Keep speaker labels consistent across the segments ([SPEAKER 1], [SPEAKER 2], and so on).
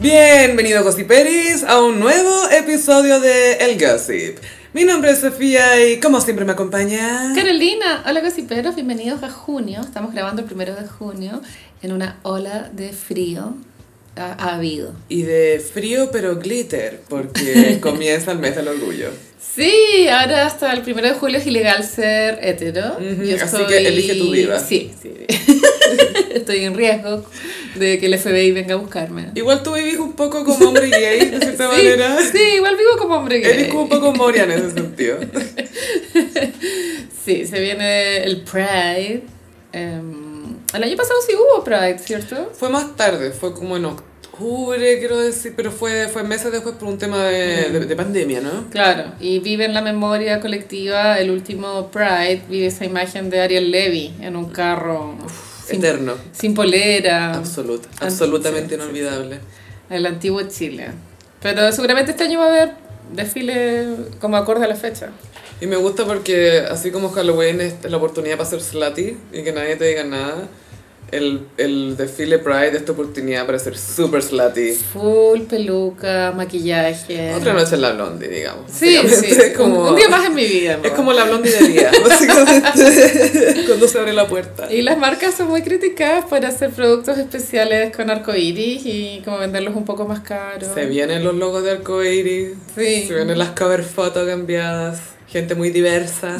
[SPEAKER 1] Bienvenido Gossiperis a un nuevo episodio de El Gossip. Mi nombre es Sofía y como siempre me acompaña...
[SPEAKER 2] Carolina, hola gossiperos, bienvenidos a junio. Estamos grabando el primero de junio en una ola de frío ha, ha habido.
[SPEAKER 1] Y de frío pero glitter, porque comienza el mes del orgullo.
[SPEAKER 2] Sí, ahora hasta el primero de julio es ilegal ser hetero.
[SPEAKER 1] Ujú, así que elige tu vida.
[SPEAKER 2] Sí, sí. Estoy en riesgo de que el FBI venga a buscarme.
[SPEAKER 1] Igual tú vivís un poco como hombre gay, de cierta
[SPEAKER 2] sí,
[SPEAKER 1] manera.
[SPEAKER 2] sí, igual vivo como hombre gay.
[SPEAKER 1] Eres como un poco moria en ese sentido.
[SPEAKER 2] Sí, se viene el Pride. Em, el año pasado sí hubo Pride, ¿cierto?
[SPEAKER 1] Fue más tarde, fue como en octubre, quiero decir, pero fue, fue meses después por un tema de, de- de pandemia, ¿no?
[SPEAKER 2] Claro, y vive en la memoria colectiva el último Pride, vive esa imagen de Ariel Levy en un carro sin,
[SPEAKER 1] Eterno.
[SPEAKER 2] sin polera
[SPEAKER 1] Absoluta,
[SPEAKER 2] Ah,
[SPEAKER 1] absolutamente
[SPEAKER 2] sí, sí,
[SPEAKER 1] inolvidable.
[SPEAKER 2] al antiguo Chile. Pero seguramente este año va a haber desfile como acorde a la fecha.
[SPEAKER 1] Y me gusta porque así como Halloween es la oportunidad para ser slutty y que nadie te diga nada, el, el desfile Pride es tu oportunidad para ser super slutty.
[SPEAKER 2] Full peluca, maquillaje.
[SPEAKER 1] Otra noche en la blondie, digamos.
[SPEAKER 2] Sí, sí.
[SPEAKER 1] básicamente. Es
[SPEAKER 2] un-
[SPEAKER 1] como,
[SPEAKER 2] un, día más en mi vida.
[SPEAKER 1] Es
[SPEAKER 2] ¿no?
[SPEAKER 1] como la blondie de día, básicamente, cuando se abre la puerta.
[SPEAKER 2] Y las marcas son muy criticadas por hacer productos especiales con arcoiris y como venderlos un poco más caros.
[SPEAKER 1] Se vienen los logos de arcoiris,
[SPEAKER 2] Sí.
[SPEAKER 1] se vienen las cover fotos cambiadas, gente muy diversa,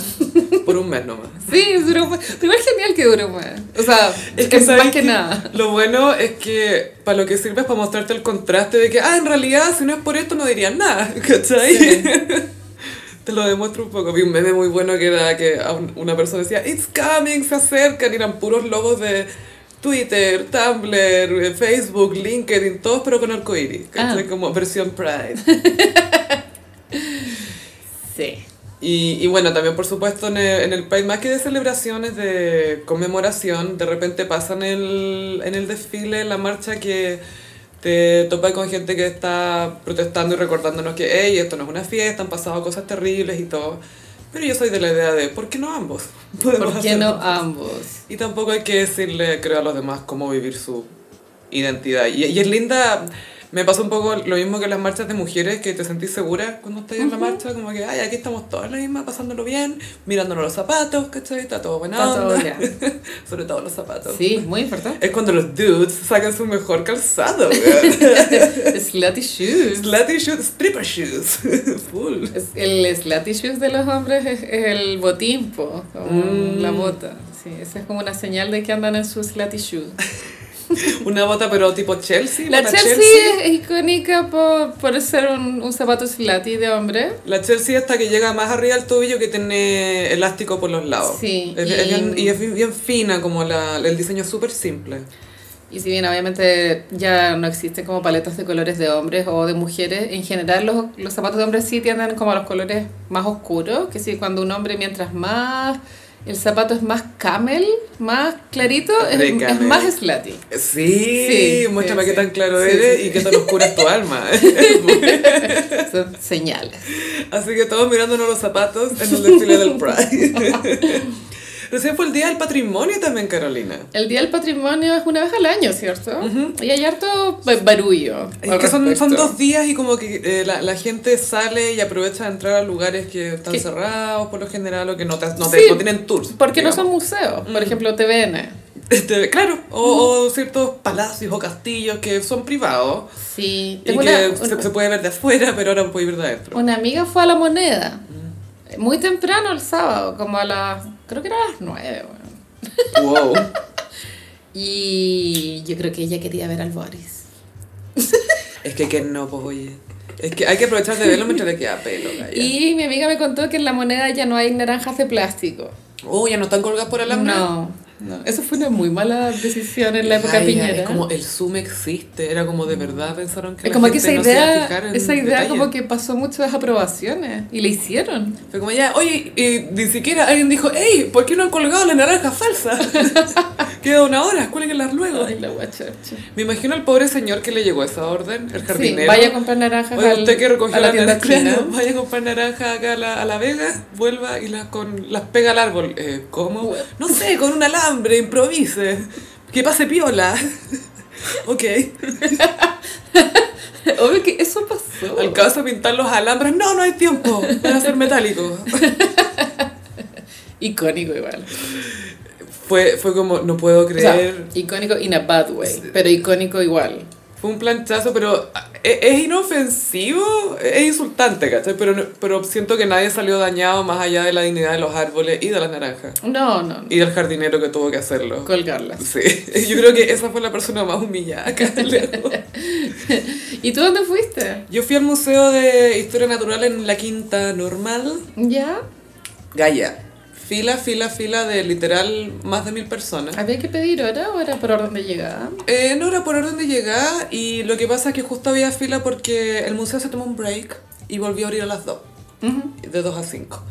[SPEAKER 1] por un mes nomás.
[SPEAKER 2] Sí, duró mu- Pero igual genial que duró pues. más. O sea, es
[SPEAKER 1] ¿sabes
[SPEAKER 2] más que
[SPEAKER 1] qué?
[SPEAKER 2] nada.
[SPEAKER 1] Lo bueno es que para lo que sirve es para mostrarte el contraste de que, ah, en realidad, si no es por esto, no dirían nada, ¿cachai?
[SPEAKER 2] Sí.
[SPEAKER 1] Te lo demuestro un poco. Vi un meme muy bueno que era que a un- una persona decía, It's coming, se acercan, y eran puros logos de Twitter, Tumblr, eh, Facebook, LinkedIn, todos, pero con arcoiris, ¿cachai?
[SPEAKER 2] Ah.
[SPEAKER 1] Como versión Pride.
[SPEAKER 2] Sí.
[SPEAKER 1] Y, y bueno, también por supuesto en el, en el país, más que de celebraciones, de conmemoración, de repente pasan el, en el desfile, en la marcha, que te topa con gente que está protestando y recordándonos que, hey, esto no es una fiesta, han pasado cosas terribles y todo. Pero yo soy de la idea de, ¿por qué no ambos? Podemos
[SPEAKER 2] ¿Por qué
[SPEAKER 1] hacer-
[SPEAKER 2] no ambos?
[SPEAKER 1] Y tampoco hay que decirle, creo, a los demás cómo vivir su identidad. Y, y es linda, me pasa un poco lo mismo que en las marchas de mujeres, que te sentís segura cuando estás en la marcha, como que, ay, aquí estamos todas las mismas, pasándolo bien, mirándonos los zapatos, ¿cachai? Está todo buena
[SPEAKER 2] Está todo
[SPEAKER 1] onda.
[SPEAKER 2] bien.
[SPEAKER 1] Sobre todo los zapatos.
[SPEAKER 2] Sí, muy importante.
[SPEAKER 1] Es cuando los dudes sacan su mejor calzado, weón.
[SPEAKER 2] Slutty shoes.
[SPEAKER 1] Slutty shoes, stripper shoes. Full.
[SPEAKER 2] Es- El slutty shoes de los hombres es, es el botín, po, como
[SPEAKER 1] Mm.
[SPEAKER 2] la bota. Sí, esa es como una señal de que andan en sus slutty shoes.
[SPEAKER 1] Una bota, pero tipo Chelsea.
[SPEAKER 2] La
[SPEAKER 1] bota
[SPEAKER 2] Chelsea, es icónica por, por ser un, un zapato slutty de hombre.
[SPEAKER 1] La Chelsea hasta que llega más arriba al tobillo que tiene elástico por los lados.
[SPEAKER 2] Sí,
[SPEAKER 1] Es-
[SPEAKER 2] y-
[SPEAKER 1] es bien- y es bien, bien fina, como la, el diseño es súper simple.
[SPEAKER 2] Y si bien obviamente ya no existen como paletas de colores de hombres o de mujeres, en general los, los zapatos de hombres sí tienden como a los colores más oscuros, que sí, cuando un hombre mientras más el zapato es más camel, más clarito, es,
[SPEAKER 1] De
[SPEAKER 2] es
[SPEAKER 1] camel.
[SPEAKER 2] más slutty.
[SPEAKER 1] Sí,
[SPEAKER 2] Sí,
[SPEAKER 1] muéstrame
[SPEAKER 2] sí,
[SPEAKER 1] qué
[SPEAKER 2] sí.
[SPEAKER 1] tan claro
[SPEAKER 2] Sí,
[SPEAKER 1] eres
[SPEAKER 2] sí, sí.
[SPEAKER 1] y qué tan oscura es tu alma.
[SPEAKER 2] Son señales.
[SPEAKER 1] Así que todos mirándonos los zapatos en el desfile del Pride. Recién fue el día del patrimonio también, Carolina.
[SPEAKER 2] El Día del Patrimonio es una vez al año, ¿cierto? Y hay harto ba- barullo.
[SPEAKER 1] Es
[SPEAKER 2] al
[SPEAKER 1] que son, son
[SPEAKER 2] respecto.
[SPEAKER 1] dos días y como que eh, la, la gente sale y aprovecha de entrar a lugares que están
[SPEAKER 2] Que-
[SPEAKER 1] cerrados por lo general o que no, te- no, te-
[SPEAKER 2] Sí,
[SPEAKER 1] no tienen tours.
[SPEAKER 2] Porque
[SPEAKER 1] digamos.
[SPEAKER 2] no son museos, por ejemplo, TVN.
[SPEAKER 1] Este, claro, o, o ciertos palacios o castillos que son privados
[SPEAKER 2] Sí,
[SPEAKER 1] y que
[SPEAKER 2] tengo una-
[SPEAKER 1] se,
[SPEAKER 2] una-
[SPEAKER 1] se puede ver de afuera, pero ahora puede ver de adentro.
[SPEAKER 2] Una amiga fue a la moneda muy temprano el sábado, como a las. creo que era a las 9, weón.
[SPEAKER 1] Wow.
[SPEAKER 2] Y yo creo que ella quería ver al Boris.
[SPEAKER 1] Es que que no, pues oye. Es que hay que aprovechar de verlo mientras te queda pelo, gaya.
[SPEAKER 2] Y mi amiga me contó que en la moneda ya no hay naranjas de plástico.
[SPEAKER 1] Oh, ya no están colgadas por alambre.
[SPEAKER 2] No, no. Eso fue una muy mala decisión en la época
[SPEAKER 1] Gaya,
[SPEAKER 2] piñera.
[SPEAKER 1] Es como el Zoom existe, era como de verdad pensaron que
[SPEAKER 2] Es como
[SPEAKER 1] la
[SPEAKER 2] que esa
[SPEAKER 1] gente no se iba a
[SPEAKER 2] idea,
[SPEAKER 1] fijar en
[SPEAKER 2] esa idea
[SPEAKER 1] detalles.
[SPEAKER 2] como que pasó muchas aprobaciones y le hicieron.
[SPEAKER 1] Fue como ya, oye, y ni siquiera alguien dijo, hey, ¿por qué no han colgado la naranja falsa? Queda una hora, cuélguenlas luego.
[SPEAKER 2] Ay, la guachacha.
[SPEAKER 1] Me imagino al pobre señor que le llegó esa orden, el
[SPEAKER 2] Sí,
[SPEAKER 1] jardinero.
[SPEAKER 2] vaya a comprar naranjas
[SPEAKER 1] Oye,
[SPEAKER 2] al-
[SPEAKER 1] usted que recogió
[SPEAKER 2] a la
[SPEAKER 1] la,
[SPEAKER 2] tienda
[SPEAKER 1] naranja,
[SPEAKER 2] china.
[SPEAKER 1] vaya a comprar naranja acá a la, a la Vega, vuelva y las con las pega al árbol. Eh, ¿Cómo? No sé, con un alambre, improvise. Que pase piola. ok.
[SPEAKER 2] Obvio que eso pasó.
[SPEAKER 1] Alcanza a pintar los alambres. No, no hay tiempo. Van a ser metálicos.
[SPEAKER 2] Icónico igual.
[SPEAKER 1] Fue, fue como, no puedo
[SPEAKER 2] O sea,
[SPEAKER 1] creer.
[SPEAKER 2] icónico in a bad way, pero icónico igual.
[SPEAKER 1] Fue un planchazo, pero es, es inofensivo, es insultante, ¿cachai? Pero, no- pero siento que nadie salió dañado más allá de la dignidad de los árboles y de las naranjas.
[SPEAKER 2] No, no, no.
[SPEAKER 1] Y del jardinero que tuvo que hacerlo.
[SPEAKER 2] Colgarlas.
[SPEAKER 1] Sí, yo creo que esa fue la persona más humillada acá. lejos.
[SPEAKER 2] ¿Y tú dónde fuiste?
[SPEAKER 1] Yo fui al Museo de Historia Natural en la Quinta Normal.
[SPEAKER 2] ¿Ya?
[SPEAKER 1] Gaya. Fila, fila, fila de literal más de mil personas.
[SPEAKER 2] ¿Había que pedir hora o era por orden de llegada?
[SPEAKER 1] Eh, no era por orden de llegada y lo que pasa es que justo había fila porque el museo se tomó un break y volvió a abrir a las 2,
[SPEAKER 2] Ujú.
[SPEAKER 1] de 2 a 5.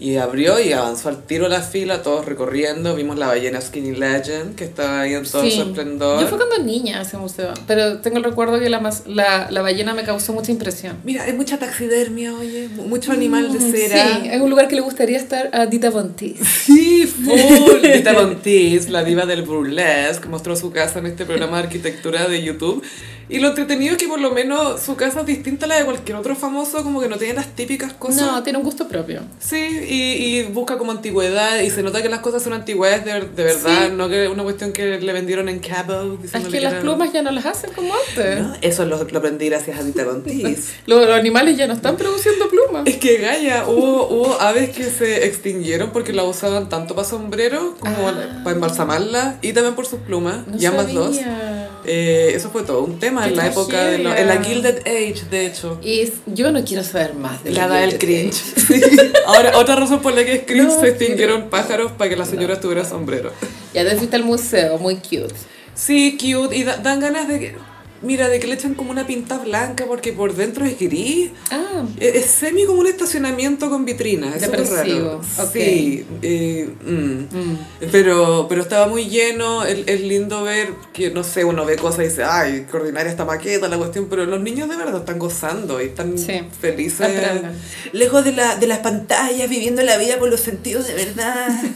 [SPEAKER 1] Y abrió y avanzó al tiro la fila, todos recorriendo. Vimos la ballena Skinny Legend que estaba ahí en todo
[SPEAKER 2] Sí.
[SPEAKER 1] su esplendor.
[SPEAKER 2] Yo fui cuando niña a ese museo, pero tengo el recuerdo que la, mas- la, la ballena me causó mucha impresión.
[SPEAKER 1] Mira, hay mucha taxidermia, oye, mu- mucho animal de
[SPEAKER 2] Mm,
[SPEAKER 1] cera.
[SPEAKER 2] Sí, es un lugar que le gustaría estar a Dita Bontis.
[SPEAKER 1] Sí, full. Tita Montiz, la diva del burlesque, mostró su casa en este programa de arquitectura de YouTube. Y lo entretenido es que por lo menos su casa es distinta a la de cualquier otro famoso, como que no tiene las típicas cosas.
[SPEAKER 2] No, tiene un gusto propio.
[SPEAKER 1] Sí, y, y busca como antigüedad y se nota que las cosas son antigüedades de, de verdad,
[SPEAKER 2] Sí.
[SPEAKER 1] no que una cuestión que le vendieron en Cabo.
[SPEAKER 2] Es
[SPEAKER 1] diciéndole
[SPEAKER 2] que
[SPEAKER 1] era-
[SPEAKER 2] las plumas ya no las hacen como antes.
[SPEAKER 1] No, eso lo, lo aprendí gracias a Tita Montiz.
[SPEAKER 2] Lo- Los, animales ya no están produciendo plumas.
[SPEAKER 1] Es que Gaia, hubo, hubo aves que se extinguieron porque la usaban tanto para sombrero como
[SPEAKER 2] Ah.
[SPEAKER 1] para embalsamarla y también por sus plumas,
[SPEAKER 2] No
[SPEAKER 1] y ambas dos.
[SPEAKER 2] sabía.
[SPEAKER 1] Eh, eso fue todo un tema
[SPEAKER 2] Qué
[SPEAKER 1] en la época de lo-
[SPEAKER 2] tragedia.
[SPEAKER 1] en la Gilded Age, de hecho.
[SPEAKER 2] Y es- yo no quiero saber más de
[SPEAKER 1] La
[SPEAKER 2] la
[SPEAKER 1] da el
[SPEAKER 2] Gilded
[SPEAKER 1] cringe.
[SPEAKER 2] Age.
[SPEAKER 1] Sí. Ahora, otra razón por la que es cringe,
[SPEAKER 2] No,
[SPEAKER 1] se extinguieron pájaros para que la señora tuviera sombrero.
[SPEAKER 2] Ya te fuiste al museo, muy cute.
[SPEAKER 1] Sí, cute, y da- dan ganas de que, mira, de que le echan como una pinta blanca porque por dentro es gris. E,
[SPEAKER 2] Ah,
[SPEAKER 1] Es, es semi como un estacionamiento con vitrinas, es súper raro.
[SPEAKER 2] Depresivo, ok.
[SPEAKER 1] Sí, eh, mm. Pero, pero estaba muy lleno, es, es lindo ver que, no sé, uno ve cosas y dice, ay, qué ordinaria esta maqueta, la cuestión, pero los niños de verdad están gozando y están
[SPEAKER 2] Sí,
[SPEAKER 1] felices.
[SPEAKER 2] aprendan.
[SPEAKER 1] Lejos de, la, de las pantallas, viviendo la vida por los sentidos de verdad.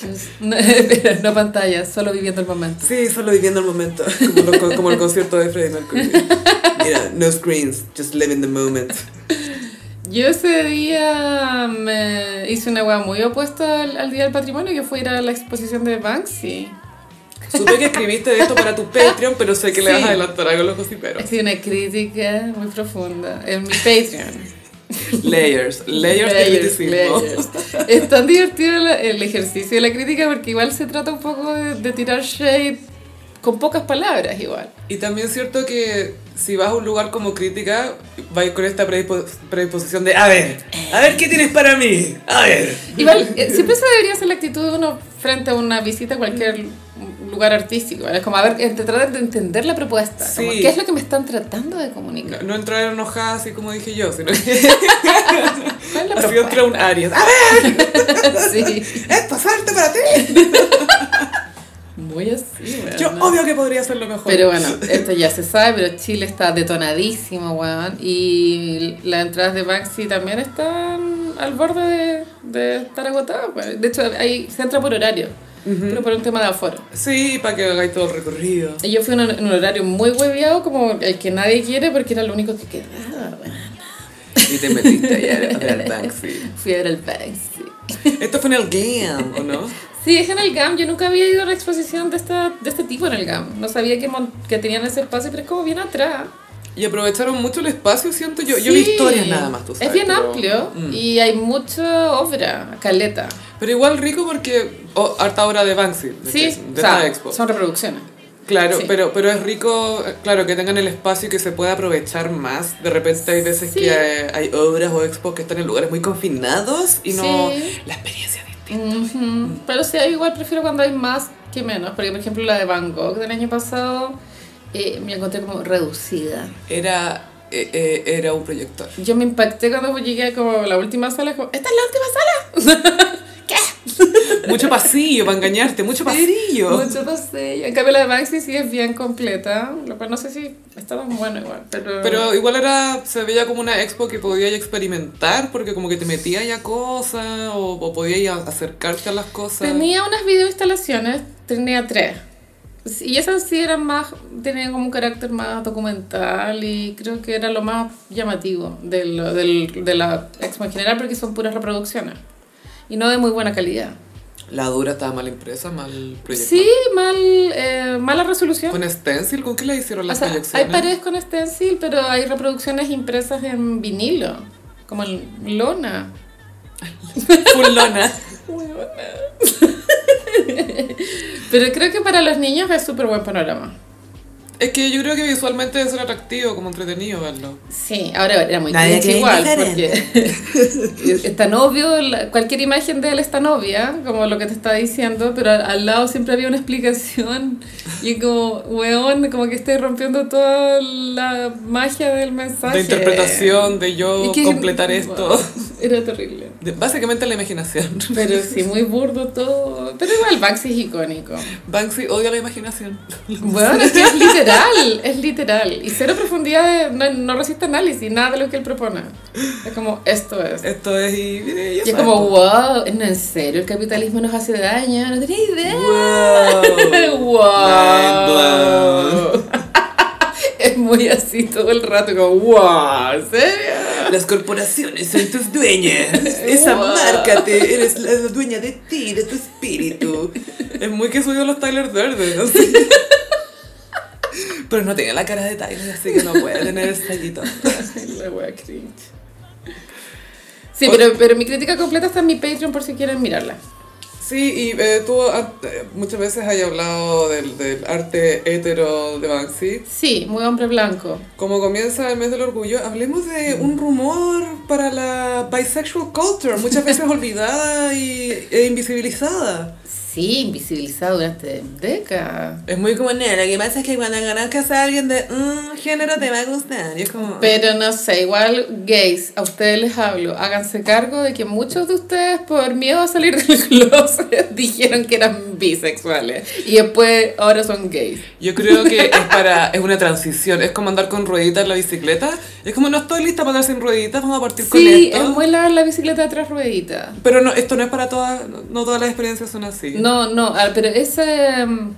[SPEAKER 2] just- no, espera, no pantalla, solo viviendo el momento.
[SPEAKER 1] sí, solo viviendo el momento, como, lo- como el concierto de Freddie Mercury. Mira, no screens, just live in the moment.
[SPEAKER 2] Yo ese día me hice una hueá muy opuesta al, al Día del Patrimonio, que fue ir a la exposición de Banksy.
[SPEAKER 1] Supe que escribiste de esto para tu Patreon, pero sé que le
[SPEAKER 2] Sí.
[SPEAKER 1] vas a adelantar algo a los gossiperos.
[SPEAKER 2] Hice una crítica muy profunda en mi Patreon.
[SPEAKER 1] Layers, layers de
[SPEAKER 2] Layers,
[SPEAKER 1] criticismo.
[SPEAKER 2] layers. Es tan divertido la- el ejercicio de la crítica porque igual se trata un poco de, de tirar shade con pocas palabras igual.
[SPEAKER 1] Y también es cierto que si vas a un lugar como crítica, vas con esta predispo- predisposición de, a ver, a ver qué tienes para mí, a ver.
[SPEAKER 2] Igual, eh, siempre esa debería ser la actitud de uno frente a una visita a cualquier lu- lugar artístico. ¿vale? Es como, a ver, eh, tratar de entender la propuesta. como,
[SPEAKER 1] Sí.
[SPEAKER 2] ¿Qué es lo que me están tratando de
[SPEAKER 1] No,
[SPEAKER 2] comunicar?
[SPEAKER 1] no entrar enojada así como dije yo, sino que
[SPEAKER 2] ¿Cuál es la
[SPEAKER 1] así entra
[SPEAKER 2] propuesta?
[SPEAKER 1] un Aries. A ver,
[SPEAKER 2] Sí,
[SPEAKER 1] esto es arte para ti.
[SPEAKER 2] muy así. weón,
[SPEAKER 1] Yo
[SPEAKER 2] ¿no?
[SPEAKER 1] obvio que podría hacerlo mejor.
[SPEAKER 2] Pero bueno, esto ya se sabe, pero Chile está detonadísimo, weón. Y las entradas de Banksy también están al borde de, de estar agotadas, weón. De hecho, ahí se entra por horario, pero por un tema de aforo.
[SPEAKER 1] Sí, para que hagáis todo el recorrido.
[SPEAKER 2] Y yo fui en un, en un horario muy hueviado, como el que nadie quiere, porque era lo único que quedaba, weón.
[SPEAKER 1] Y te metiste ayer a ver Banksy.
[SPEAKER 2] Fui a ver el Banksy.
[SPEAKER 1] Esto fue en el game, ¿o no?
[SPEAKER 2] Sí, es en el GAM. Yo nunca había ido a una exposición de, esta, de este tipo en el GAM. No sabía que, mon- que tenían ese espacio, pero es como bien atrás.
[SPEAKER 1] Y aprovecharon mucho el espacio, siento yo. Yo vi
[SPEAKER 2] Sí.
[SPEAKER 1] historias nada más, tú sabes.
[SPEAKER 2] Es bien
[SPEAKER 1] pero-
[SPEAKER 2] amplio
[SPEAKER 1] Mm.
[SPEAKER 2] y hay mucha obra, caleta.
[SPEAKER 1] Pero igual rico porque. o harta obra de Banksy. De,
[SPEAKER 2] Sí,
[SPEAKER 1] de
[SPEAKER 2] o sea,
[SPEAKER 1] esta expo.
[SPEAKER 2] son reproducciones.
[SPEAKER 1] Claro,
[SPEAKER 2] sí.
[SPEAKER 1] pero, pero es rico, eh, claro, que tengan el espacio y que se pueda aprovechar más. De repente hay veces
[SPEAKER 2] Sí.
[SPEAKER 1] que eh, hay, obras o expos que están en lugares muy confinados y no.
[SPEAKER 2] Sí.
[SPEAKER 1] La experiencia de ti. Mm.
[SPEAKER 2] Ujú. Pero sí, igual prefiero cuando hay más que menos. Porque, por ejemplo, la de Van Gogh del año pasado eh, me la encontré como reducida.
[SPEAKER 1] Era, eh, eh, era un proyector.
[SPEAKER 2] Yo me impacté cuando llegué como a la última sala, como, ¡esta es la última sala!
[SPEAKER 1] Mucho pasillo para engañarte, mucho pasillo.
[SPEAKER 2] Mucho paseo. En cambio, la de Banksy sí es bien completa. Lo cual no sé si está tan bueno igual, pero...
[SPEAKER 1] Pero igual era, se veía como una expo que podías experimentar porque como que te metías ya cosas o, o podías acercarte a las cosas.
[SPEAKER 2] Tenía unas videoinstalaciones, tenía tres. Sí, Y esas sí eran más, tenían como un carácter más documental y creo que era lo más llamativo de, lo- del- de la expo en general porque son puras reproducciones y no de muy buena calidad.
[SPEAKER 1] La dura estaba mal impresa, mal proyectada.
[SPEAKER 2] Sí, mal, eh, mala resolución.
[SPEAKER 1] ¿Con stencil? ¿Con qué la hicieron
[SPEAKER 2] O
[SPEAKER 1] las
[SPEAKER 2] sea, hay
[SPEAKER 1] proyecciones?
[SPEAKER 2] paredes con stencil, pero hay reproducciones impresas en vinilo, como en lona.
[SPEAKER 1] Fulona.
[SPEAKER 2] Pero creo que para los niños es súper buen panorama.
[SPEAKER 1] es que yo creo que visualmente debe ser atractivo, como entretenido verlo.
[SPEAKER 2] Sí, ahora era muy
[SPEAKER 1] Nadie cree
[SPEAKER 2] cringe igual,
[SPEAKER 1] diferente.
[SPEAKER 2] porque está novio, la- cualquier imagen de él está novia, como lo que te está diciendo, pero al, al lado siempre había una explicación y como, weón, como que estoy rompiendo toda la magia del mensaje.
[SPEAKER 1] De interpretación, de yo
[SPEAKER 2] Y que-
[SPEAKER 1] completar
[SPEAKER 2] Wow,
[SPEAKER 1] esto.
[SPEAKER 2] Era terrible.
[SPEAKER 1] De- básicamente la imaginación.
[SPEAKER 2] Pero sí, muy burdo todo. Pero igual Banksy es icónico.
[SPEAKER 1] Banksy odia la imaginación.
[SPEAKER 2] Bueno, es que es literal, es literal. Y cero profundidad, de- no, no resiste análisis, nada de lo que él propone. Es como, esto es.
[SPEAKER 1] Esto es y... y
[SPEAKER 2] Y es
[SPEAKER 1] eso
[SPEAKER 2] como,
[SPEAKER 1] esto.
[SPEAKER 2] wow, no, en serio, el capitalismo nos hace daño, no tenía idea.
[SPEAKER 1] Wow.
[SPEAKER 2] wow.
[SPEAKER 1] Mind
[SPEAKER 2] es muy así todo el rato, como, wow, ¿en serio?
[SPEAKER 1] Las corporaciones son tus dueñas.
[SPEAKER 2] Wow.
[SPEAKER 1] te, eres la la dueña de ti, de tu espíritu. Es muy que subió los Tyler Durden, ¿no? Pero no tiene la cara de Tyler, así que no puede tener el sellito.
[SPEAKER 2] La wea cringe. Sí, pero, pero mi crítica completa está en mi Patreon por si quieren mirarla.
[SPEAKER 1] Sí, y eh, tú ah, eh, muchas veces has hablado del, del arte hetero de Banksy.
[SPEAKER 2] Sí, muy hombre blanco.
[SPEAKER 1] Como comienza el mes del orgullo, hablemos de un rumor para la bisexual culture, muchas veces olvidada y, e invisibilizada.
[SPEAKER 2] Sí, invisibilizado durante décadas.
[SPEAKER 1] Es muy como, nena, lo que pasa es que cuando conozcas a alguien de un género te va a gustar. Y es como...
[SPEAKER 2] Pero no sé, igual gays, a ustedes les hablo, háganse cargo de que muchos de ustedes por miedo a salir del closet dijeron que eran bisexuales y después ahora son gays.
[SPEAKER 1] Yo creo que es para... Es una transición. Es como andar con rueditas en la bicicleta. Es como, no estoy lista para andar sin rueditas, vamos a partir con
[SPEAKER 2] Sí,
[SPEAKER 1] esto.
[SPEAKER 2] es muy la, la bicicleta de tres rueditas.
[SPEAKER 1] Pero no, esto no es para todas... No, no todas las experiencias son así.
[SPEAKER 2] No, no, ah, pero ese, mm,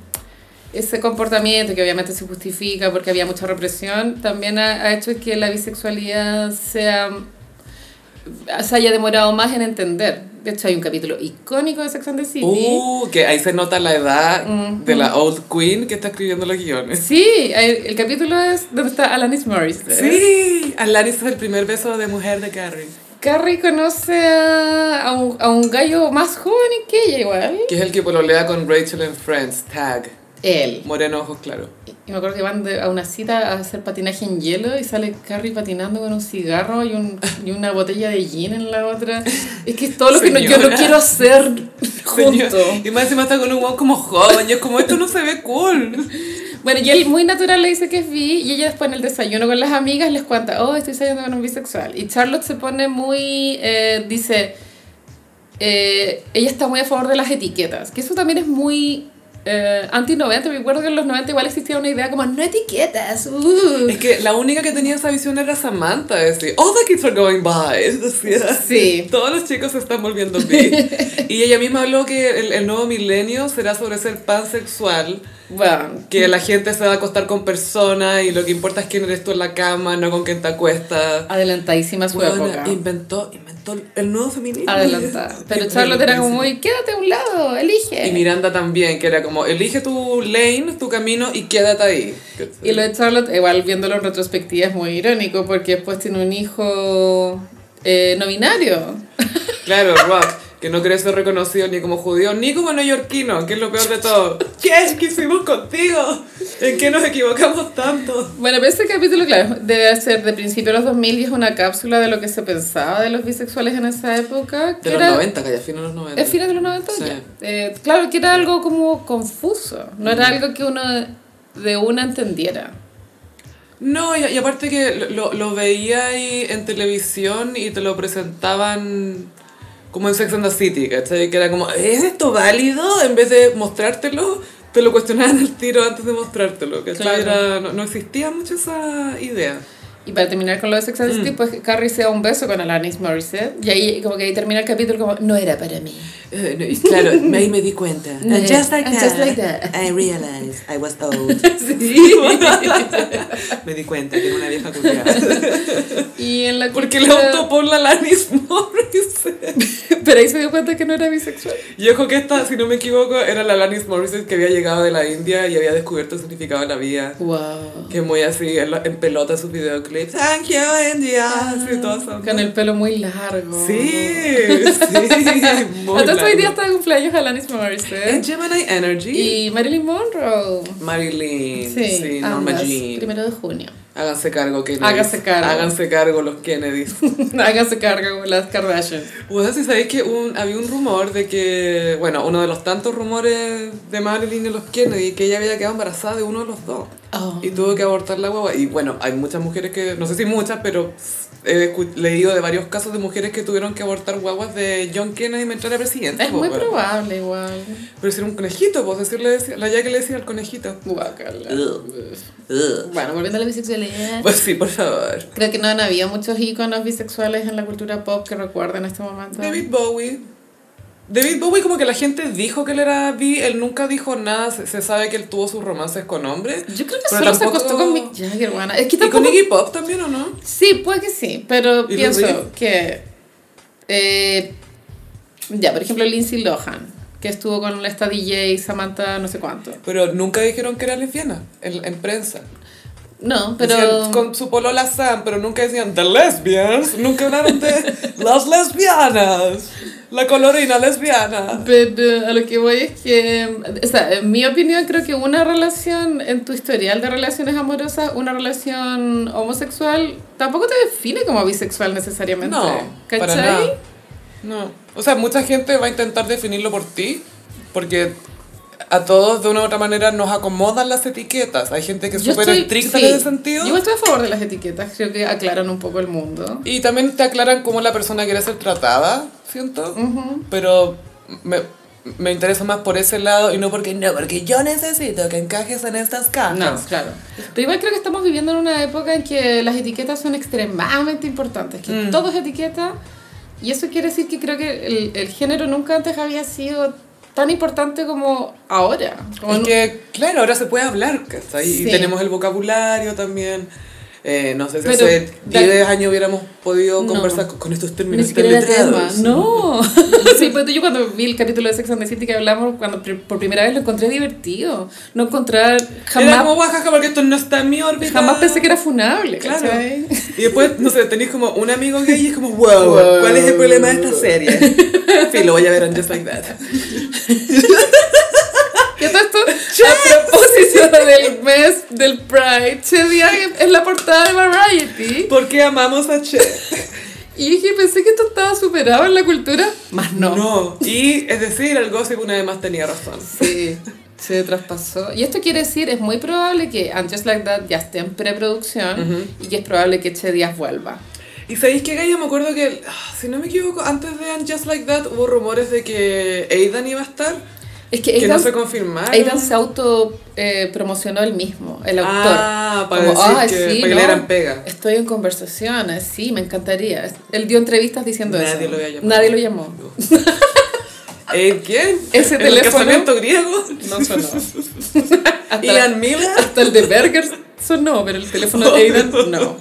[SPEAKER 2] ese comportamiento que obviamente se justifica porque había mucha represión, también ha, ha hecho que la bisexualidad sea, mm, se haya demorado más en entender. De hecho, hay un capítulo icónico de Sex and the City.
[SPEAKER 1] Uh, que ahí se nota la edad
[SPEAKER 2] Ujú.
[SPEAKER 1] de la old queen que está escribiendo los guiones.
[SPEAKER 2] Sí, el, el capítulo es donde está Alanis Morris.
[SPEAKER 1] Sí, Alanis es el primer beso de mujer de Carrie.
[SPEAKER 2] Carrie conoce a, a un, a un gallo más joven que ella igual.
[SPEAKER 1] Que es el que pololea con Rachel en Friends. Tag.
[SPEAKER 2] Él.
[SPEAKER 1] Moreno, ojos claros.
[SPEAKER 2] Y me acuerdo que van de- a una cita a hacer patinaje en hielo y sale Carrie patinando con un cigarro y, un, y una botella de gin en la otra. Es que es todo lo que no- yo no
[SPEAKER 1] Señora.
[SPEAKER 2] quiero hacer
[SPEAKER 1] Señor,
[SPEAKER 2] junto.
[SPEAKER 1] Y más encima está con un guau como joven. Y es como, esto no se ve cool.
[SPEAKER 2] Bueno, y él muy natural le dice que es bi y ella después en el desayuno con las amigas les cuenta, oh, estoy saliendo con un bisexual. Y Charlotte se pone muy, eh, dice, eh, ella está muy a favor de las etiquetas, que eso también es muy... Eh, anti-90, me acuerdo que en los 90 igual existía una idea como no etiquetas, uh".
[SPEAKER 1] Es que la única que tenía esa visión era Samantha. Decía, all the kids are going by. Decía,
[SPEAKER 2] Sí.
[SPEAKER 1] Todos los chicos se están volviendo big. y ella misma habló que el, el nuevo milenio será sobre ser pansexual.
[SPEAKER 2] Bueno,
[SPEAKER 1] Que la gente se va a acostar con personas y lo que importa es quién eres tú en la cama, no con quién te acuestas.
[SPEAKER 2] Adelantadísima a su
[SPEAKER 1] Weona,
[SPEAKER 2] época.
[SPEAKER 1] inventó, inventó el nuevo feminismo.
[SPEAKER 2] Adelantada. Pero Charlotte era como muy, quédate a un lado, elige.
[SPEAKER 1] Y Miranda también, que era como, elige tu lane, tu camino y quédate ahí.
[SPEAKER 2] Y lo de Charlotte, igual viéndolo en retrospectiva, es muy irónico porque después tiene un hijo eh, no binario.
[SPEAKER 1] Claro, Rock, que no quiere ser reconocido ni como judío ni como neoyorquino, que es lo peor de todo. ¿Qué es que hicimos contigo? ¿En qué nos equivocamos tanto?
[SPEAKER 2] Bueno, pero este capítulo, claro, debe ser de principio de los 2000 y es una cápsula de lo que se pensaba de los bisexuales en esa época. que
[SPEAKER 1] De los
[SPEAKER 2] era-
[SPEAKER 1] 90, calla, fines de los 90.
[SPEAKER 2] Es fines de los 90
[SPEAKER 1] Sí.
[SPEAKER 2] ya. Eh, claro, que era algo como confuso. No era algo que uno de una entendiera.
[SPEAKER 1] No, y, y aparte que lo, lo veía ahí en televisión y te lo presentaban como en Sex and the City, ¿cachai? Que era como, ¿es esto válido? En vez de mostrártelo, te lo cuestionaban al tiro antes de mostrártelo, ¿cachai?
[SPEAKER 2] Claro.
[SPEAKER 1] Era- no, no existía mucho esa idea.
[SPEAKER 2] Y para terminar con lo de Sex and the City, pues Carrie se da un beso con Alanis Morissette. Y ahí, como que ahí termina el capítulo, como, no era para mí.
[SPEAKER 3] Eh, no, y claro, ahí me di cuenta.
[SPEAKER 2] No,
[SPEAKER 3] And just like
[SPEAKER 2] and
[SPEAKER 3] that,
[SPEAKER 2] just like that.
[SPEAKER 3] I realized I was old.
[SPEAKER 2] Sí.
[SPEAKER 3] me di cuenta que era una vieja culiada.
[SPEAKER 2] y en la
[SPEAKER 1] Porque le
[SPEAKER 2] cultura-
[SPEAKER 1] optó por la Alanis Morissette.
[SPEAKER 2] Pero ahí se dio cuenta que no era bisexual.
[SPEAKER 1] Y ojo que esta, si no me equivoco, era la Alanis Morissette que había llegado de la India y había descubierto el significado de la vida.
[SPEAKER 2] Wow.
[SPEAKER 1] Que muy así, en, la- en pelota sus videoclips. Thank you, India. Así, todas esas-
[SPEAKER 2] Con el pelo muy largo.
[SPEAKER 1] Sí, sí. muy
[SPEAKER 2] Entonces hoy día
[SPEAKER 1] largo.
[SPEAKER 2] está de cumpleaños Alanis Morissette.
[SPEAKER 1] En Gemini Energy.
[SPEAKER 2] Y Marilyn Monroe.
[SPEAKER 1] Marilyn. Sí,
[SPEAKER 2] Sí,
[SPEAKER 1] Norma
[SPEAKER 2] ambas,
[SPEAKER 1] Jean.
[SPEAKER 2] Primero de junio.
[SPEAKER 1] Háganse cargo, Kennedy.
[SPEAKER 2] Háganse cargo.
[SPEAKER 1] Háganse cargo los Kennedys.
[SPEAKER 2] Háganse cargo con las Kardashians.
[SPEAKER 1] Bueno, si sabéis que un- había un rumor de que, bueno, uno de los tantos rumores de Marilyn y los Kennedy, que ella había quedado embarazada de uno de los dos.
[SPEAKER 2] Oh.
[SPEAKER 1] Y tuvo que abortar la hueva. Y bueno, hay muchas mujeres que, no sé si muchas, pero he escu- leído de varios casos de mujeres que tuvieron que abortar guaguas de John Kennedy mientras era presidente.
[SPEAKER 2] Es
[SPEAKER 1] po,
[SPEAKER 2] muy
[SPEAKER 1] weón.
[SPEAKER 2] probable igual.
[SPEAKER 1] Pero si era un conejito, pues decirle, decía- la ya que le decía al conejito.
[SPEAKER 2] Guácala.
[SPEAKER 3] Ugh. Ugh.
[SPEAKER 2] Bueno, volviendo a la bisexualidad.
[SPEAKER 1] Pues sí, por favor.
[SPEAKER 2] Creo que no han habido muchos íconos bisexuales en la cultura pop que recuerden en este momento.
[SPEAKER 1] David Bowie. David Bowie como que la gente dijo que él era bi, él nunca dijo nada, se, se sabe que él tuvo sus romances con hombres.
[SPEAKER 2] Yo creo que
[SPEAKER 1] Pero
[SPEAKER 2] solo
[SPEAKER 1] tampoco-
[SPEAKER 2] se acostó con Mick Jagger, buena. Es que
[SPEAKER 1] ¿Y con
[SPEAKER 2] tampoco...
[SPEAKER 1] Iggy Pop también o no?
[SPEAKER 2] Sí, puede que sí, pero
[SPEAKER 1] ¿Y Lou
[SPEAKER 2] pienso
[SPEAKER 1] Reed?
[SPEAKER 2] que... eh, ya, por ejemplo, Lindsay Lohan, que estuvo con esta DJ, Samantha, no sé cuánto.
[SPEAKER 1] Pero nunca dijeron que era lesbiana en, en prensa.
[SPEAKER 2] No,
[SPEAKER 1] Decían
[SPEAKER 2] pero...
[SPEAKER 1] con su polola Sam, pero nunca decían The Lesbians, nunca hablaron de las lesbianas, la colorina lesbiana.
[SPEAKER 2] Pero a lo que voy es que, o sea, en mi opinión creo que una relación, en tu historial de relaciones amorosas, una relación homosexual tampoco te define como bisexual necesariamente.
[SPEAKER 1] No,
[SPEAKER 2] ¿cachai?
[SPEAKER 1] para nada. No. O sea, mucha gente va a intentar definirlo por ti, porque a todos de una u otra manera nos acomodan las etiquetas. Hay gente que es
[SPEAKER 2] Yo
[SPEAKER 1] súper
[SPEAKER 2] estoy-
[SPEAKER 1] estricta
[SPEAKER 2] sí,
[SPEAKER 1] en ese sentido.
[SPEAKER 2] Yo estoy a favor de las etiquetas, creo que aclaran un poco el mundo.
[SPEAKER 1] Y también te aclaran cómo la persona quiere ser tratada, siento. Pero me, me interesa más por ese lado y no porque no, porque yo necesito que encajes en estas cajas.
[SPEAKER 2] No, claro. Pero igual creo que estamos viviendo en una época en que las etiquetas son extremadamente importantes, que
[SPEAKER 1] Mm.
[SPEAKER 2] todo es etiqueta. Y eso quiere decir que creo que el, el género nunca antes había sido tan importante como ahora. Como
[SPEAKER 1] Es
[SPEAKER 2] nu-
[SPEAKER 1] que, claro, ahora se puede hablar, ¿cachai? Y
[SPEAKER 2] Sí.
[SPEAKER 1] tenemos el vocabulario también. Eh, no sé si
[SPEAKER 2] Pero,
[SPEAKER 1] hace
[SPEAKER 2] da-
[SPEAKER 1] 10 años hubiéramos podido
[SPEAKER 2] No.
[SPEAKER 1] conversar con, con estos
[SPEAKER 2] Ni
[SPEAKER 1] términos
[SPEAKER 2] siquiera era tema.
[SPEAKER 1] letrados.
[SPEAKER 2] No. sí, pues yo cuando vi el capítulo de Sex and the City que hablamos, cuando pri- por primera vez lo encontré divertido. No encontrar
[SPEAKER 1] Era
[SPEAKER 2] jamás,
[SPEAKER 1] como guajaja porque esto no está en mi órbita.
[SPEAKER 2] jamás pensé que era funable.
[SPEAKER 1] Claro.
[SPEAKER 2] ¿cachai?
[SPEAKER 1] Y después, no sé, tenéis como un amigo gay y es como, wow,
[SPEAKER 2] Wow.
[SPEAKER 1] ¿cuál es el problema de esta serie? Sí, lo voy a ver en Just Like That.
[SPEAKER 2] Y todo esto, a propósito del mes del Pride, Che Diag es la portada de Variety.
[SPEAKER 1] ¿Por qué amamos a Che?
[SPEAKER 2] Y dije, pensé que esto estaba superado en la cultura, más no.
[SPEAKER 1] Y, es decir, el gossip una vez más tenía razón.
[SPEAKER 2] Sí, se traspasó. Y esto quiere decir, es muy probable que And Just Like That ya esté en preproducción y que es probable que Che Díaz vuelva.
[SPEAKER 1] Y sabéis que Gaia, me acuerdo que, ah, si no me equivoco, antes de And Just Like That hubo rumores de que Aidan iba a estar,
[SPEAKER 2] Es que
[SPEAKER 1] que no
[SPEAKER 2] Aidan,
[SPEAKER 1] se confirmaron.
[SPEAKER 2] Aidan se auto eh, promocionó el mismo, el autor.
[SPEAKER 1] Ah, para
[SPEAKER 2] Como,
[SPEAKER 1] decir
[SPEAKER 2] "Ay,
[SPEAKER 1] que,
[SPEAKER 2] sí,
[SPEAKER 1] para que le
[SPEAKER 2] ¿no?
[SPEAKER 1] eran pega.
[SPEAKER 2] Estoy en conversaciones, sí, me encantaría. Él dio entrevistas diciendo
[SPEAKER 1] Nadie
[SPEAKER 2] eso.
[SPEAKER 1] lo había llamado.
[SPEAKER 2] Nadie lo llamó.
[SPEAKER 1] ¿Eh, ¿Quién?
[SPEAKER 2] Ese
[SPEAKER 1] ¿En ¿El
[SPEAKER 2] teléfono?
[SPEAKER 1] casamiento griego?
[SPEAKER 2] No sonó. hasta,
[SPEAKER 1] ¿Ian Miller?
[SPEAKER 2] hasta el de Berger sonó, pero el teléfono de Aidan no.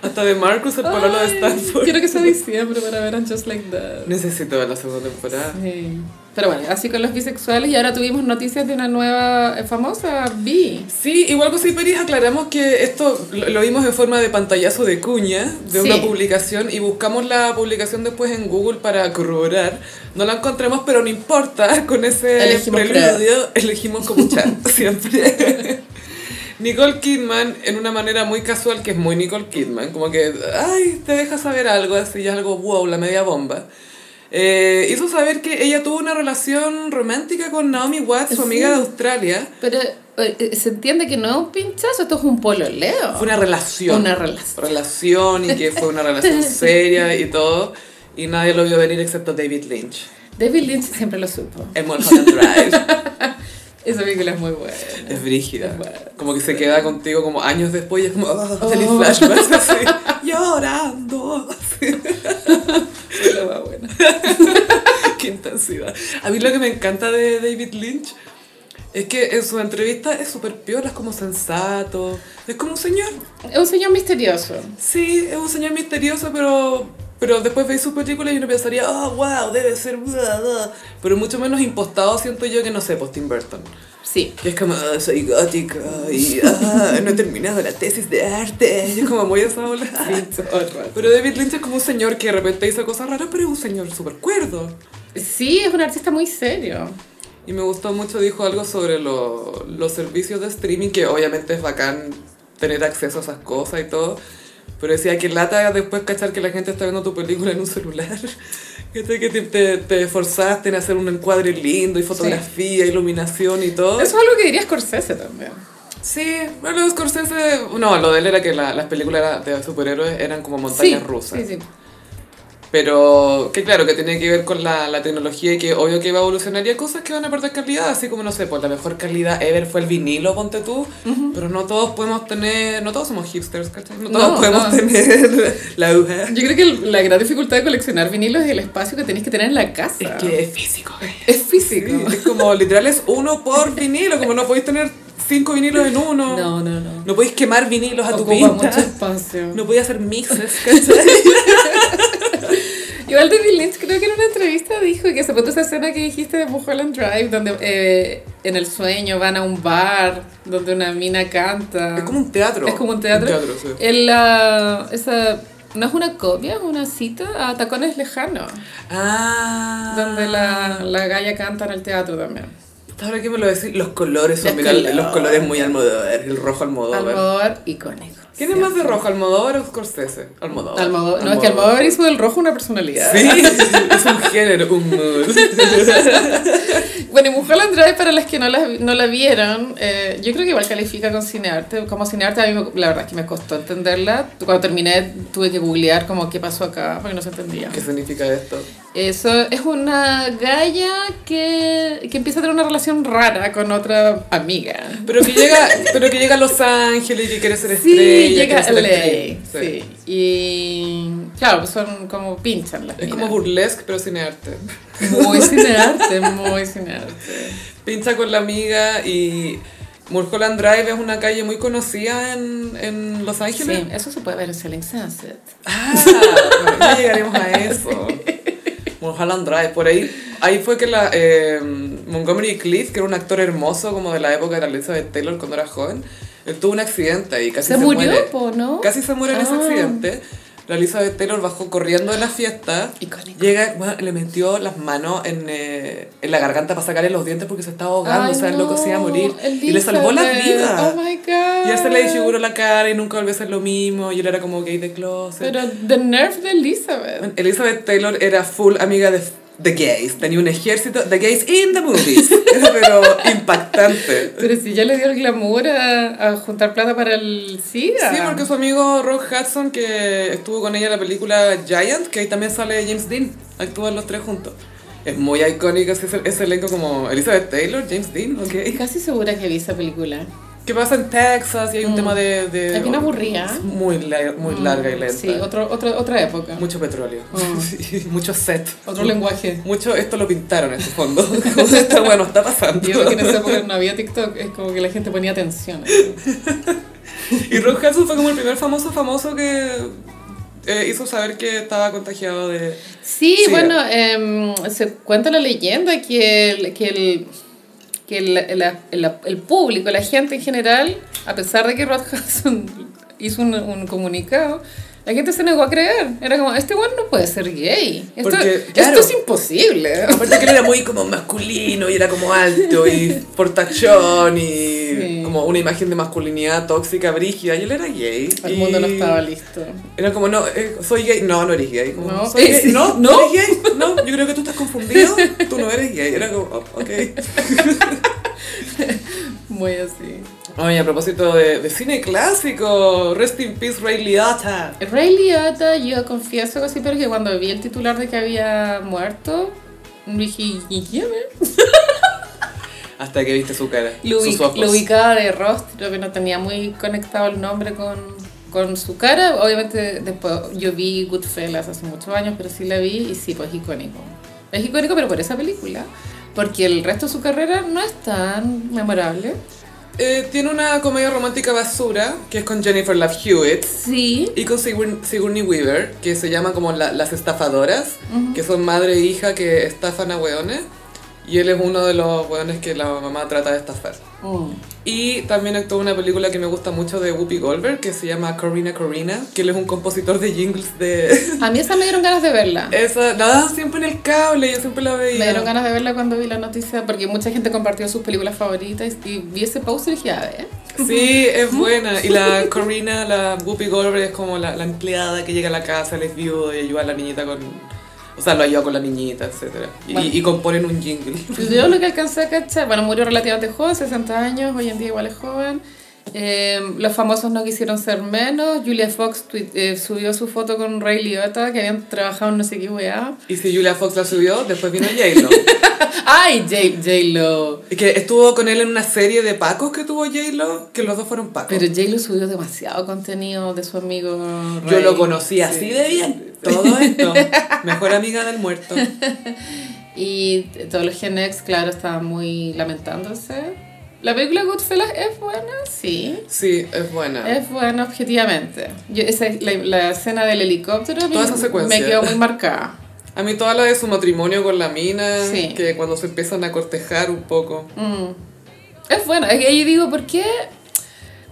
[SPEAKER 1] Hasta de Marcus, el pololo de
[SPEAKER 2] Ay,
[SPEAKER 1] Stanford.
[SPEAKER 2] Quiero que sea diciembre para ver a Just Like That.
[SPEAKER 1] Necesito ver la segunda temporada.
[SPEAKER 2] Sí. Pero bueno, así con los bisexuales y ahora tuvimos noticias de una nueva eh, famosa bi.
[SPEAKER 1] Sí, igual que sí, Peris, aclaramos que esto lo, lo vimos en forma de pantallazo de cuña de
[SPEAKER 2] Sí.
[SPEAKER 1] una publicación y buscamos la publicación después en Google para corroborar. No la encontramos, pero no importa, con ese
[SPEAKER 2] Elegimos
[SPEAKER 1] preludio elegimos copuchar siempre. Nicole Kidman, en una manera muy casual, que es muy Nicole Kidman, como que, ay, te deja saber algo, así, ya algo, wow, la media bomba. Eh, hizo saber que ella tuvo una relación romántica con Naomi Watts, su amiga de Australia.
[SPEAKER 2] Pero eh, eh, se entiende que no es un pinchazo, esto es un pololeo.
[SPEAKER 1] Fue una relación.
[SPEAKER 2] Una relación.
[SPEAKER 1] Relación y que fue una relación seria y todo. Y nadie lo vio venir excepto David Lynch.
[SPEAKER 2] David Lynch siempre lo supo.
[SPEAKER 1] En Mulholland Drive.
[SPEAKER 2] Esa película es muy buena.
[SPEAKER 1] Es brígida.
[SPEAKER 2] Es buena.
[SPEAKER 1] Como que se queda contigo como años después y es como, ah,
[SPEAKER 2] Oh.
[SPEAKER 1] feliz flashbacks así, llorando.
[SPEAKER 2] Es la más buena.
[SPEAKER 1] Qué intensidad. A mí lo que me encanta de David Lynch es que en su entrevista es súper piola, es como sensato. Es como un señor.
[SPEAKER 2] Es un señor misterioso.
[SPEAKER 1] Sí, es un señor misterioso, pero, pero después veis su película y uno pensaría, oh, wow, debe ser. bla, bla". Pero mucho menos impostado siento yo que no sé, pues Tim Burton.
[SPEAKER 2] Sí.
[SPEAKER 1] Que es como, "Ah, soy gótica y ah, no he terminado la tesis de arte. Y es como, voy a esa ola. Pero David Lynch es como un señor que de repente hizo cosas raras, pero es un señor súper cuerdo.
[SPEAKER 2] Sí, es un artista muy serio.
[SPEAKER 1] Y me gustó mucho, dijo algo sobre lo- los servicios de streaming, que obviamente es bacán tener acceso a esas cosas y todo. Pero decía que lata después cachar que la gente está viendo tu película en un celular. Que te, que te, te- te esforzaste en hacer un encuadre lindo y fotografía, iluminación y todo.
[SPEAKER 2] Eso es algo que diría Scorsese también.
[SPEAKER 1] Sí, bueno, Scorsese... No, lo de él era que la- las películas de superhéroes eran como montañas rusas.
[SPEAKER 2] Sí, sí.
[SPEAKER 1] Pero que claro, que tiene que ver con la, la tecnología y que obvio que va a evolucionar y hay cosas que van a perder calidad, así como no sé, pues la mejor calidad ever fue el vinilo, ponte tú, pero no todos podemos tener, no todos somos hipsters, ¿cachai? No todos
[SPEAKER 2] No,
[SPEAKER 1] podemos
[SPEAKER 2] no.
[SPEAKER 1] tener la aguja.
[SPEAKER 2] Yo creo que la gran dificultad de coleccionar vinilos es el espacio que tenéis que tener en la casa.
[SPEAKER 1] Es que es físico, güey.
[SPEAKER 2] es
[SPEAKER 1] Sí,
[SPEAKER 2] físico.
[SPEAKER 1] es como literal es uno por vinilo, como no podéis tener cinco vinilos en uno.
[SPEAKER 2] No, no, no.
[SPEAKER 1] No podéis quemar vinilos a tu
[SPEAKER 2] Ocupa mucho
[SPEAKER 1] pinta.
[SPEAKER 2] espacio.
[SPEAKER 1] No podéis hacer mixes, ¿cachai?
[SPEAKER 2] Igual David Lynch creo que en una entrevista dijo que se puso esa escena que dijiste de Mulholland Drive, donde eh, en el sueño van a un bar, donde una mina canta.
[SPEAKER 1] Es como un teatro.
[SPEAKER 2] Ah. Es como un teatro.
[SPEAKER 1] sí.
[SPEAKER 2] En la- esa, no es una copia, es una cita a Tacones Lejanos,
[SPEAKER 1] Ah.
[SPEAKER 2] donde la, la galla canta en el teatro también.
[SPEAKER 1] Ahora que me lo decís, los colores son
[SPEAKER 2] Los
[SPEAKER 1] mira,
[SPEAKER 2] colores.
[SPEAKER 1] los colores muy Almodóvar, el rojo Almodóvar.
[SPEAKER 2] Almodóvar icónico.
[SPEAKER 1] ¿Quién es más de rojo, Almodóvar o Scorsese? Almodóvar.
[SPEAKER 2] Almodóvar. No, es que Almodóvar hizo del rojo una personalidad.
[SPEAKER 1] Sí, es un género, un mood.
[SPEAKER 2] Bueno, y Mulholland Drive, para las que no la, no la vieron, eh, yo creo que igual califica con cinearte. Como cinearte, a mí me- la verdad es que me costó entenderla. Cuando terminé, tuve que googlear como qué pasó acá, porque no se entendía.
[SPEAKER 1] ¿Qué significa esto?
[SPEAKER 2] Eso es una galla que, que empieza a tener una relación rara con otra amiga.
[SPEAKER 1] Pero que llega, pero que llega a Los Ángeles y que quiere ser
[SPEAKER 2] Sí,
[SPEAKER 1] estrella.
[SPEAKER 2] llega
[SPEAKER 1] quiere
[SPEAKER 2] a
[SPEAKER 1] ser
[SPEAKER 2] LA. Sí.
[SPEAKER 1] actriz.
[SPEAKER 2] Y claro, pues son como pinchan las
[SPEAKER 1] Es
[SPEAKER 2] minas.
[SPEAKER 1] como burlesque, pero sin arte.
[SPEAKER 2] Muy cinearte, muy cinearte.
[SPEAKER 1] Pincha con la amiga y Mulholland Drive es una calle muy conocida en, en Los Ángeles.
[SPEAKER 2] Sí, eso se puede ver en Selling Sunset.
[SPEAKER 1] Ah, bueno, ya llegaremos a eso. Mulholland Drive, por ahí. Ahí fue que la, eh, Montgomery Cliff, que era un actor hermoso como de la época de Elizabeth Taylor cuando era joven, él tuvo un accidente y casi se,
[SPEAKER 2] Se, murió,
[SPEAKER 1] muere.
[SPEAKER 2] po, ¿no?
[SPEAKER 1] Casi se muere en ese
[SPEAKER 2] Ah.
[SPEAKER 1] accidente. La Elizabeth Taylor bajó corriendo de la fiesta.
[SPEAKER 2] Icónico.
[SPEAKER 1] Llega, bueno, le metió las manos en, eh, en la garganta para sacarle los dientes porque se estaba ahogando,
[SPEAKER 2] Ay,
[SPEAKER 1] o sea, el loco se iba a
[SPEAKER 2] no,
[SPEAKER 1] morir. Y le salvó la
[SPEAKER 2] Elizabeth.
[SPEAKER 1] vida.
[SPEAKER 2] Oh my god.
[SPEAKER 1] Y él se le desfiguró la cara y nunca volvió a ser lo mismo. Y él era como gay de closet.
[SPEAKER 2] Pero The Nerve de Elizabeth.
[SPEAKER 1] Elizabeth Taylor era full amiga de The Gays. Tenía un ejército The Gays in the movies. Era, pero impactante.
[SPEAKER 2] Pero si ya le dio el glamour a, a juntar plata para el SIDA.
[SPEAKER 1] Sí, porque su amigo Rob Hudson, que estuvo con ella en la película Giant, que ahí también sale James Dean, actúan los tres juntos. Es muy icónico ese, ese elenco como Elizabeth Taylor, James Dean, ok.
[SPEAKER 2] Casi segura que vi esa película.
[SPEAKER 1] ¿Qué pasa en Texas? Y hay un
[SPEAKER 2] Mm.
[SPEAKER 1] tema de... de
[SPEAKER 2] Es bien aburrida. Mm.
[SPEAKER 1] Muy, la- muy larga y lenta.
[SPEAKER 2] Sí, otro, otro, otra época.
[SPEAKER 1] Mucho petróleo.
[SPEAKER 2] Mm.
[SPEAKER 1] Sí, mucho set.
[SPEAKER 2] Otro lenguaje.
[SPEAKER 1] Mucho esto lo pintaron en su fondo. Como esta weá no está pasando.
[SPEAKER 2] Yo creo que en esa época no había TikTok, es como que la gente ponía atención. así.
[SPEAKER 1] Y Rock Hudson fue como el primer famoso famoso que eh, hizo saber que estaba contagiado de...
[SPEAKER 2] Sí,
[SPEAKER 1] Sí,
[SPEAKER 2] bueno, em, se cuenta la leyenda que el, que el, que el, el- el- el público, la gente en general, a pesar de que Rod Hudson hizo un, un comunicado, la gente se negó a creer. Era como, este weón no puede ser gay. Esto,
[SPEAKER 1] Porque, claro.
[SPEAKER 2] esto es imposible.
[SPEAKER 1] Aparte que él era muy como masculino y era como alto y portachón y
[SPEAKER 2] Sí.
[SPEAKER 1] como una imagen de masculinidad tóxica, brígida. Y él era gay.
[SPEAKER 2] El
[SPEAKER 1] y
[SPEAKER 2] mundo no estaba listo.
[SPEAKER 1] Era como, no, eh, soy gay. No, no eres gay. Como,
[SPEAKER 2] No.
[SPEAKER 1] "Soy gay".
[SPEAKER 2] Sí.
[SPEAKER 1] No, no,
[SPEAKER 2] No.
[SPEAKER 1] eres gay. No, yo creo que tú estás confundido. Tú no eres gay. Era como, oh, ok.
[SPEAKER 2] Muy así.
[SPEAKER 1] Oye, a propósito de, de cine clásico, Rest in Peace Ray Liotta.
[SPEAKER 2] Ray Liotta, yo confieso que sí, pero que cuando vi el titular de que había muerto, dije, ¿y quién es?
[SPEAKER 1] Hasta que viste su cara,
[SPEAKER 2] Lo,
[SPEAKER 1] sus
[SPEAKER 2] ubic-
[SPEAKER 1] ojos.
[SPEAKER 2] lo ubicaba de rostro, que no tenía muy conectado el nombre con, con su cara. Obviamente después yo vi Goodfellas hace muchos años, pero sí la vi y sí, pues icónico. Es icónico, pero por esa película. Porque el resto de su carrera no es tan memorable.
[SPEAKER 1] Eh, tiene una comedia romántica basura, que es con Jennifer Love Hewitt.
[SPEAKER 2] Sí.
[SPEAKER 1] Y con Sigour- Sigourney Weaver, que se llama como la- las estafadoras, que son madre e hija que estafan a hueones. Y él es uno de los hueones que la mamá trata de estafar.
[SPEAKER 2] Mm.
[SPEAKER 1] Y también actuó en una película que me gusta mucho de Whoopi Goldberg, que se llama Corina Corina, que él es un compositor de jingles de...
[SPEAKER 2] A mí esa me dieron ganas de verla.
[SPEAKER 1] Esa, la daban siempre en el cable, yo siempre la veía.
[SPEAKER 2] Me dieron ganas de verla cuando vi la noticia, porque mucha gente compartió sus películas favoritas y vi ese poster y dije, a ver.
[SPEAKER 1] Sí, es buena. Y la Corina, la Whoopi Goldberg, es como la, la empleada que llega a la casa, les viudo y ayuda a la niñita con... O sea, lo ayuda con la niñita, etc. Y,
[SPEAKER 2] Bueno.
[SPEAKER 1] y componen un jingle.
[SPEAKER 2] Yo lo que alcancé a cachar, bueno, murió relativamente joven, 60 años, hoy en día igual es joven. Eh, los famosos no quisieron ser menos. Julia Fox tuit- eh, subió su foto con Ray Liotta, que habían trabajado en no sé qué weá.
[SPEAKER 1] Y si Julia Fox la subió, después vino J-Lo.
[SPEAKER 2] ¡Ay, J- J-Lo!
[SPEAKER 1] Y que estuvo con él en una serie de pacos que tuvo J-Lo, que los dos fueron pacos.
[SPEAKER 2] Pero J-Lo subió demasiado contenido de su amigo.
[SPEAKER 1] Yo
[SPEAKER 2] Ray.
[SPEAKER 1] lo conocí así
[SPEAKER 2] Sí.
[SPEAKER 1] de bien. Todo esto. Mejor amiga del muerto.
[SPEAKER 2] Y todos los Gen X, claro, estaban muy lamentándose. La película Goodfellas es buena, sí.
[SPEAKER 1] Sí, es buena.
[SPEAKER 2] Es buena objetivamente. Yo, esa, la, la escena del helicóptero
[SPEAKER 1] Toda
[SPEAKER 2] me-
[SPEAKER 1] esa secuencia.
[SPEAKER 2] me quedó muy marcada.
[SPEAKER 1] A mí toda la de su matrimonio con la mina,
[SPEAKER 2] Sí.
[SPEAKER 1] que cuando se empiezan a cortejar un poco.
[SPEAKER 2] Mm. Es bueno, es que ahí digo, ¿por qué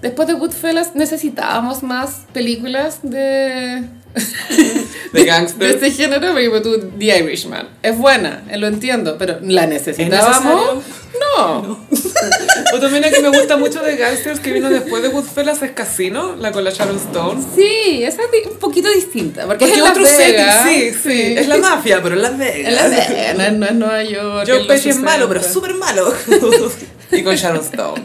[SPEAKER 2] después de Goodfellas necesitábamos más películas de,
[SPEAKER 1] De
[SPEAKER 2] de
[SPEAKER 1] gangster.
[SPEAKER 2] este género? Porque pues, tú, The Irishman, es buena, eh, lo entiendo, pero ¿la
[SPEAKER 1] necesario?
[SPEAKER 2] necesitábamos? No.
[SPEAKER 1] Otra mina que me gusta mucho de gangsters que vino después de Goodfellas es Casino, la con la Sharon Stone.
[SPEAKER 2] Sí, esa es di- un poquito distinta, porque es
[SPEAKER 1] Porque
[SPEAKER 2] en Las
[SPEAKER 1] otro setting,
[SPEAKER 2] Vegas.
[SPEAKER 1] sí, sí, Es la mafia, pero en Las Vegas.
[SPEAKER 2] En Las Vegas, no, es- no es Nueva York. en
[SPEAKER 1] Joe
[SPEAKER 2] los
[SPEAKER 1] Pesci es malo, pero
[SPEAKER 2] 60.
[SPEAKER 1] súper malo. y con Sharon Stone.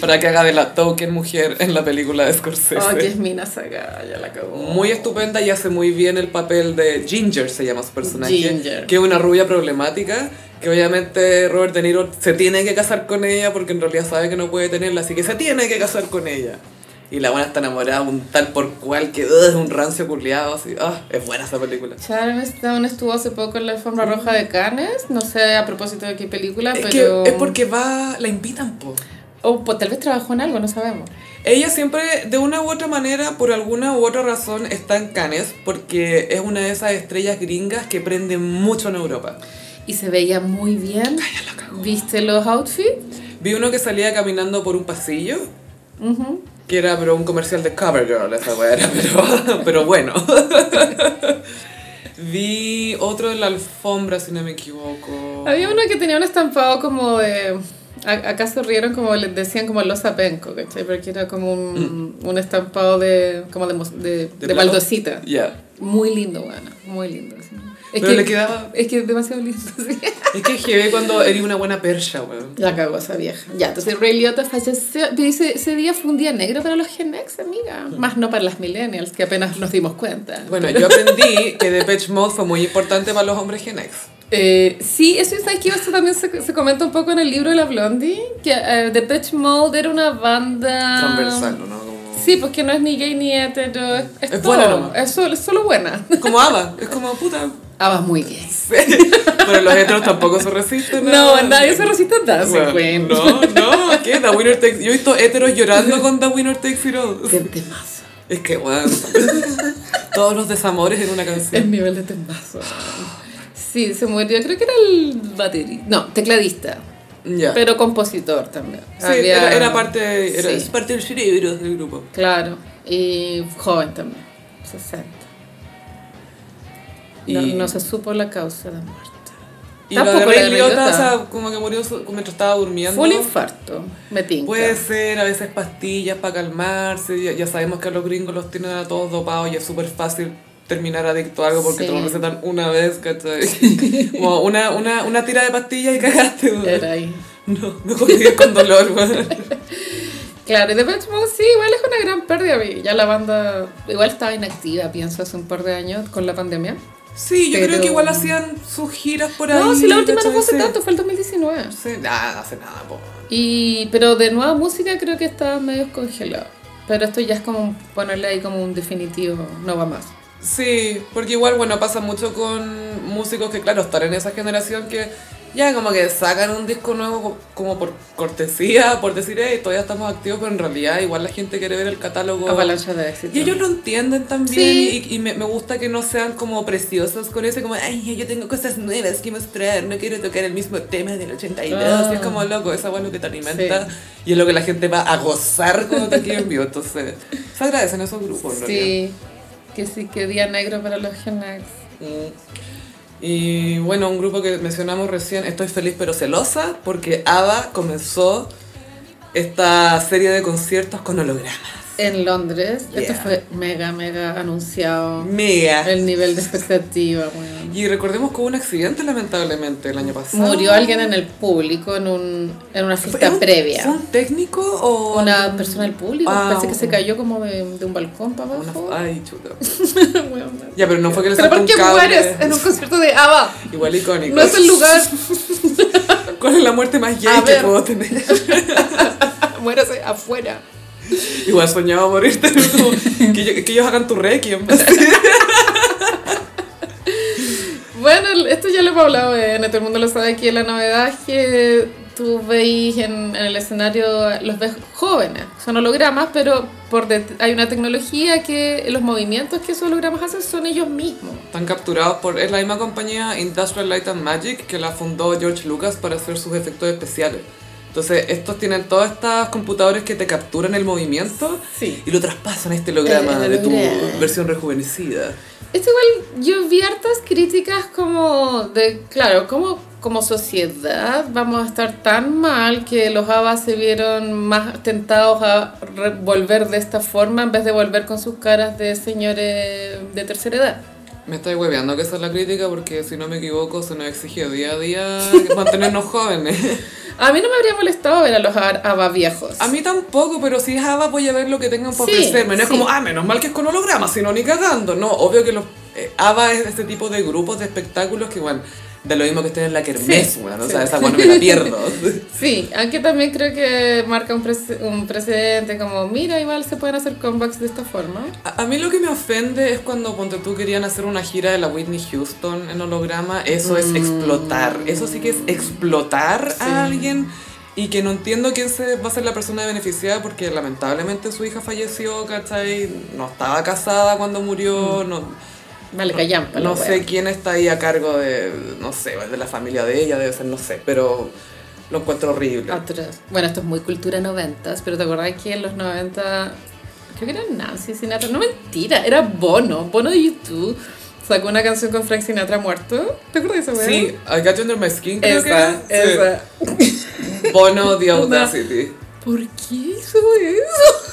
[SPEAKER 1] Para que haga de la token mujer en la película de Scorsese.
[SPEAKER 2] Oh, que es Mina Saga, ya la acabó.
[SPEAKER 1] Muy estupenda y hace muy bien el papel de Ginger, se llama su personaje.
[SPEAKER 2] Ginger.
[SPEAKER 1] Que es una rubia problemática. Que obviamente Robert De Niro se tiene que casar con ella porque en realidad sabe que no puede tenerla, así que se tiene que casar con ella. Y la buena está enamorada, un tal por cual que ugh, es un rancio curleado. Así, ah, es buena esa película.
[SPEAKER 2] Sharon Stone estuvo hace poco en la alfombra roja de Cannes, no sé a propósito de qué película,
[SPEAKER 1] Mm. Es,
[SPEAKER 2] Ah, pero...
[SPEAKER 1] que, es porque va, la invitan, po.
[SPEAKER 2] O pues, tal vez trabajó en algo, no sabemos.
[SPEAKER 1] Ella siempre, de una u otra manera, por alguna u otra razón, está en Cannes porque es una de esas estrellas gringas que prende mucho en Europa.
[SPEAKER 2] Y se veía muy bien. ¿Viste los outfits?
[SPEAKER 1] Vi uno que salía caminando por un pasillo,
[SPEAKER 2] Ujú.
[SPEAKER 1] que era pero un comercial de Covergirl, esa weá era, pero, pero bueno. Vi otro en la alfombra, si no me equivoco.
[SPEAKER 2] Había uno que tenía un estampado como de... a- Acá se rieron como les decían como los apenco, ¿cachai? Porque era como un, un estampado de, como de, mos- de, de
[SPEAKER 1] Mm. plata?
[SPEAKER 2] baldosita.
[SPEAKER 1] Ya.
[SPEAKER 2] Muy lindo, bueno, muy lindo. sí. Es
[SPEAKER 1] Pero
[SPEAKER 2] que
[SPEAKER 1] le quedaba-
[SPEAKER 2] Es que es demasiado lindo, sí.
[SPEAKER 1] Es que es heavy cuando eres una buena percha, weón.
[SPEAKER 2] La cagó esa vieja. Ya, entonces Ray Liotta falleció. Pero ese, ese día fue un día negro para los Gen X, amiga. Más no para las millennials, que apenas nos dimos cuenta.
[SPEAKER 1] Hmm. Bueno, yo aprendí que Depeche Mode fue muy importante para los hombres Gen X.
[SPEAKER 2] Eh, sí, eso es que eso también se, se comenta un poco en el libro de la Blondie, que eh, Depeche Mode era una banda...
[SPEAKER 1] Transversal, ¿no? Como-
[SPEAKER 2] Sí, porque no es ni gay ni hetero, es, es
[SPEAKER 1] Es
[SPEAKER 2] todo,
[SPEAKER 1] buena nomás.
[SPEAKER 2] es solo, es solo buena.
[SPEAKER 1] Como Ava, es como puta.
[SPEAKER 2] Ah, muy gay.
[SPEAKER 1] Pero los heteros tampoco se resisten.
[SPEAKER 2] No, nadie se resiste a Dancing
[SPEAKER 1] Bueno,
[SPEAKER 2] Queen.
[SPEAKER 1] No, no, ¿qué? The Winner Takes... Yo he visto heteros llorando con The Winner Takes It All.
[SPEAKER 2] Qué temazo.
[SPEAKER 1] Es que, weón, todos los desamores en una canción.
[SPEAKER 2] El nivel de temazo. Sí, se murió, creo que era el baterista. No, tecladista.
[SPEAKER 1] Ya.
[SPEAKER 2] Pero compositor también.
[SPEAKER 1] Sí,
[SPEAKER 2] Había-
[SPEAKER 1] era, era parte... Era,
[SPEAKER 2] Sí.
[SPEAKER 1] Es parte del cerebro del grupo.
[SPEAKER 2] Claro. Y joven también, 60. No,
[SPEAKER 1] Y-
[SPEAKER 2] no se supo la causa de la muerte.
[SPEAKER 1] Y lo de
[SPEAKER 2] Tampoco era
[SPEAKER 1] Ray
[SPEAKER 2] de
[SPEAKER 1] Liotta, o
[SPEAKER 2] Liotta.
[SPEAKER 1] sea, como que murió su- mientras estaba durmiendo.
[SPEAKER 2] Fue un infarto, me tinca.
[SPEAKER 1] Puede ser, a veces pastillas para calmarse. Ya, ya sabemos que a los gringos los tienen a todos dopados y es súper fácil terminar adicto a algo porque
[SPEAKER 2] Sí.
[SPEAKER 1] te lo recetan una vez, ¿cachai? Como una, una, una tira de pastillas y cagaste, weón.
[SPEAKER 2] Era ahí.
[SPEAKER 1] No, mejor vivir con dolor, weón.
[SPEAKER 2] Claro, y de Pet Mode sí, igual es una gran pérdida. Ya la banda igual estaba inactiva, pienso, hace un par de años con la pandemia.
[SPEAKER 1] Sí, yo creo
[SPEAKER 2] Pero-
[SPEAKER 1] que igual hacían sus giras por ahí.
[SPEAKER 2] No, si la última no fue hace
[SPEAKER 1] ¿cachai?
[SPEAKER 2] tanto, fue el 2019.
[SPEAKER 1] Sí, sí, nada, no hace nada, po.
[SPEAKER 2] Y, pero de nueva música creo que está medio congelado. Pero esto ya es como ponerle ahí como un definitivo, no va más.
[SPEAKER 1] Sí, porque igual, bueno, pasa mucho con músicos que, claro, están en esa generación que ya como que sacan un disco nuevo co- como por cortesía, por decir, hey, todavía estamos activos, pero en realidad igual la gente quiere ver el catálogo.
[SPEAKER 2] Avalancha de éxito.
[SPEAKER 1] Y ellos lo entienden también
[SPEAKER 2] Sí.
[SPEAKER 1] y, y me, me gusta que no sean como preciosos con eso, como, ay, yo tengo cosas nuevas que mostrar, no quiero tocar el mismo tema del 82.
[SPEAKER 2] Ah.
[SPEAKER 1] Es como loco, esa es lo que te alimenta y es lo que la gente va a gozar cuando te quieren vivo. Entonces, se agradecen esos grupos, en realidad.
[SPEAKER 2] Sí, que sí, que día negro para los Gen X.
[SPEAKER 1] Mm. Y bueno, un grupo que mencionamos recién, estoy feliz pero celosa, porque ABBA comenzó esta serie de conciertos con hologramas.
[SPEAKER 2] En Londres, esto
[SPEAKER 1] Yeah.
[SPEAKER 2] fue mega, mega anunciado.
[SPEAKER 1] Mega.
[SPEAKER 2] El nivel de expectativa, weón.
[SPEAKER 1] Y recordemos que hubo un accidente lamentablemente el año pasado.
[SPEAKER 2] Murió alguien en el público en, un, en una
[SPEAKER 1] ¿Fue-
[SPEAKER 2] fiesta
[SPEAKER 1] era un-
[SPEAKER 2] previa.
[SPEAKER 1] ¿Fue un técnico o...?
[SPEAKER 2] Una persona del público,
[SPEAKER 1] Ah,
[SPEAKER 2] parece que se
[SPEAKER 1] un-
[SPEAKER 2] cayó como de, de un balcón para
[SPEAKER 1] una-
[SPEAKER 2] abajo.
[SPEAKER 1] Ay, chuta.
[SPEAKER 2] Weón.
[SPEAKER 1] Ya, pero no fue que le
[SPEAKER 2] ¿Pero
[SPEAKER 1] saltó
[SPEAKER 2] por
[SPEAKER 1] un
[SPEAKER 2] qué
[SPEAKER 1] cable.
[SPEAKER 2] mueres en un concierto de ABBA?
[SPEAKER 1] Igual icónico.
[SPEAKER 2] No es el lugar.
[SPEAKER 1] ¿Cuál es la muerte más
[SPEAKER 2] A
[SPEAKER 1] gay que
[SPEAKER 2] ver.
[SPEAKER 1] puedo tener?
[SPEAKER 2] Muérase afuera.
[SPEAKER 1] Igual soñaba morirte. como que, yo- que ellos hagan tu requiem.
[SPEAKER 2] Bueno, el- esto ya lo hemos hablado, eh, no todo el mundo lo sabe aquí. La novedad es que tú veis en, en el escenario, los ves jóvenes. Son hologramas, pero por det- hay una tecnología que los movimientos que esos hologramas hacen son ellos mismos.
[SPEAKER 1] Están capturados por... Es la misma compañía Industrial Light and Magic que la fundó George Lucas para hacer sus efectos especiales. Entonces, estos tienen todos estos computadores que te capturan el movimiento
[SPEAKER 2] Sí.
[SPEAKER 1] y lo traspasan a este holograma
[SPEAKER 2] El
[SPEAKER 1] de tu
[SPEAKER 2] holograma.
[SPEAKER 1] versión rejuvenecida.
[SPEAKER 2] Esto igual, yo vi hartas críticas como de, claro, como, como sociedad vamos a estar tan mal que los ABBA se vieron más tentados a re- volver de esta forma en vez de volver con sus caras de señores de tercera edad.
[SPEAKER 1] Me estáis hueveando que esa es la crítica porque, si no me equivoco, se nos exige día a día mantenernos jóvenes.
[SPEAKER 2] A mí no me habría molestado ver a los A- ABBA viejos.
[SPEAKER 1] A mí tampoco, pero si es ABBA voy a ver lo que tengan por
[SPEAKER 2] Sí,
[SPEAKER 1] ofrecerme. No es
[SPEAKER 2] sí.
[SPEAKER 1] como, ah, menos mal que es con holograma, sino ni cagando. No, obvio que los eh, ABBA es este tipo de grupos, de espectáculos que, bueno, de lo mismo que estén en la kermés,
[SPEAKER 2] Sí,
[SPEAKER 1] weón, O
[SPEAKER 2] sí.
[SPEAKER 1] sea, esa bueno me la pierdo.
[SPEAKER 2] Sí, aunque también creo que marca un, prece- un precedente como, mira, igual se pueden hacer comebacks de esta forma.
[SPEAKER 1] A, a mí lo que me ofende es cuando, ponte tú, querían hacer una gira de la Whitney Houston en holograma. Eso es explotar. Eso sí que es explotar
[SPEAKER 2] Mm. Sí.
[SPEAKER 1] a alguien. Y que no entiendo quién se va a ser la persona beneficiada porque lamentablemente su hija falleció, ¿cachai? No estaba casada cuando
[SPEAKER 2] Mm.
[SPEAKER 1] murió, no,
[SPEAKER 2] Vale, callan,
[SPEAKER 1] No sé quién está ahí a cargo de, no sé, de la familia de ella, debe ser, no sé, pero lo encuentro horrible.
[SPEAKER 2] Atrás. Ah, Bueno, esto es muy cultura noventas, pero ¿te acordás que en los 90, creo que era Nancy Sinatra, no mentira, era Bono, Bono de YouTube, sacó una canción con Frank Sinatra muerto, ¿te acuerdas de esa
[SPEAKER 1] Sí, I Got You Under My Skin, creo
[SPEAKER 2] esa,
[SPEAKER 1] que era.
[SPEAKER 2] esa.
[SPEAKER 1] Sí. Bono The Audacity.
[SPEAKER 2] ¿Por qué hizo eso?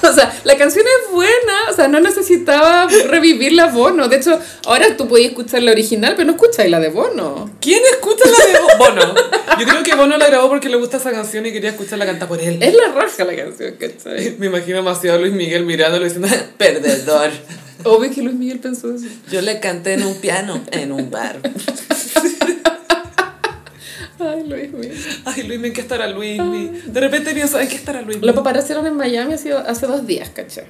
[SPEAKER 2] O sea, la canción es buena, o sea, no necesitaba revivir la Bono, de hecho, ahora tú podías escuchar la original, pero no escucháis la de Bono.
[SPEAKER 1] ¿Quién escucha la de Bo- Bono? Yo creo que Bono la grabó porque le gusta esa canción y quería escucharla cantar por él.
[SPEAKER 2] Es la raja la canción, ¿cachai?
[SPEAKER 1] Me imagino demasiado a Luis Miguel mirándolo y diciendo, perdedor.
[SPEAKER 2] Obvio que Luis Miguel pensó eso.
[SPEAKER 1] Yo le canté en un piano, en un bar.
[SPEAKER 2] Ay, Luis Miguel.
[SPEAKER 1] Ay, Luis, ¿en qué estará Luis? De repente pienso, ¿en qué estará Luis?
[SPEAKER 2] Lo paparazziaron en Miami hace, hace dos días, ¿cachai?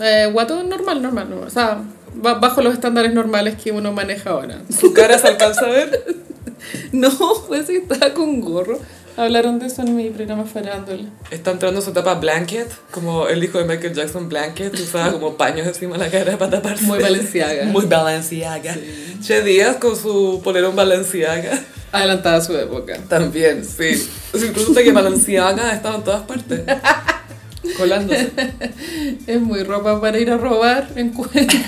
[SPEAKER 2] Eh, guato normal, normal, normal. O sea, ba- bajo los estándares normales que uno maneja ahora.
[SPEAKER 1] ¿Su cara se alcanza a ver?
[SPEAKER 2] No, parece que estaba con gorro. Hablaron de eso en mi programa Farándula.
[SPEAKER 1] Está entrando su etapa blanket, como el hijo de Michael Jackson blanket, usaba como paños encima de la cara para taparse.
[SPEAKER 2] Muy Balenciaga.
[SPEAKER 1] Muy Balenciaga. Che Díaz con su polerón Balenciaga.
[SPEAKER 2] Adelantada su época.
[SPEAKER 1] También, sí. Sí, Resulta que Balenciaga ha estado en todas partes. Colándose.
[SPEAKER 2] Es muy ropa para ir a robar encuentro.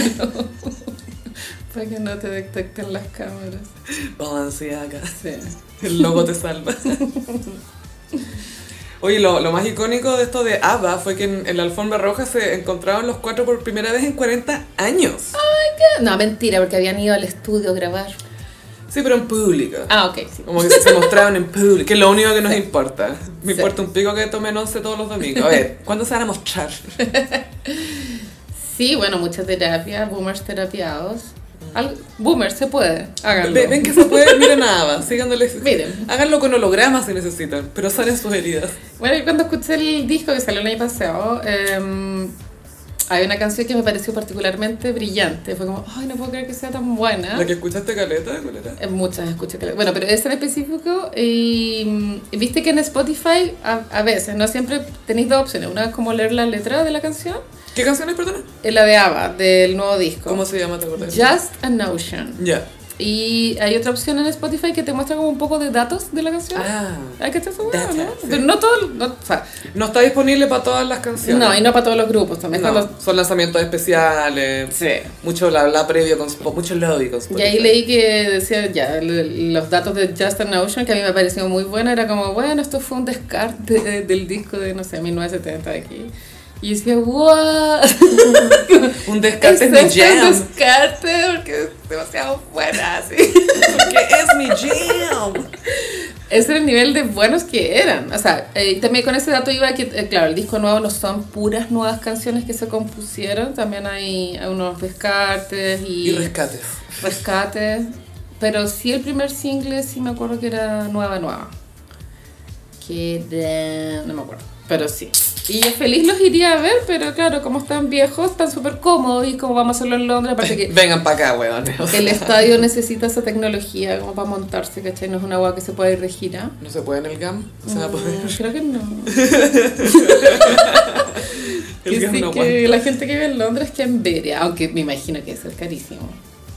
[SPEAKER 2] para que no te detecten las cámaras.
[SPEAKER 1] Balenciaga.
[SPEAKER 2] Sí.
[SPEAKER 1] El logo te salva. Oye, lo, lo más icónico de esto de ABBA fue que en, en la alfombra roja se encontraron los cuatro por primera vez en 40 años.
[SPEAKER 2] No, mentira, porque habían ido al estudio a grabar.
[SPEAKER 1] Sí, pero en público.
[SPEAKER 2] Ah, ok, sí.
[SPEAKER 1] Como que se mostraban en público, que es lo único que nos importa. Me
[SPEAKER 2] Sí.
[SPEAKER 1] importa un pico que tomen once todos los domingos. A ver, ¿cuándo se van a mostrar?
[SPEAKER 2] Sí, bueno, mucha terapia, boomers terapiados. Al- Boomer, se puede. Háganlo.
[SPEAKER 1] Ve- Ven que se puede, miren a Ava, sigan el ejemplo.
[SPEAKER 2] Miren.
[SPEAKER 1] Háganlo con hologramas si necesitan, pero sanen sus heridas.
[SPEAKER 2] Bueno, y cuando escuché el disco que salió el año pasado, eh, hay una canción que me pareció particularmente brillante. Fue como, ay, no puedo creer que sea tan buena.
[SPEAKER 1] ¿La que escuchaste, Caleta? ¿Cuál era?
[SPEAKER 2] Eh, Muchas escucho que... Bueno, pero ese en específico, y mm, viste que en Spotify a, a veces, no siempre tenéis dos opciones. Una es como leer la letra de la canción,
[SPEAKER 1] ¿Qué canción es, perdona?
[SPEAKER 2] es la de ABBA, del nuevo disco.
[SPEAKER 1] ¿Cómo se llama? ¿Te acuerdas?
[SPEAKER 2] Just a Notion.
[SPEAKER 1] Ya.
[SPEAKER 2] Y hay otra opción en Spotify que te muestra como un poco de datos de la canción.
[SPEAKER 1] Ah.
[SPEAKER 2] Hay que estar seguro,
[SPEAKER 1] Data,
[SPEAKER 2] ¿no?
[SPEAKER 1] sí.
[SPEAKER 2] Pero no todo, no, o sea,
[SPEAKER 1] No está disponible para todas las canciones.
[SPEAKER 2] no, y no para todos los grupos también.
[SPEAKER 1] No,
[SPEAKER 2] cuando-
[SPEAKER 1] son lanzamientos especiales.
[SPEAKER 2] sí.
[SPEAKER 1] Mucho bla bla previo con Sp- mucho lobby con
[SPEAKER 2] Y
[SPEAKER 1] Spotify.
[SPEAKER 2] ahí leí que decía ya l- los datos de Justin Ocean que a mí me pareció muy bueno. Era como, bueno, esto fue un descarte de- del disco de, no sé, 1970 de aquí. Y decía, wow,
[SPEAKER 1] Un
[SPEAKER 2] este
[SPEAKER 1] descarte
[SPEAKER 2] es
[SPEAKER 1] es
[SPEAKER 2] un
[SPEAKER 1] mi jam.
[SPEAKER 2] descarte porque es demasiado buena. Así.
[SPEAKER 1] Porque es mi jam.
[SPEAKER 2] Ese era el nivel de buenos que eran. O sea, eh, y también con ese dato iba que, eh, claro, el disco nuevo no son puras nuevas canciones que se compusieron. También hay, hay unos descartes
[SPEAKER 1] Y rescates.
[SPEAKER 2] Rescate. Pero sí el primer single sí me acuerdo que era nueva, nueva. Que era- no me acuerdo. Pero sí. Y yo feliz los iría a ver, pero claro, como están viejos, están súper cómodos y como vamos a hacerlo en Londres, aparte que
[SPEAKER 1] Vengan para acá, weón.
[SPEAKER 2] el estadio necesita esa tecnología como para montarse, ¿cachai? No es una agua que se puede ir de gira.
[SPEAKER 1] No se puede en el GAM. No se va a poder.
[SPEAKER 2] Mm,
[SPEAKER 1] El
[SPEAKER 2] Creo que no. Que
[SPEAKER 1] GAM
[SPEAKER 2] sí
[SPEAKER 1] no
[SPEAKER 2] que
[SPEAKER 1] aguanta.
[SPEAKER 2] la gente que vive en Londres que en Beria, aunque me imagino que es el carísimo.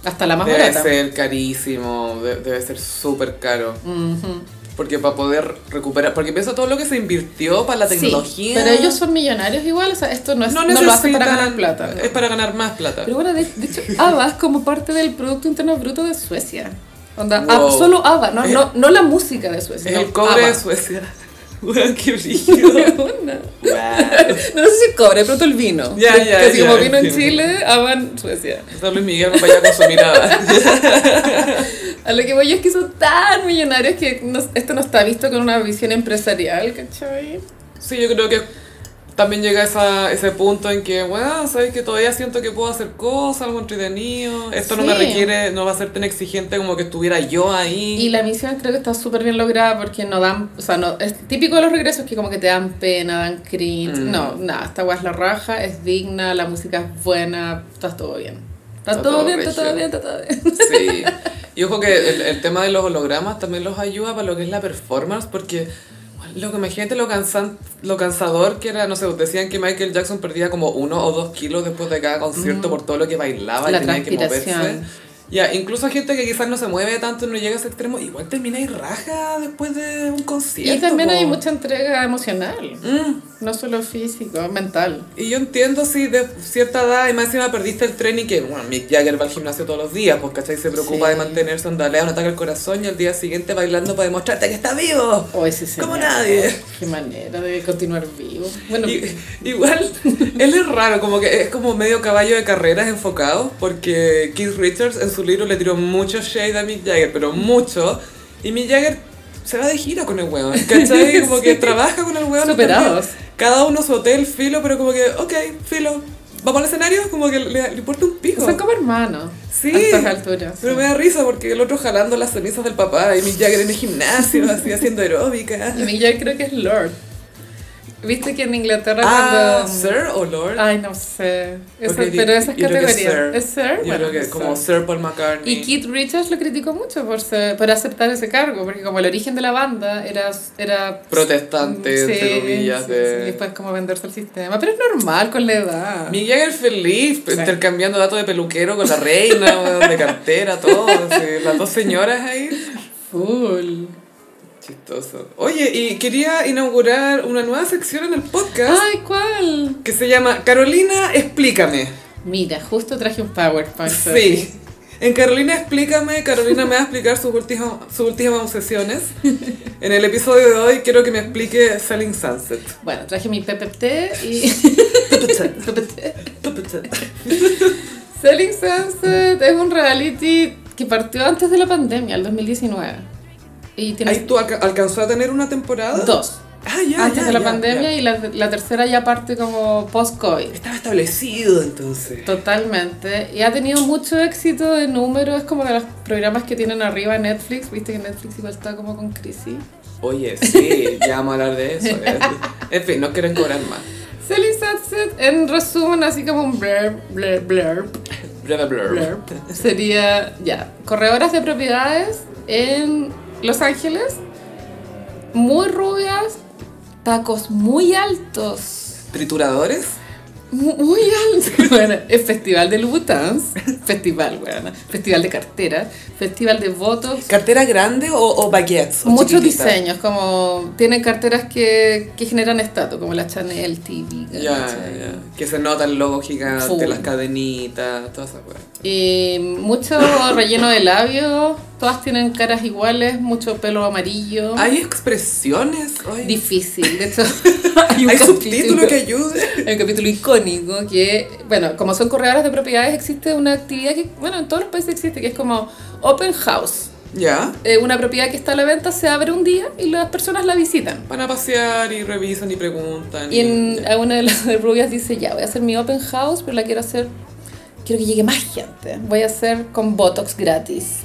[SPEAKER 2] Hasta la más
[SPEAKER 1] Debe
[SPEAKER 2] barata.
[SPEAKER 1] ser carísimo, de- debe ser súper caro.
[SPEAKER 2] Ujú.
[SPEAKER 1] Porque para poder recuperar, porque piensa todo lo que se invirtió para la
[SPEAKER 2] Sí,
[SPEAKER 1] tecnología.
[SPEAKER 2] pero ellos son millonarios igual, o sea, esto no, es,
[SPEAKER 1] no,
[SPEAKER 2] no, lo hacen para
[SPEAKER 1] necesitan-
[SPEAKER 2] ganar plata.
[SPEAKER 1] Es para ganar más plata.
[SPEAKER 2] Pero bueno, de, de hecho, ABBA es como parte del Producto Interno Bruto de Suecia. Onda,
[SPEAKER 1] Wow.
[SPEAKER 2] ah, solo ABBA, no, no, no la música de Suecia.
[SPEAKER 1] es
[SPEAKER 2] no, Ah,
[SPEAKER 1] el cobre de
[SPEAKER 2] ABBA.
[SPEAKER 1] Suecia. Weón, qué brillo.
[SPEAKER 2] Una. No sé si el cobre, de pronto el vino.
[SPEAKER 1] Ya,
[SPEAKER 2] Que-
[SPEAKER 1] ya,
[SPEAKER 2] que así
[SPEAKER 1] ya,
[SPEAKER 2] como vino en
[SPEAKER 1] entiendo.
[SPEAKER 2] Chile, ABBA en Suecia.
[SPEAKER 1] Está Luis Miguel va para allá con su mirada.
[SPEAKER 2] A lo que voy yo es que son tan millonarios que no- esto no está visto con una visión empresarial, ¿cachai?
[SPEAKER 1] Sí, yo creo que también llega esa, ese punto en que, bueno, sabes que todavía siento que puedo hacer cosas, algo entretenido. Esto no me
[SPEAKER 2] Sí.
[SPEAKER 1] requiere, no va a ser tan exigente como que estuviera yo ahí.
[SPEAKER 2] Y la misión creo que está súper bien lograda porque no dan, o sea, no, es típico de los regresos que como que te dan pena, dan cringe.
[SPEAKER 1] Mm.
[SPEAKER 2] No, nada, esta guay es la raja, es digna, la música es buena, está todo bien. Está, todo, bien, está
[SPEAKER 1] regio.
[SPEAKER 2] todo bien, está todo bien.
[SPEAKER 1] Sí. Y ojo que el, el tema de los hologramas también los ayuda para lo que es la performance, porque lo que imagínate lo, cansan, lo cansador que era, no sé, decían que Michael Jackson perdía como uno o dos kilos después de cada concierto por todo lo que bailaba
[SPEAKER 2] La
[SPEAKER 1] y tenía que moverse.
[SPEAKER 2] transpiración.
[SPEAKER 1] Ya, incluso gente que quizás no se mueve tanto, no llega a ese extremo, igual termina y raja después de un concierto.
[SPEAKER 2] Y también
[SPEAKER 1] po.
[SPEAKER 2] hay mucha entrega emocional,
[SPEAKER 1] Mm.
[SPEAKER 2] no solo físico, mental.
[SPEAKER 1] Y yo entiendo si de cierta edad y más encima perdiste el tren y que, bueno, Mick Jagger va al gimnasio todos los días, porque ¿cachai? Se preocupa
[SPEAKER 2] Sí.
[SPEAKER 1] de mantenerse andalea, un ataque al corazón y al día siguiente bailando para demostrarte que está vivo.
[SPEAKER 2] O ese señor,
[SPEAKER 1] Como nadie.
[SPEAKER 2] Qué manera de continuar vivo. Bueno,
[SPEAKER 1] Y- igual, él es raro, como que es como medio caballo de carreras enfocado, porque Keith Richards en su libro le tiró mucho shade a Mick Jagger, pero mucho, y Mick Jagger se va de gira con el weón, ¿cachai? Como que trabaja con el weón.
[SPEAKER 2] Superados.
[SPEAKER 1] Cada uno su hotel, filo, pero como que, ok, filo. Vamos al escenario, como que le, le importa un pico.
[SPEAKER 2] son como hermanos
[SPEAKER 1] Sí.
[SPEAKER 2] a estas alturas.
[SPEAKER 1] Pero me da risa porque el otro jalando las cenizas del papá y Mick Jagger en el gimnasio, así haciendo aeróbica.
[SPEAKER 2] Y yo creo que es Lord. Viste que en Inglaterra
[SPEAKER 1] Ah,
[SPEAKER 2] cuando...
[SPEAKER 1] Sir o Lord.
[SPEAKER 2] Ay, no sé. Esa-
[SPEAKER 1] Porque di-
[SPEAKER 2] pero esas
[SPEAKER 1] yo creo que es
[SPEAKER 2] categorías.
[SPEAKER 1] Sir.
[SPEAKER 2] ¿Es Sir?
[SPEAKER 1] Yo
[SPEAKER 2] Bueno,
[SPEAKER 1] creo que
[SPEAKER 2] es
[SPEAKER 1] como
[SPEAKER 2] Sir.
[SPEAKER 1] Sir Paul McCartney.
[SPEAKER 2] Y Keith Richards lo criticó mucho por, ser- por aceptar ese cargo, porque como el origen de la banda era... era
[SPEAKER 1] Protestante, entre comillas, de-
[SPEAKER 2] y después como venderse al sistema. Pero es normal con la edad.
[SPEAKER 1] Mick Jagger feliz,
[SPEAKER 2] Sí.
[SPEAKER 1] intercambiando datos de peluquero con la reina, weón, de cartera, todo. así, las dos señoras ahí.
[SPEAKER 2] Full.
[SPEAKER 1] Chistoso. Oye, y quería inaugurar una nueva sección en el podcast
[SPEAKER 2] Ay, ¿cuál?
[SPEAKER 1] que se llama Carolina, explícame.
[SPEAKER 2] Mira, justo traje un PowerPoint.
[SPEAKER 1] Sí. En Carolina Explícame, Carolina me va a explicar sus últimas, sus últimas obsesiones. En el episodio de hoy quiero que me explique Selling Sunset.
[SPEAKER 2] Bueno, traje mi PPT y... PPT. Selling Sunset es un reality que partió antes de la pandemia, el 2019. Y tiene
[SPEAKER 1] ¿Ahí tú alca- alcanzó a tener una temporada?
[SPEAKER 2] dos.
[SPEAKER 1] Ah, ya,
[SPEAKER 2] antes
[SPEAKER 1] ya,
[SPEAKER 2] de la
[SPEAKER 1] ya,
[SPEAKER 2] pandemia
[SPEAKER 1] ya.
[SPEAKER 2] y la, la tercera ya parte como post-COVID.
[SPEAKER 1] Estaba establecido entonces.
[SPEAKER 2] Totalmente. Y ha tenido mucho éxito de números, es como de los programas que tienen arriba Netflix. Viste que Netflix igual está como con crisis.
[SPEAKER 1] Oye, sí, ya vamos a hablar de eso. ¿eh? En fin, no quieren cobrar más.
[SPEAKER 2] Selling Sunset, en resumen, así como un blurb, blurb, blurb,
[SPEAKER 1] Blah, blah, blah.
[SPEAKER 2] blurb, sería, ya, corredoras de propiedades en Los Ángeles, muy rubias, tacos muy altos,
[SPEAKER 1] ¿Trituradores?
[SPEAKER 2] Mu- Muy alto. Bueno, el Festival de Louboutins, festival, bueno, festival de cartera, festival de votos.
[SPEAKER 1] ¿Cartera grande o, o baguettes? o
[SPEAKER 2] Muchos
[SPEAKER 1] chiquitita?
[SPEAKER 2] diseños, como tienen carteras que, que generan estatus, como la Chanel TV.
[SPEAKER 1] Ya,
[SPEAKER 2] ¿cachai?
[SPEAKER 1] ya. Que se nota el logo gigante,
[SPEAKER 2] Full.
[SPEAKER 1] las cadenitas, todas esas cosas.
[SPEAKER 2] Y mucho relleno de labios, todas tienen caras iguales, mucho pelo amarillo.
[SPEAKER 1] Hay expresiones. Ay,
[SPEAKER 2] Difícil, de hecho.
[SPEAKER 1] hay
[SPEAKER 2] un
[SPEAKER 1] subtítulo
[SPEAKER 2] capítulo-
[SPEAKER 1] que ayude.
[SPEAKER 2] Hay un capítulo icónico que, bueno, como son corredoras de propiedades, existe una actividad que, bueno, en todos los países existe, que es como open house.
[SPEAKER 1] Ya.
[SPEAKER 2] Eh, una propiedad que está a la venta se abre un día y las personas la visitan.
[SPEAKER 1] Van a pasear y revisan y preguntan.
[SPEAKER 2] Y en,
[SPEAKER 1] ya.
[SPEAKER 2] a una de las rubias dice, ya, voy a hacer mi open house, pero la quiero hacer, quiero que llegue más gente. Voy a hacer con Botox gratis.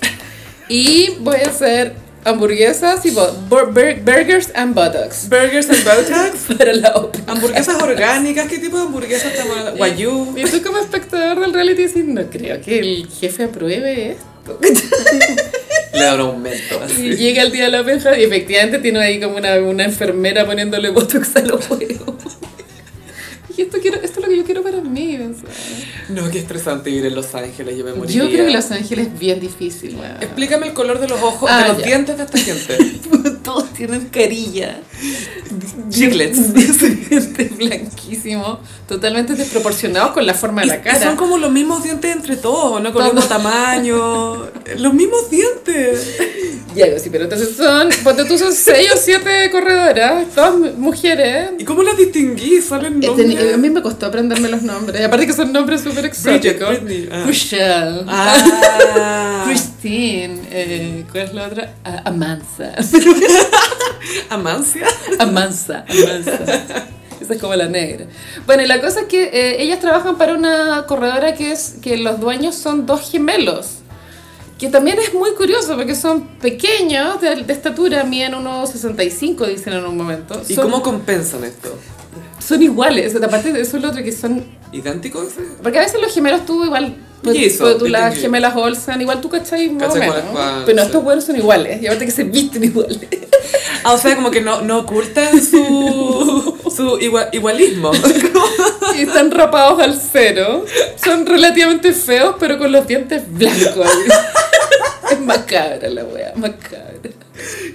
[SPEAKER 2] Y voy a hacer hamburguesas y bo- bur- bur- burgers and Botox.
[SPEAKER 1] Burgers and Botox.
[SPEAKER 2] Para la open.
[SPEAKER 1] Hamburguesas orgánicas. ¿Qué tipo de hamburguesas estamos hablando? Guayú.
[SPEAKER 2] Y tú como espectador del reality dices, no creo que el jefe apruebe esto.
[SPEAKER 1] Le da un aumento.
[SPEAKER 2] Y llega el día de la open house y efectivamente tiene ahí como una, una enfermera poniéndole botox a los huevos. Y esto, quiero, esto es lo que yo quiero para mí. o sea.
[SPEAKER 1] No, qué estresante vivir en Los Ángeles. Yo me moriría.
[SPEAKER 2] Yo creo que Los Ángeles es bien difícil. weón.
[SPEAKER 1] Explícame el color de los ojos,
[SPEAKER 2] Ah,
[SPEAKER 1] de los
[SPEAKER 2] ya.
[SPEAKER 1] dientes de esta gente.
[SPEAKER 2] Todos tienen carilla.
[SPEAKER 1] Chiclets.
[SPEAKER 2] Dientes blanquísimos, totalmente desproporcionados con la forma de la
[SPEAKER 1] Y Son
[SPEAKER 2] cara.
[SPEAKER 1] como los mismos dientes entre todos, ¿no? Con el
[SPEAKER 2] Todo.
[SPEAKER 1] mismo tamaño. Los mismos dientes.
[SPEAKER 2] Ya, digo, sí, pero entonces son, ponte tú, son 6 o 7 corredoras, todas mu- mujeres.
[SPEAKER 1] ¿Y cómo las distinguí? Salen
[SPEAKER 2] Eh, teni- A
[SPEAKER 1] nombres.
[SPEAKER 2] mí me costó aprenderme los nombres, y aparte que son nombres súper
[SPEAKER 1] Bridget,
[SPEAKER 2] exóticos.
[SPEAKER 1] Britney. ah.
[SPEAKER 2] Michelle.
[SPEAKER 1] Ah.
[SPEAKER 2] Christine, eh, ¿cuál es la otra? Ah, Amanza.
[SPEAKER 1] Amancia.
[SPEAKER 2] Amanza, Amanza. Esa es como la negra. Bueno, y la cosa es que eh, ellas trabajan para una corredora que es que los dueños son dos gemelos. Que también es muy curioso porque son pequeños, de, de estatura, miden unos 65, dicen en un momento.
[SPEAKER 1] ¿Y
[SPEAKER 2] son,
[SPEAKER 1] cómo compensan esto?
[SPEAKER 2] son iguales, aparte de eso es lo otro que son
[SPEAKER 1] ¿Idénticos?
[SPEAKER 2] Porque a veces los gemelos tú igual, pues,
[SPEAKER 1] Y eso,
[SPEAKER 2] pues, tú
[SPEAKER 1] distinguir.
[SPEAKER 2] las gemelas Olsen, igual tú cachai más o
[SPEAKER 1] Cachai
[SPEAKER 2] menos.
[SPEAKER 1] cuál es cuál,
[SPEAKER 2] Pero no,
[SPEAKER 1] sí.
[SPEAKER 2] estos huevos son iguales, y aparte que se visten iguales.
[SPEAKER 1] Ah, o sea, como que no, no ocultan su, su igua- igualismo.
[SPEAKER 2] y están rapados al cero. Son relativamente feos, pero con los dientes blancos. es macabra la wea, macabra.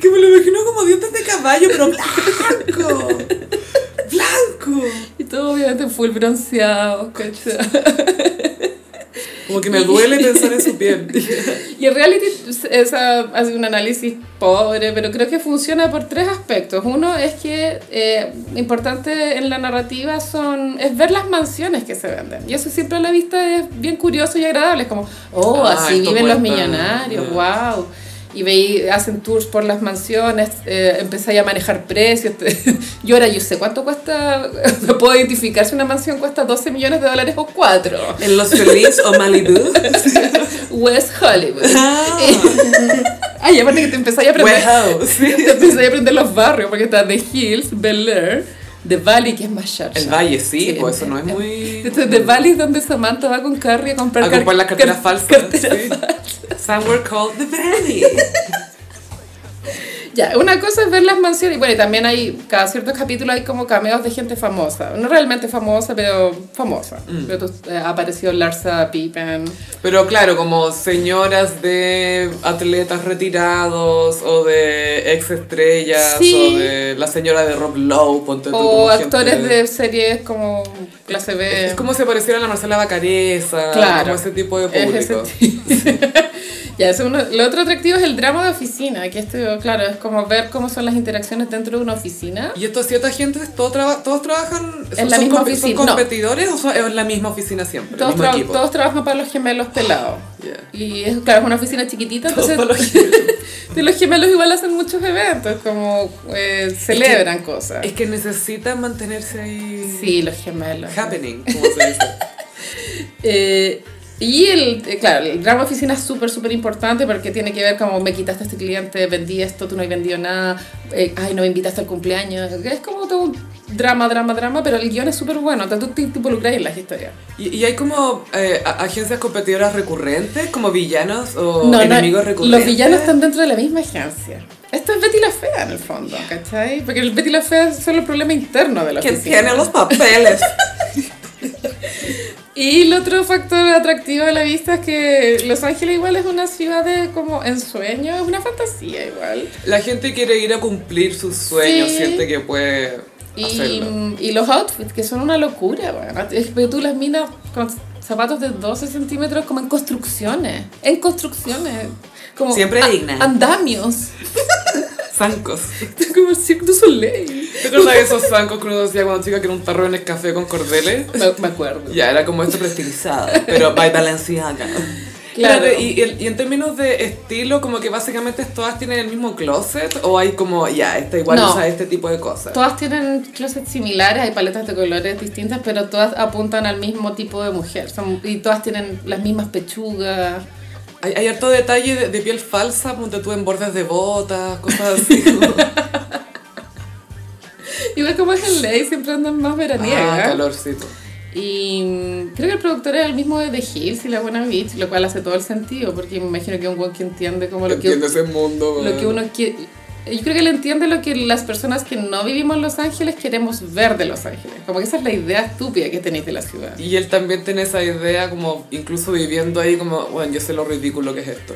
[SPEAKER 1] Que me lo imagino como dientes de caballo, pero blanco. Blanco.
[SPEAKER 2] Y todo obviamente full bronceado, ¿cachai?
[SPEAKER 1] Como que me duele pensar en su piel.
[SPEAKER 2] Y el reality esa, hace un análisis pobre, pero creo que funciona por tres aspectos. Uno es que eh, importante en la narrativa son es ver las mansiones que se venden. Y eso siempre a la vista es bien curioso y agradable. Es como, oh,
[SPEAKER 1] Ah,
[SPEAKER 2] así
[SPEAKER 1] esto
[SPEAKER 2] viven los
[SPEAKER 1] cuesta.
[SPEAKER 2] millonarios,
[SPEAKER 1] Ya.
[SPEAKER 2] wow. Y veí, hacen tours por las mansiones, eh, empezáis a manejar precios. te- yo ahora yo sé cuánto cuesta, no puedo identificar si una mansión cuesta 12 millones de dólares o 4.
[SPEAKER 1] ¿En Los Feliz o Malibu?
[SPEAKER 2] West Hollywood.
[SPEAKER 1] Ah,
[SPEAKER 2] Ay, aparte que te empezáis a aprender.
[SPEAKER 1] warehouse.
[SPEAKER 2] Te empecé a aprender los barrios porque está The Hills, Bel Air, The Valley, que es más sharp.
[SPEAKER 1] El valle, sí,
[SPEAKER 2] Sí.
[SPEAKER 1] pues eso no es muy...
[SPEAKER 2] Entonces, The Valley es donde Samantha va con Carrie a comprar,
[SPEAKER 1] A comprar las carteras
[SPEAKER 2] car-
[SPEAKER 1] falsas.
[SPEAKER 2] carteras
[SPEAKER 1] sí.
[SPEAKER 2] falsas.
[SPEAKER 1] Somewhere called the Valley.
[SPEAKER 2] Ya, una cosa es ver las mansiones. Y bueno, y también hay, cada cierto capítulo hay como cameos de gente famosa. No realmente famosa, pero famosa.
[SPEAKER 1] Mm.
[SPEAKER 2] Pero tú- eh, ha aparecido Larsa Pippen.
[SPEAKER 1] Pero claro, como señoras de atletas retirados o de ex estrellas
[SPEAKER 2] Sí.
[SPEAKER 1] o de la señora de Rob Lowe, ponte tú,
[SPEAKER 2] O
[SPEAKER 1] como
[SPEAKER 2] actores
[SPEAKER 1] gente-
[SPEAKER 2] de series como clase B.
[SPEAKER 1] Es como si pareciera la Marcela Bacareza,
[SPEAKER 2] Claro.
[SPEAKER 1] como ese tipo de
[SPEAKER 2] Es ese
[SPEAKER 1] público.
[SPEAKER 2] tipo. Ya, eso uno- lo otro atractivo es el drama de oficina, que esto, claro, es como ver cómo son las interacciones dentro de una oficina.
[SPEAKER 1] Y estos siete agentes, ¿todos, traba- todos trabajan
[SPEAKER 2] En la misma oficina,
[SPEAKER 1] ¿Son
[SPEAKER 2] no.
[SPEAKER 1] competidores o son, es la misma oficina siempre?
[SPEAKER 2] Todos,
[SPEAKER 1] el mismo
[SPEAKER 2] tra-
[SPEAKER 1] equipo.
[SPEAKER 2] todos trabajan para los gemelos pelados.
[SPEAKER 1] Ya.
[SPEAKER 2] Y es, claro, es una oficina chiquitita,
[SPEAKER 1] Todos
[SPEAKER 2] entonces
[SPEAKER 1] para los
[SPEAKER 2] de los gemelos igual hacen muchos eventos, como eh, celebran cosas.
[SPEAKER 1] Es que necesitan mantenerse ahí.
[SPEAKER 2] Sí, los gemelos.
[SPEAKER 1] Happening, como se dice.
[SPEAKER 2] Eh, y el, eh, claro, el drama oficina es súper, súper importante porque tiene que ver como me quitaste a este cliente, vendí esto, tú no has vendido nada, eh, ay, no me invitaste al cumpleaños. Es como todo un drama, drama, drama, pero el guión es súper bueno, tanto te, te involucras en las historias.
[SPEAKER 1] ¿Y, y hay como eh, a- agencias competidoras recurrentes, como villanos o
[SPEAKER 2] No, no,
[SPEAKER 1] enemigos recurrentes?
[SPEAKER 2] los villanos están dentro de la misma agencia. Esto es Betty la Fea en el fondo, ¿cachai? Porque el Betty la Fea es solo el problema interno de la
[SPEAKER 3] Que
[SPEAKER 2] oficina.
[SPEAKER 3] tiene los papeles.
[SPEAKER 2] Y el otro factor atractivo de la vista es que Los Ángeles igual es una ciudad de como ensueño, es una fantasía igual.
[SPEAKER 1] La gente quiere ir a cumplir sus sueños,
[SPEAKER 2] Sí.
[SPEAKER 1] siente que puede hacerlo.
[SPEAKER 2] Y, y los outfits, que son una locura, weón. Es que tú las minas con zapatos de 12 centímetros como en construcciones. En construcciones. Como
[SPEAKER 3] Siempre
[SPEAKER 2] a-
[SPEAKER 3] digna.
[SPEAKER 2] Andamios.
[SPEAKER 1] Zancos.
[SPEAKER 2] como el Cirque du Soleil.
[SPEAKER 1] ¿Te acuerdas de esos zancos que uno decía cuando chica que era un tarro en el café con cordeles?
[SPEAKER 2] Me, me acuerdo.
[SPEAKER 1] Ya, era como esto, pero estilizado. Pero
[SPEAKER 3] By Balenciaga.
[SPEAKER 2] Claro.
[SPEAKER 1] Espérate, y, el- y en términos de estilo, como que básicamente todas tienen el mismo closet o hay como, ya, esta igual
[SPEAKER 2] No.
[SPEAKER 1] usa este tipo de cosas.
[SPEAKER 2] Todas tienen closets similares, hay paletas de colores distintas, pero todas apuntan al mismo tipo de mujer. Son- y todas tienen las mismas pechugas.
[SPEAKER 1] Hay, hay harto detalle de, de piel falsa, ponte tú en bordes de botas, cosas así.
[SPEAKER 2] Igual como es en ley, siempre andan más veraniegas.
[SPEAKER 1] ah, calorcito.
[SPEAKER 2] Y mm, creo que el productor es el mismo de The Hills y La Buena Beach, lo cual hace todo el sentido, porque me imagino que es un weón que entiende como lo que,
[SPEAKER 1] Entiende ese mundo.
[SPEAKER 2] lo que
[SPEAKER 1] weón.
[SPEAKER 2] uno quiere. Yo creo que él entiende lo que las personas que no vivimos en Los Ángeles queremos ver de Los Ángeles. Como que esa es la idea estúpida que tenéis de la ciudad.
[SPEAKER 1] Y él también tiene esa idea, como incluso viviendo ahí, como, bueno, yo sé lo ridículo que es esto.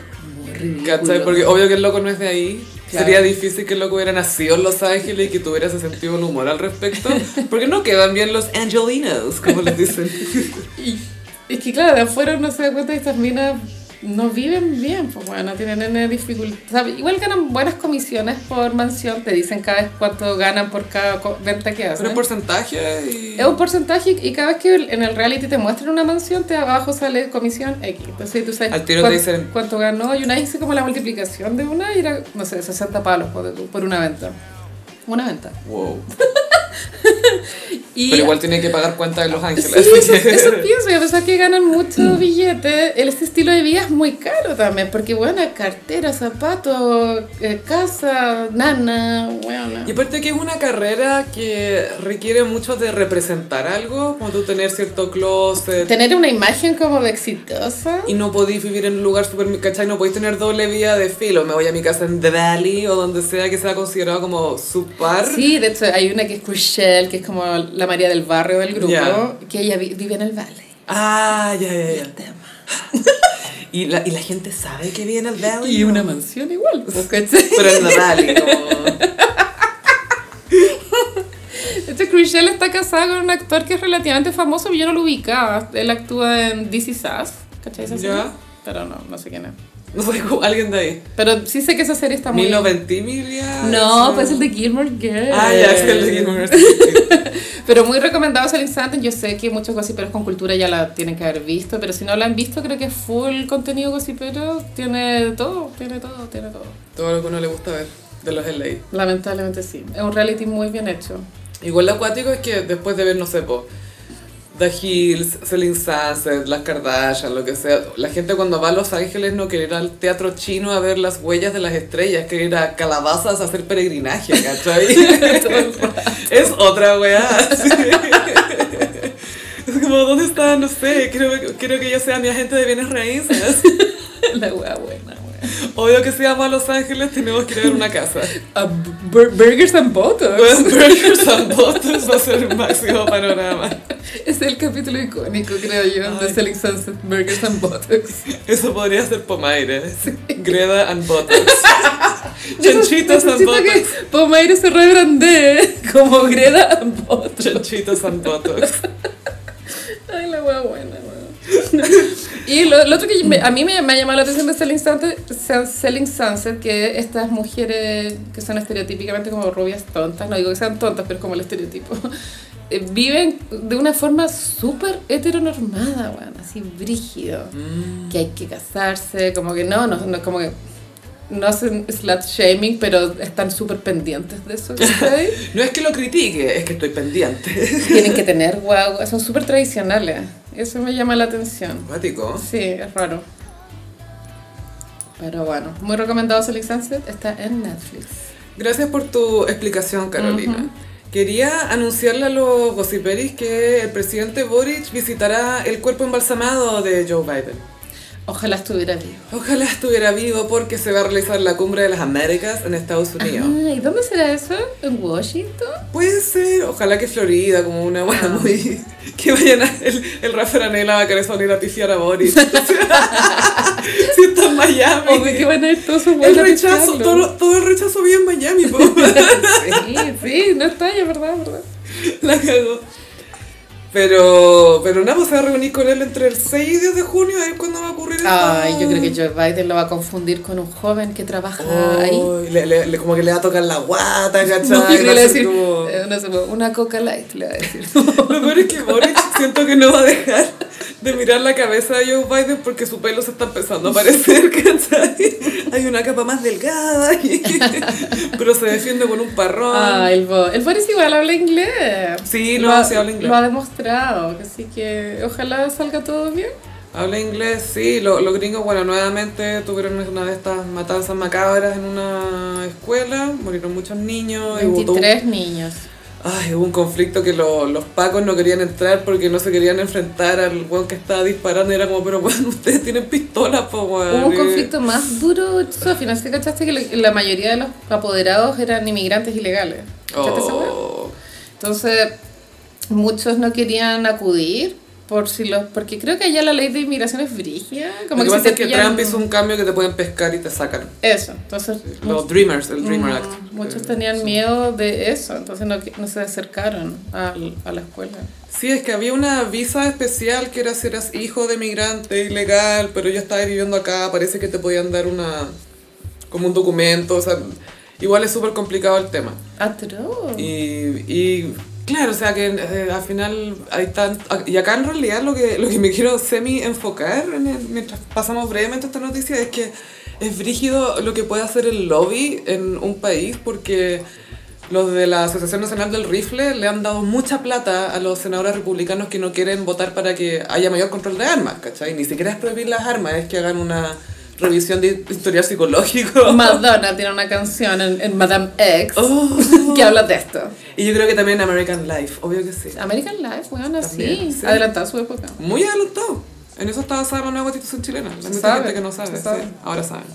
[SPEAKER 1] ¿Cachai? Porque obvio que el loco no es de ahí.
[SPEAKER 2] Claro.
[SPEAKER 1] Sería difícil que el loco hubiera nacido en Los Ángeles y que tuviera ese sentido del humor al respecto. Porque no quedan bien los angelinos, como les dicen.
[SPEAKER 2] Y es que claro, de afuera uno se da cuenta que estas minas no viven bien, pues bueno, tienen N dificultad. o sea, igual ganan buenas comisiones por mansión, te dicen cada vez cuánto ganan por cada co- venta que hacen.
[SPEAKER 1] Pero un porcentaje y...
[SPEAKER 2] Es un porcentaje y cada vez que el- en el reality te muestran una mansión, te abajo sale comisión X. Entonces tú sabes
[SPEAKER 1] Al tiro
[SPEAKER 2] cuán-
[SPEAKER 1] te dicen-
[SPEAKER 2] cuánto ganó. Y una vez hice como la multiplicación de una y era, no sé, 60 palos por, por una venta. Una venta.
[SPEAKER 1] Wow.
[SPEAKER 2] Y
[SPEAKER 1] Pero igual tiene que pagar cuenta de Los
[SPEAKER 2] Sí,
[SPEAKER 1] Ángeles.
[SPEAKER 2] eso, eso pienso, y a pesar que ganan
[SPEAKER 1] Mm.
[SPEAKER 2] mucho billete, el- este estilo de vida es muy caro también, porque bueno, cartera, zapatos, eh, casa, nana, bueno.
[SPEAKER 1] Y aparte que es una carrera que requiere mucho de representar algo, como tú tener cierto closet.
[SPEAKER 2] Tener una imagen como de exitosa.
[SPEAKER 1] y no podéis vivir en un lugar súper, ¿cachai? No podéis tener doble vida de filo. Me voy a mi casa en The Valley o donde sea que sea considerado como su par.
[SPEAKER 2] Sí, de hecho hay una que es Crucial, que es como la María del barrio del grupo,
[SPEAKER 1] Ya.
[SPEAKER 2] que ella vi- vive en el valle.
[SPEAKER 1] Ah, ya, ya, ya.
[SPEAKER 3] Y la, y la gente sabe que viene el Valley.
[SPEAKER 2] Y una mansión igual. pues, ¿cachai?
[SPEAKER 1] Pero en The Valley, como...
[SPEAKER 2] Este Crucial está casada con un actor que es relativamente famoso, pero yo no lo ubicaba. Él actúa en This Is Us, ¿cachai? esa
[SPEAKER 1] Ya.
[SPEAKER 2] serie? Pero no, no sé quién es.
[SPEAKER 1] No sé, como alguien de ahí.
[SPEAKER 2] Pero sí sé que esa serie está muy...
[SPEAKER 1] Milo Ventimiglia.
[SPEAKER 2] No,
[SPEAKER 1] eso.
[SPEAKER 2] pues el de Eh. Gilmore Girls.
[SPEAKER 1] Ah, ya, es el de Gilmore Girls.
[SPEAKER 2] Pero muy recomendado al instante. Yo sé que muchos gossiperos con cultura ya la tienen que haber visto, pero si no la han visto, creo que es full contenido gossipero. Tiene todo, tiene todo, tiene todo.
[SPEAKER 1] Todo lo que uno le gusta ver de los LA.
[SPEAKER 2] Lamentablemente sí. Es un reality muy bien hecho.
[SPEAKER 1] Igual lo acuático es que después de ver, no sé, po, The Hills, Selling Sunset, Las Kardashian, lo que sea, la gente cuando va a Los Ángeles no quiere ir al teatro chino a ver las huellas de las estrellas, quiere ir a calabazas a hacer peregrinaje, ¿cachai? es otra weá. sí. Es como, ¿dónde está? No sé, quiero, quiero que yo sea mi agente de bienes raíces.
[SPEAKER 2] la wea buena, wea.
[SPEAKER 1] Obvio que si vamos a Los Ángeles tenemos que ir a ver una casa.
[SPEAKER 2] A bur- burgers and Botox.
[SPEAKER 1] Pues Burgers and Bottles va a ser el máximo panorama.
[SPEAKER 2] es el capítulo icónico, creo yo, de
[SPEAKER 1] Ay.
[SPEAKER 2] Selling Sunset, Burgers and Botox.
[SPEAKER 1] Eso podría ser Pomaire. Greda and Botox. Chanchitos and
[SPEAKER 2] Necesito
[SPEAKER 1] Botox.
[SPEAKER 2] que Pomaire se rebrandee como Greda and Botox.
[SPEAKER 1] Chanchitos and Botox.
[SPEAKER 2] Ay, la wea buena, wea. Y lo, lo otro que me- a mí me, me ha llamado la atención de Selling Sunset, Sun- Selling Sunset, que estas mujeres que son estereotípicamente como rubias tontas, no digo que sean tontas, pero es como el estereotipo, eh, viven de una forma súper heteronormada, weón, así brígido,
[SPEAKER 1] Mm.
[SPEAKER 2] que hay que casarse, como que no, no, no, como que no hacen slut shaming, pero están súper pendientes de eso, ¿cachai?
[SPEAKER 1] No es que lo critique, es que estoy pendiente.
[SPEAKER 2] Tienen que tener guagua, son súper tradicionales, eso me llama la atención.
[SPEAKER 1] Cuático.
[SPEAKER 2] Sí, es raro. Pero bueno, muy recomendado Selling Sunset, está en Netflix.
[SPEAKER 1] Gracias por tu explicación, Carolina. Quería anunciarle a los gossiperis que el presidente Boric visitará el cuerpo embalsamado de Joe Biden.
[SPEAKER 2] Ojalá estuviera vivo.
[SPEAKER 1] Ojalá estuviera vivo porque se va a realizar la cumbre de las Américas en Estados Unidos.
[SPEAKER 2] Ah, ¿Y dónde será eso? ¿En Washington?
[SPEAKER 1] Puede ser, ojalá que Florida, como una buena
[SPEAKER 2] Ah.
[SPEAKER 1] muy... Que vayan a... El, el Rafa Aranela va a querer salir a pifiar a Boric. si está en Miami.
[SPEAKER 2] O de que van a ir todos sus
[SPEAKER 1] el
[SPEAKER 2] buenos
[SPEAKER 1] rechazo, todo, todo el rechazo bien en Miami, po.
[SPEAKER 2] Sí, sí, no está, ya, verdad, verdad.
[SPEAKER 1] La cagó. Pero, pero nada, pues se va a reunir con él entre el 6 y 10 de junio, a ver cuándo va a ocurrir esta-
[SPEAKER 2] Ay, yo creo que Joe Biden lo va a confundir con un joven que trabaja ahí.
[SPEAKER 1] Ay, le, le- le- como que le va a tocar la guata, ¿cachai?
[SPEAKER 2] Oh, No, yo creo que
[SPEAKER 1] Va
[SPEAKER 2] le va a
[SPEAKER 1] a ser
[SPEAKER 2] decir,
[SPEAKER 1] como-
[SPEAKER 2] eh, no sé, una coca light le va a decir.
[SPEAKER 1] Lo peor es que Boric siento que no va a dejar de mirar la cabeza de Joe Biden porque su pelo se está empezando a aparecer, ¿cachai? Hay una capa más delgada, y- pero se defiende con un parrón.
[SPEAKER 2] Ah, el, Bo- el Boris igual habla inglés.
[SPEAKER 1] Sí, no,
[SPEAKER 2] ha,
[SPEAKER 1] sí habla inglés.
[SPEAKER 2] Lo ha demostrado, así que ojalá salga todo bien.
[SPEAKER 1] Habla inglés, sí. Lo- los gringos, bueno, nuevamente tuvieron una de estas matanzas macabras en una escuela. Murieron muchos niños. y hubo todo un-
[SPEAKER 2] 23 niños.
[SPEAKER 1] Ay, hubo un conflicto que lo- los pacos no querían entrar porque no se querían enfrentar al weón que estaba disparando. Y era como, pero bueno, ustedes tienen pistolas, po, weón.
[SPEAKER 2] Hubo un
[SPEAKER 1] Y-
[SPEAKER 2] conflicto más duro, Sofi, no sé si cachaste que la- la mayoría de los apoderados eran inmigrantes ilegales. ¿Cachaste esa weá?
[SPEAKER 1] Oh.
[SPEAKER 2] Entonces, muchos no querían acudir por si los porque creo que allá la ley de inmigración es brígida, como
[SPEAKER 1] Lo que
[SPEAKER 2] que,
[SPEAKER 1] pasa
[SPEAKER 2] si te
[SPEAKER 1] es que
[SPEAKER 2] pillan-
[SPEAKER 1] Trump hizo un cambio que te pueden pescar y te sacan.
[SPEAKER 2] eso, entonces
[SPEAKER 1] Los Dreamers, el Dreamer
[SPEAKER 2] Mm,
[SPEAKER 1] Act.
[SPEAKER 2] Muchos
[SPEAKER 1] Eh,
[SPEAKER 2] tenían miedo de eso, entonces no, que- no se acercaron al- a la escuela.
[SPEAKER 1] Sí, es que había una visa especial que era si eras hijo de migrante ilegal, pero yo estaba viviendo acá, parece que te podían dar una como un documento, o sea, igual es súper complicado el tema.
[SPEAKER 2] Ah, Atro.
[SPEAKER 1] Y, y claro, o sea que eh, al final hay tan y acá en realidad lo que lo que me quiero semi enfocar en el- mientras pasamos brevemente esta noticia es que es brígido lo que puede hacer el lobby en un país porque los de la Asociación Nacional del Rifle le han dado mucha plata a los senadores republicanos que no quieren votar para que haya mayor control de armas, ¿cachai? Ni siquiera es prohibir las armas, es que hagan una revisión de historial psicológico.
[SPEAKER 2] Madonna tiene una canción en, en Madame X
[SPEAKER 1] Oh.
[SPEAKER 2] que habla de esto.
[SPEAKER 1] Y yo creo que también American Life, obvio que sí.
[SPEAKER 2] American Life, weón, así.
[SPEAKER 1] También, sí.
[SPEAKER 2] Adelantada su época.
[SPEAKER 1] Muy adelantado. En eso está basada la nueva constitución chilena. Hay mucha
[SPEAKER 2] sabe,
[SPEAKER 1] gente que no sabe.
[SPEAKER 2] se
[SPEAKER 1] sí.
[SPEAKER 2] sabe.
[SPEAKER 1] Ahora saben.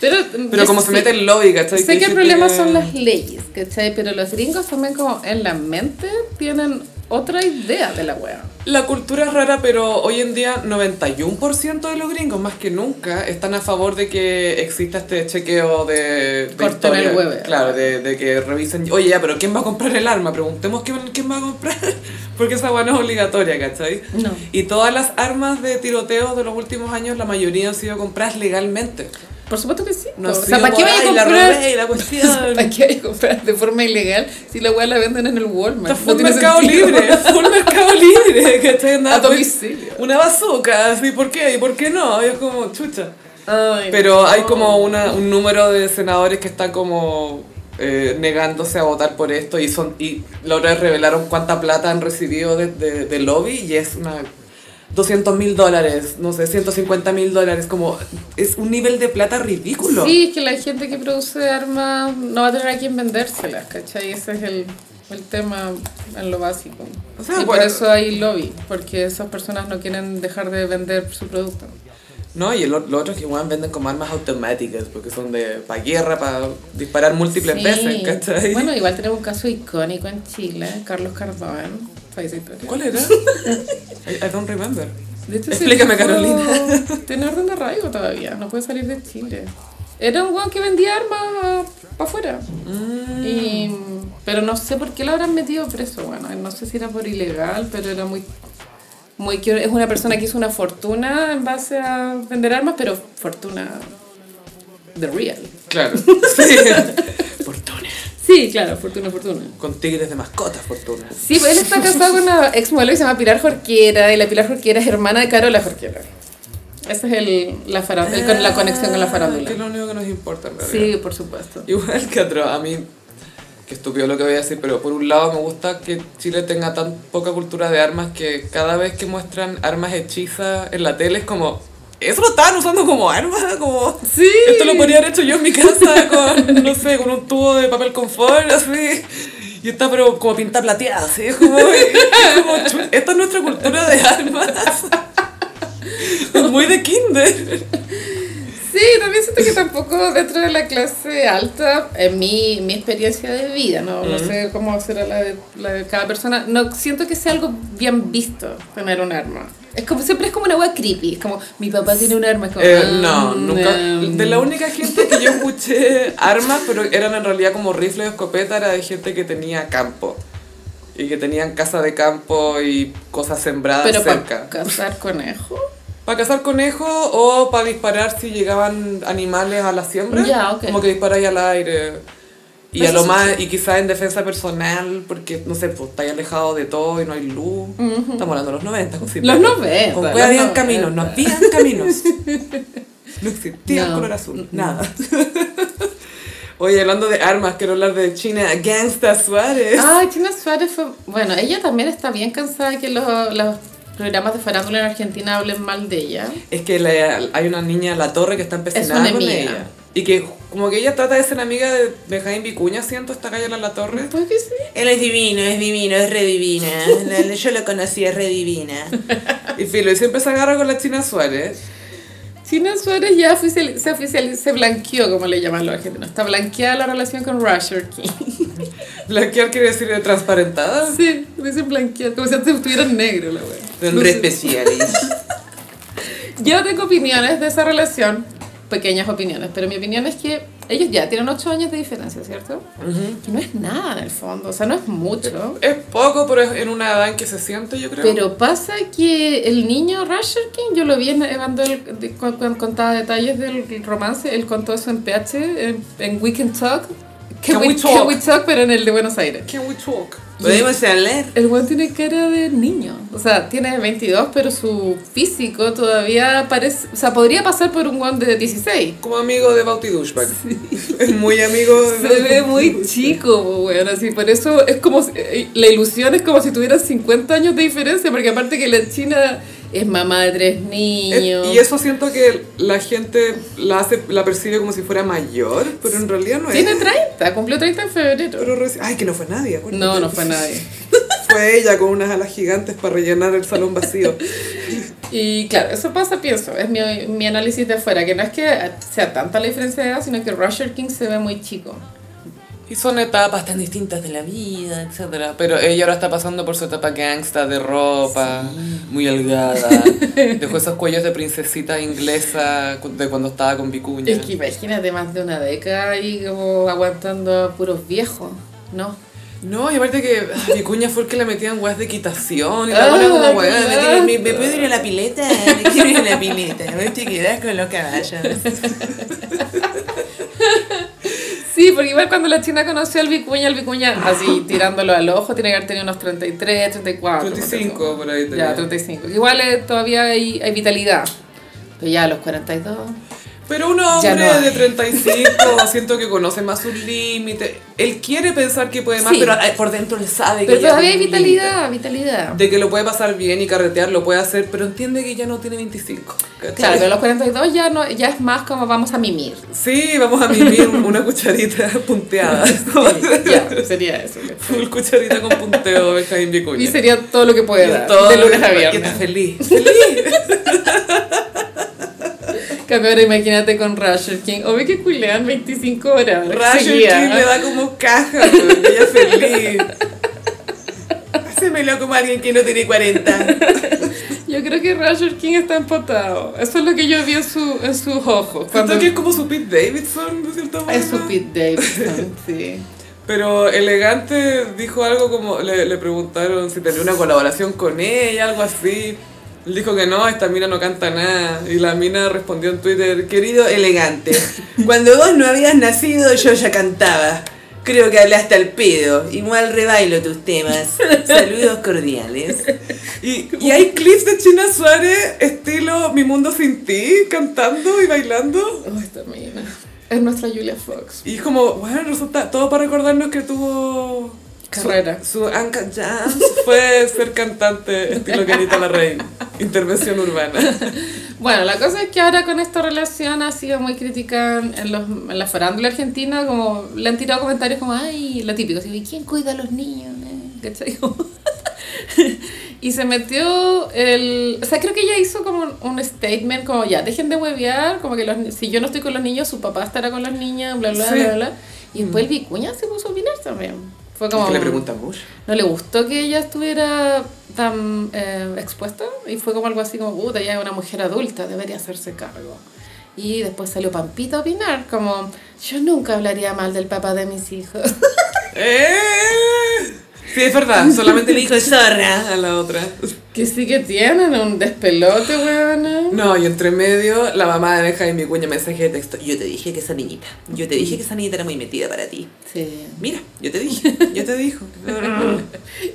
[SPEAKER 2] Pero,
[SPEAKER 1] Pero como se mete el lobby, ¿cachai?
[SPEAKER 2] Sé que
[SPEAKER 1] hay
[SPEAKER 2] el
[SPEAKER 1] gente
[SPEAKER 2] problema son las leyes, ¿cachai? Pero los gringos también como en la mente tienen otra idea de la weá.
[SPEAKER 1] La cultura es rara, pero hoy en día 91% de los gringos, más que nunca, están a favor de que exista este chequeo de... de
[SPEAKER 2] Corten
[SPEAKER 1] historia.
[SPEAKER 2] el hueve.
[SPEAKER 1] Claro, de, de que revisen... Oye, ya, pero ¿quién va a comprar el arma? Preguntemos quién, quién va a comprar, porque esa hueá no es obligatoria, ¿cachai?
[SPEAKER 2] No.
[SPEAKER 1] Y todas las armas de tiroteo de los últimos años, la mayoría han sido compradas legalmente.
[SPEAKER 2] Por supuesto que sí.
[SPEAKER 1] No
[SPEAKER 2] o
[SPEAKER 1] ha
[SPEAKER 2] sea,
[SPEAKER 1] sido
[SPEAKER 2] ¿para qué
[SPEAKER 1] como,
[SPEAKER 2] vaya a
[SPEAKER 1] "Ay, la
[SPEAKER 2] comprar?
[SPEAKER 1] robé, la cuestión".
[SPEAKER 2] ¿Para qué hay que comprar de forma ilegal si la weá la venden en el Walmart?
[SPEAKER 1] Está full
[SPEAKER 2] tiene
[SPEAKER 1] mercado
[SPEAKER 2] sentido.
[SPEAKER 1] libre, full mercado libre, ¿cachai? Andaba
[SPEAKER 2] A domicilio.
[SPEAKER 1] Una bazooka, así, ¿por qué? ¿Y por qué no? Y es como, chucha.
[SPEAKER 2] Ay,
[SPEAKER 1] Pero hay
[SPEAKER 2] no.
[SPEAKER 1] como una, un número de senadores que están como eh, negándose a votar por esto y son y la otra vez revelaron cuánta plata han recibido de, de- de lobby y es una... 200 mil dólares, no sé, 150 mil dólares, como es un nivel de plata ridículo.
[SPEAKER 2] Sí, es que la gente que produce armas no va a tener a quien vendérselas, ¿cachai? Ese es el, el tema en lo básico.
[SPEAKER 1] O sea,
[SPEAKER 2] y por
[SPEAKER 1] bueno.
[SPEAKER 2] eso hay lobby, porque esas personas no quieren dejar de vender su producto.
[SPEAKER 1] No, y el o- lo otro es que weón, venden como armas automáticas, porque son de para guerra, para disparar múltiples
[SPEAKER 2] Sí.
[SPEAKER 1] veces, ¿cachai?
[SPEAKER 2] Bueno, igual tenemos un caso icónico en Chile, Carlos Cardón. país de historia.
[SPEAKER 1] ¿Cuál era? I, I don't remember.
[SPEAKER 2] De hecho,
[SPEAKER 1] Explícame,
[SPEAKER 2] ese tipo
[SPEAKER 1] Carolina.
[SPEAKER 2] Tiene orden de arraigo todavía, no puede salir de Chile. Era un weón que vendía armas para afuera.
[SPEAKER 1] Mm.
[SPEAKER 2] Y- pero no sé por qué lo habrán metido preso, bueno, no sé si era por ilegal, pero era muy, muy que es una persona que hizo una fortuna en base a vender armas, pero fortuna the real.
[SPEAKER 1] Claro. Sí. Fortuna.
[SPEAKER 2] Sí, claro, fortuna, fortuna.
[SPEAKER 1] Con tigres de mascota, Fortuna.
[SPEAKER 2] Sí, pues él está casado con una ex modelo que se llama Pilar Jorquera y la Pilar Jorquera es hermana de Carola Jorquera. Esa es el, la, fará- el con- la conexión con la
[SPEAKER 1] Ah,
[SPEAKER 2] farándula.
[SPEAKER 1] Que es lo único que nos importa, en realidad.
[SPEAKER 2] Sí, por supuesto.
[SPEAKER 1] Igual que otro, a mí, que estúpido lo que voy a decir, pero por un lado me gusta que Chile tenga tan poca cultura de armas que cada vez que muestran armas hechizas en la tele es como, eso lo estaban usando como arma, como...
[SPEAKER 2] Sí.
[SPEAKER 1] Esto lo podría haber hecho yo en mi casa con, no sé, con un tubo de papel confort, así. Y está pero como pinta plateada, así. es Como, es como, chu- esta es nuestra cultura de armas. Es muy de kinder.
[SPEAKER 2] Sí, también siento que tampoco dentro de la clase alta, en mi, mi experiencia de vida, no, no sé cómo será la de, la de cada persona, no siento que sea algo bien visto tener un arma. Es como, siempre es como una hueá creepy, es como, mi papá tiene un arma, es como,
[SPEAKER 1] Eh,
[SPEAKER 2] ah,
[SPEAKER 1] no, nunca.
[SPEAKER 2] mm.
[SPEAKER 1] De la única gente que yo escuché armas, pero eran en realidad como rifles o escopeta, era de gente que tenía campo. Y que tenían casa de campo y cosas sembradas
[SPEAKER 2] Pero
[SPEAKER 1] cerca.
[SPEAKER 2] para cazar conejo.
[SPEAKER 1] Para cazar conejos o para disparar si llegaban animales a la siembra.
[SPEAKER 2] Ya, ok.
[SPEAKER 1] Como que disparáis al aire. Y,
[SPEAKER 2] Pero
[SPEAKER 1] a lo
[SPEAKER 2] eso
[SPEAKER 1] más, y quizás en defensa personal, porque, no sé, pues estáis alejados de todo y no hay luz. Estamos hablando de los 90, con
[SPEAKER 2] Los 90.
[SPEAKER 1] Con
[SPEAKER 2] los
[SPEAKER 1] cueva habían
[SPEAKER 2] 90.
[SPEAKER 1] caminos, no habían caminos. No existía
[SPEAKER 2] No,
[SPEAKER 1] color azul, nada. Oye, hablando de armas, quiero hablar de China Gangsta Suárez.
[SPEAKER 2] Ay, Tina Suárez fue... Bueno, ella también está bien cansada de que los, los programas de farándula en Argentina hablen mal de ella.
[SPEAKER 1] Es que la- hay una niña, la torre, que está empecinada
[SPEAKER 2] Es una
[SPEAKER 1] con
[SPEAKER 2] amiga.
[SPEAKER 1] ella. Y que como que ella trata de ser amiga de de Jaime Vicuña, siento, esta calle la torre.
[SPEAKER 2] Pues que sí.
[SPEAKER 3] Él es divino, es divino, es redivina. Yo lo conocí, es redivina.
[SPEAKER 1] Y filo, y siempre se agarra con la China Suárez.
[SPEAKER 2] China Suárez ya oficial- se, oficial, se blanqueó, como le llaman los argentinos. Está blanqueada la relación con Rusher King.
[SPEAKER 1] Blanquear quiere decir eh, transparentada.
[SPEAKER 2] Sí, dicen blanqueada, como si antes estuviera en negro la wea.
[SPEAKER 3] Son re especiales.
[SPEAKER 2] Yo tengo opiniones de esa relación, pequeñas opiniones, pero mi opinión es que ellos ya tienen 8 años de diferencia, ¿cierto? Que no es nada en el fondo, o sea, no es mucho.
[SPEAKER 1] Es poco, pero es en una edad en que se siente, yo creo.
[SPEAKER 2] Pero pasa que el niño Rusher King, yo lo vi en Evandel, de- cu- cu- contaba detalles del romance, él contó eso en PH, en, en We Can Talk. Can, we, talk. Can We Talk, pero en el de Buenos Aires.
[SPEAKER 1] Can we talk?
[SPEAKER 3] Podemos hablar.
[SPEAKER 2] El weón tiene cara de niño. O sea, tiene 22, pero su físico todavía parece... O sea, podría pasar por un weón de 16.
[SPEAKER 1] Como amigo de Bauti Douchebag. Es muy amigo de
[SPEAKER 2] Se ve muy chico, po, weón. Así, por eso es como... si- eh, la ilusión es como si tuviera 50 años de diferencia, porque aparte que la china es mamá de tres niños.
[SPEAKER 1] Es- Y pues eso siento que la gente la hace, la percibe como si fuera mayor, pero en realidad no es.
[SPEAKER 2] Tiene 30, cumplió 30 en febrero.
[SPEAKER 1] Pero reci- Ay, que no fue nadie, acuérdate.
[SPEAKER 2] No, no fue nadie.
[SPEAKER 1] Fue ella con unas alas gigantes para rellenar el salón vacío.
[SPEAKER 2] Y claro, eso pasa, pienso, es mi, mi análisis de afuera, que no es que sea tanta la diferencia de edad, sino que Rusher King se ve muy chico.
[SPEAKER 1] Y son etapas tan distintas de la vida, etc. Pero ella ahora está pasando por su etapa gangsta de ropa, muy holgada. Dejó esos cuellos de princesita inglesa cu- de cuando estaba con Vicuña.
[SPEAKER 2] Es que imagínate más de una década ahí como aguantando a puros viejos, ¿no?
[SPEAKER 1] No, y aparte que ah, Vicuña fue el que le metían weas de quitación y
[SPEAKER 2] Ah,
[SPEAKER 1] la buena como
[SPEAKER 2] claro.
[SPEAKER 1] weá, me tiene-
[SPEAKER 3] Me, me, me puedo ir a la pileta, me quiero ir a la pileta. No te quedas con los caballos.
[SPEAKER 2] Sí, porque igual cuando la china conoció al Vicuña, el Vicuña así tirándolo al ojo, tiene que haber tenido unos 33, 34. ponte tú.
[SPEAKER 1] 35 por ahí tenía.
[SPEAKER 2] Ya, 35. Igual eh, todavía hay, hay vitalidad. Pero ya a los 42...
[SPEAKER 1] Pero un
[SPEAKER 2] Ya
[SPEAKER 1] hombre
[SPEAKER 2] no hay.
[SPEAKER 1] de 35 siento que conoce más sus límites. Él quiere pensar que puede más,
[SPEAKER 2] Sí.
[SPEAKER 1] pero eh, por dentro él sabe
[SPEAKER 2] Pero
[SPEAKER 1] que ya
[SPEAKER 2] todavía hay
[SPEAKER 1] tiene un
[SPEAKER 2] vitalidad, vitalidad.
[SPEAKER 1] límite. De que lo puede pasar bien y carretear, lo puede hacer, pero entiende que ya no tiene 25. ¿cachai?
[SPEAKER 2] Claro, pero a los 42 ya, no, ya es más como vamos a mimir.
[SPEAKER 1] Sí, vamos a vivir una cucharita punteada.
[SPEAKER 2] ya, sería eso.
[SPEAKER 1] Full cucharita con punteo de Jaime Vicuña.
[SPEAKER 2] Y sería todo lo que pueda.
[SPEAKER 1] Todo
[SPEAKER 2] de lunes
[SPEAKER 1] lo
[SPEAKER 2] a
[SPEAKER 1] que- y
[SPEAKER 2] viernes.
[SPEAKER 1] está feliz.
[SPEAKER 2] Cambio ahora imagínate con Rusher King. Obvio que culean 25 horas. ¿eh?
[SPEAKER 1] Rayo
[SPEAKER 2] seguidas.
[SPEAKER 1] King le da como caja, weón, ella feliz.
[SPEAKER 3] Pásamelo como alguien que no tiene 40.
[SPEAKER 2] Yo creo que Rusher King está empotado. Eso es lo que yo vi en, su, en sus ojos.
[SPEAKER 1] Siento
[SPEAKER 2] Cuando
[SPEAKER 1] que es como su Pete Davidson, de cierta forma.
[SPEAKER 2] es su Pete Davidson, sí.
[SPEAKER 1] Pero elegante dijo algo como, le, le preguntaron si tenía una colaboración con ella, algo así. Él dijo que no, esta mina no canta nada. Y la mina respondió en Twitter, querido elegante, cuando vos no habías nacido yo ya cantaba. Creo que hablaste al pedo.
[SPEAKER 3] Igual rebailo tus temas. Saludos cordiales.
[SPEAKER 1] Y, y hay clips de China Suárez estilo Mi Mundo Sin Ti, cantando y bailando.
[SPEAKER 2] Oh, esta mina. Es nuestra Julia Fox.
[SPEAKER 1] Y es como, bueno, resulta todo para recordarnos que tuvo... su-
[SPEAKER 2] Carrera.
[SPEAKER 1] Su, Anca Jams fue ser cantante estilo Carita la Reina. Intervención urbana.
[SPEAKER 2] Bueno, la cosa es que ahora con esta relación ha sido muy crítica en, los, en la farándula argentina, como le han tirado comentarios como, ay, lo típico, así, "¿Y ¿quién cuida a los niños? eh?", ¿Cachai? Como- y se metió el... O sea, creo que ella hizo como un, un statement como, ya, dejen de huevear, como que los, ni- si yo no estoy con los niños, su papá estará con los niños, bla, bla,
[SPEAKER 1] Sí. Mm.
[SPEAKER 2] bla, bla. Y después el Vicuña se puso a opinar también. Fue como...
[SPEAKER 1] Que le pregunta mucho.
[SPEAKER 2] No le gustó que ella estuviera tan eh, expuesta y fue como algo así como, puta, ella es una mujer adulta, debería hacerse cargo. Y después salió Pampita a opinar, como, yo nunca hablaría mal del papá de mis hijos.
[SPEAKER 1] Eh. Sí, es verdad, solamente le dijo zorra a la otra.
[SPEAKER 2] que sí que tienen un despelote, weón.
[SPEAKER 1] No, y entre medio, la mamá de Benjamín Vicuña mensaje de texto.
[SPEAKER 3] Yo te dije que esa niñita. Yo te dije que esa niñita era muy metida para ti.
[SPEAKER 2] Sí.
[SPEAKER 3] Mira, yo te dije.
[SPEAKER 1] Ya te dijo.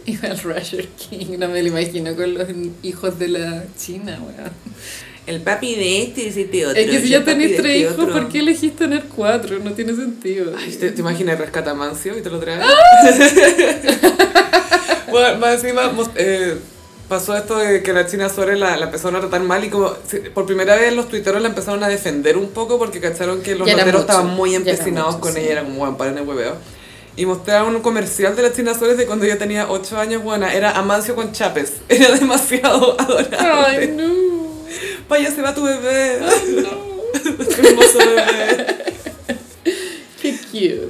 [SPEAKER 2] Y el Rusher King, no me lo imagino con los hijos de la China, weón.
[SPEAKER 3] El papi de este y este otro.
[SPEAKER 2] Es que si
[SPEAKER 3] y
[SPEAKER 2] ya
[SPEAKER 3] el papi de
[SPEAKER 2] tenés tres
[SPEAKER 3] este
[SPEAKER 2] hijos,
[SPEAKER 3] otro.
[SPEAKER 2] ¿por qué elegís tener cuatro? No tiene sentido.
[SPEAKER 1] Ay, ¿te, te imaginas rescata a Mancio y te lo trae?
[SPEAKER 2] ¡Ah!
[SPEAKER 1] bueno, más encima mos- eh, pasó esto de que la China Suárez la, la empezaron a tratar mal y como si- por primera vez los tuiteros la empezaron a defender un poco porque cacharon que los
[SPEAKER 2] Ya era
[SPEAKER 1] noteros
[SPEAKER 2] mucho,
[SPEAKER 1] estaban muy
[SPEAKER 2] ya era
[SPEAKER 1] empecinados
[SPEAKER 2] mucho,
[SPEAKER 1] con
[SPEAKER 2] sí.
[SPEAKER 1] ella, era como, bueno, paren el hueveo. Y mostraron un comercial de la China Suárez de cuando ella tenía 8 años, buena, era Amancio con Chapes, era demasiado adorable.
[SPEAKER 2] Ay, no.
[SPEAKER 1] Vaya, se va tu bebé.
[SPEAKER 2] Ay, no.
[SPEAKER 1] Tu hermoso bebé.
[SPEAKER 2] Qué cute.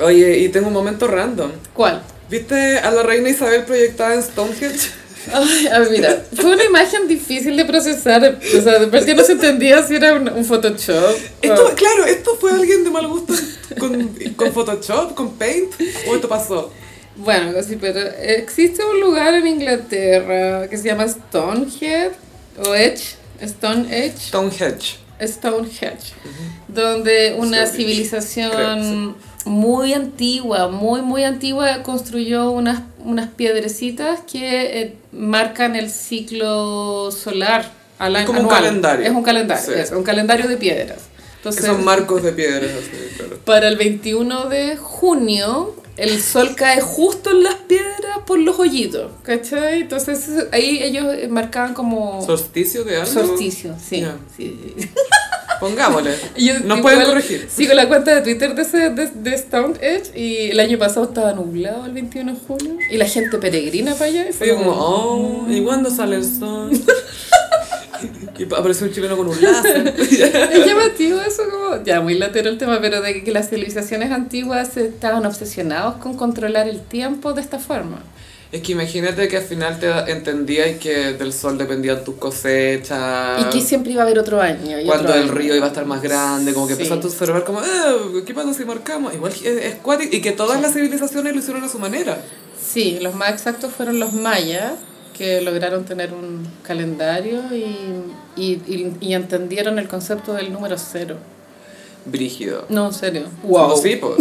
[SPEAKER 1] Oye, y tengo un momento random.
[SPEAKER 2] ¿Cuál?
[SPEAKER 1] ¿Viste a la reina Isabel proyectada en Stonehenge?
[SPEAKER 2] Ay, a ver, mira, fue una imagen difícil de procesar, o sea, de verdad que no se entendía si era un, un Photoshop.
[SPEAKER 1] Esto,
[SPEAKER 2] o-
[SPEAKER 1] claro, esto fue alguien de mal gusto con, con Photoshop, con Paint, o esto pasó.
[SPEAKER 2] Bueno, sí, pero eh, existe un lugar en Inglaterra que se llama Stonehead o Edge, Stonehenge,
[SPEAKER 1] Stonehenge.
[SPEAKER 2] Stonehenge, donde una
[SPEAKER 1] Stonehenge,
[SPEAKER 2] civilización muy antigua, muy, muy antigua, construyó unas, unas piedrecitas que eh, marcan el ciclo solar al año.
[SPEAKER 1] como un
[SPEAKER 2] anual.
[SPEAKER 1] calendario.
[SPEAKER 2] Es un calendario,
[SPEAKER 1] Sí.
[SPEAKER 2] es un calendario de piedras.
[SPEAKER 1] Que
[SPEAKER 2] Entonces,
[SPEAKER 1] son marcos de piedras, así, claro.
[SPEAKER 2] para el 21 de junio, el sol cae justo en las piedras por los hoyitos, ¿cachai? Entonces ahí ellos eh, marcaban como...
[SPEAKER 1] ¿Solsticio de algo?
[SPEAKER 2] Solsticio, sí,
[SPEAKER 1] Ya.
[SPEAKER 2] sí, sí.
[SPEAKER 1] Pongámosle.
[SPEAKER 2] Y yo
[SPEAKER 1] Nos
[SPEAKER 2] igual
[SPEAKER 1] pueden corregir.
[SPEAKER 2] Sigo la cuenta de Twitter de, ese, de, de Stonehenge y el año pasado estaba nublado el 21 de junio y la gente peregrina para allá. y fue
[SPEAKER 1] Fue como, oh, ¿y cuándo sale el sol? Y apareció un chileno con un láser.
[SPEAKER 2] Es llamativo eso, como, ya muy lateral el tema, pero de que las civilizaciones antiguas estaban obsesionados con controlar el tiempo de esta forma.
[SPEAKER 1] Es que imagínate que al final te entendías y que del sol dependían tus cosechas.
[SPEAKER 2] Y que siempre iba a haber otro año. y
[SPEAKER 1] Ah. cuando
[SPEAKER 2] otro
[SPEAKER 1] el
[SPEAKER 2] año.
[SPEAKER 1] río iba a estar más grande, como que
[SPEAKER 2] Sí.
[SPEAKER 1] empezaste a observar como, "Eh, ¿qué pasa si marcamos? Igual que es, es cuático, y que todas las civilizaciones lo hicieron a su manera.
[SPEAKER 2] Sí, los más exactos fueron los mayas, que lograron tener un calendario y, y, y- y entendieron el concepto del número cero.
[SPEAKER 1] Brígido.
[SPEAKER 2] No, en serio.
[SPEAKER 1] Somos hipos.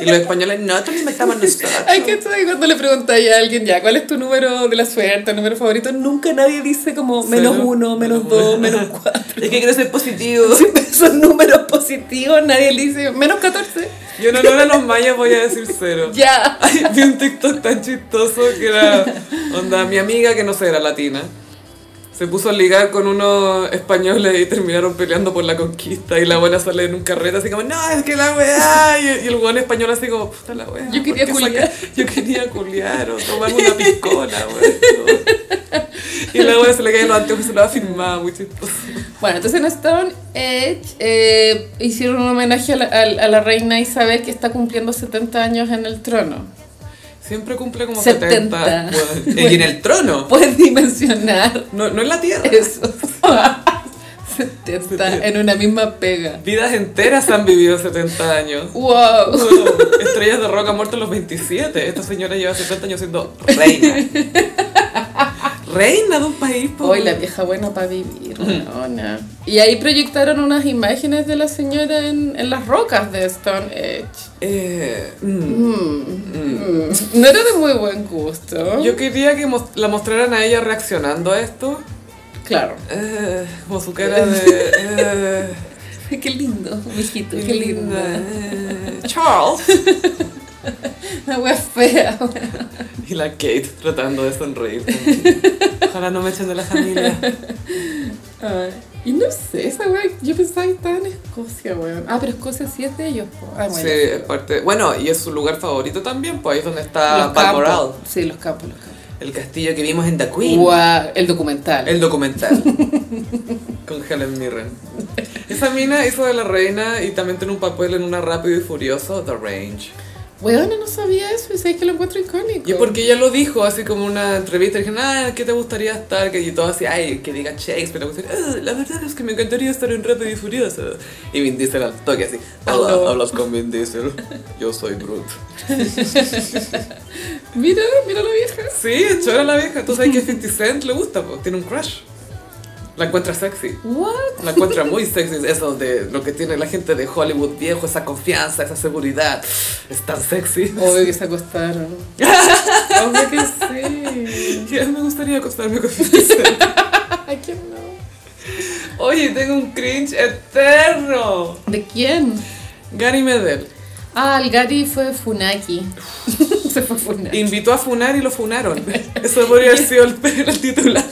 [SPEAKER 1] y los españoles no, también inventamos nosotros.
[SPEAKER 2] Ay, que estoy cuando le preguntáis a alguien ya, ¿cuál es tu número de la suerte, número favorito? Nunca nadie dice como menos
[SPEAKER 1] Cero,
[SPEAKER 2] uno, menos
[SPEAKER 1] menos
[SPEAKER 2] dos,
[SPEAKER 1] uno.
[SPEAKER 2] menos cuatro.
[SPEAKER 3] Es que quiero ser positivo.
[SPEAKER 2] Siempre son números positivos, nadie le dice menos 14.
[SPEAKER 1] Yo en honor a los mayas voy a decir cero.
[SPEAKER 2] Ya.
[SPEAKER 1] Ay, vi un TikTok tan chistoso que era, onda, mi amiga que no sé, era latina. Se puso a ligar con unos españoles y terminaron peleando por la conquista. Y la buena sale en un carrete así como, no, es que la weá. Y, y el buen español así como, puta la weá. ¿por
[SPEAKER 2] Yo quería
[SPEAKER 1] qué
[SPEAKER 2] culiar".
[SPEAKER 1] yo quería culiar o tomar una piscola, weón. Y la buena se le cae los anteojos y se lo afirmaba, muy chistoso.
[SPEAKER 2] Bueno, entonces en Stone Edge eh, hicieron un homenaje a la, a- a la reina Isabel que está cumpliendo 70 años en el trono.
[SPEAKER 1] Siempre cumple como 70.
[SPEAKER 2] 70.
[SPEAKER 1] weón. Y en el trono.
[SPEAKER 2] Puedes dimensionar
[SPEAKER 1] No, no en la tierra.
[SPEAKER 2] eso. 70 en una misma pega.
[SPEAKER 1] Vidas enteras han vivido 70 años.
[SPEAKER 2] ¡Wow!
[SPEAKER 1] Wow, Estrellas de rock ha muerto a los 27. Esta señora lleva 70 años siendo reina. reina de un país. po.
[SPEAKER 2] Hoy la vieja buena para vivir, weona. Y ahí proyectaron unas imágenes de la señora en, en las rocas de Stone Edge.
[SPEAKER 1] Eh, mm.
[SPEAKER 2] Mm. No era de muy buen gusto.
[SPEAKER 1] Yo quería que mos- la mostraran a ella reaccionando a esto.
[SPEAKER 2] Claro.
[SPEAKER 1] Eh, como su cara de... eh,
[SPEAKER 2] Qué lindo, mijito,
[SPEAKER 1] qué linda. eh, Charles.
[SPEAKER 2] Una wea fea.
[SPEAKER 1] Y la Kate tratando de sonreír. Ojalá no me echen de la familia.
[SPEAKER 2] Ay, y no sé, esa wea, yo pensaba que estaba en Escocia, weón. Ah, pero Escocia sí es de ellos, po. Ah,
[SPEAKER 1] Sí,
[SPEAKER 2] bueno.
[SPEAKER 1] es parte... Bueno, y es su lugar favorito también, pues ahí es donde está Balmoral.
[SPEAKER 2] campos. Sí, los campos, los campos.
[SPEAKER 1] El castillo que vimos en The Queen.
[SPEAKER 2] Guau, el documental.
[SPEAKER 1] El documental. con Helen Mirren. Esa mina hizo de la reina y también tiene un papel en una Rápido y Furioso, The Range.
[SPEAKER 2] Weón, no sabía eso y sé que lo encuentro icónico.
[SPEAKER 1] Y es porque ella lo dijo así como en una entrevista, dijeron, ah, ¿qué te gustaría estar? Que- Y todo así, ay, que diga Shakespeare. La, cuestión, "Ah, la verdad es que me encantaría estar en Rápido y Furioso. Y Vin Diesel al toque así, hola,
[SPEAKER 2] Aló.
[SPEAKER 1] hablas con Vin Diesel, yo soy Groot.
[SPEAKER 2] Mira, mira la vieja.
[SPEAKER 1] Sí, chora la vieja, tú sabes que 50 Cent le gusta, pues, tiene un crush. La encuentra sexy.
[SPEAKER 2] What?
[SPEAKER 1] La encuentra muy sexy, eso de lo que tiene la gente de Hollywood viejo, esa confianza, esa seguridad. Es tan sexy.
[SPEAKER 2] Obvio que se acostaron. Obvio que sí.
[SPEAKER 1] Ya me gustaría acostarme con 50 Cent.
[SPEAKER 2] ¿A quién no?
[SPEAKER 1] Oye, tengo un cringe eterno.
[SPEAKER 2] ¿De quién?
[SPEAKER 1] Gary Medel
[SPEAKER 2] Ah, el Gary fue Funaki. se fue Funaki.
[SPEAKER 1] invitó a funar y lo funaron. Eso podría haber sido el, el titular.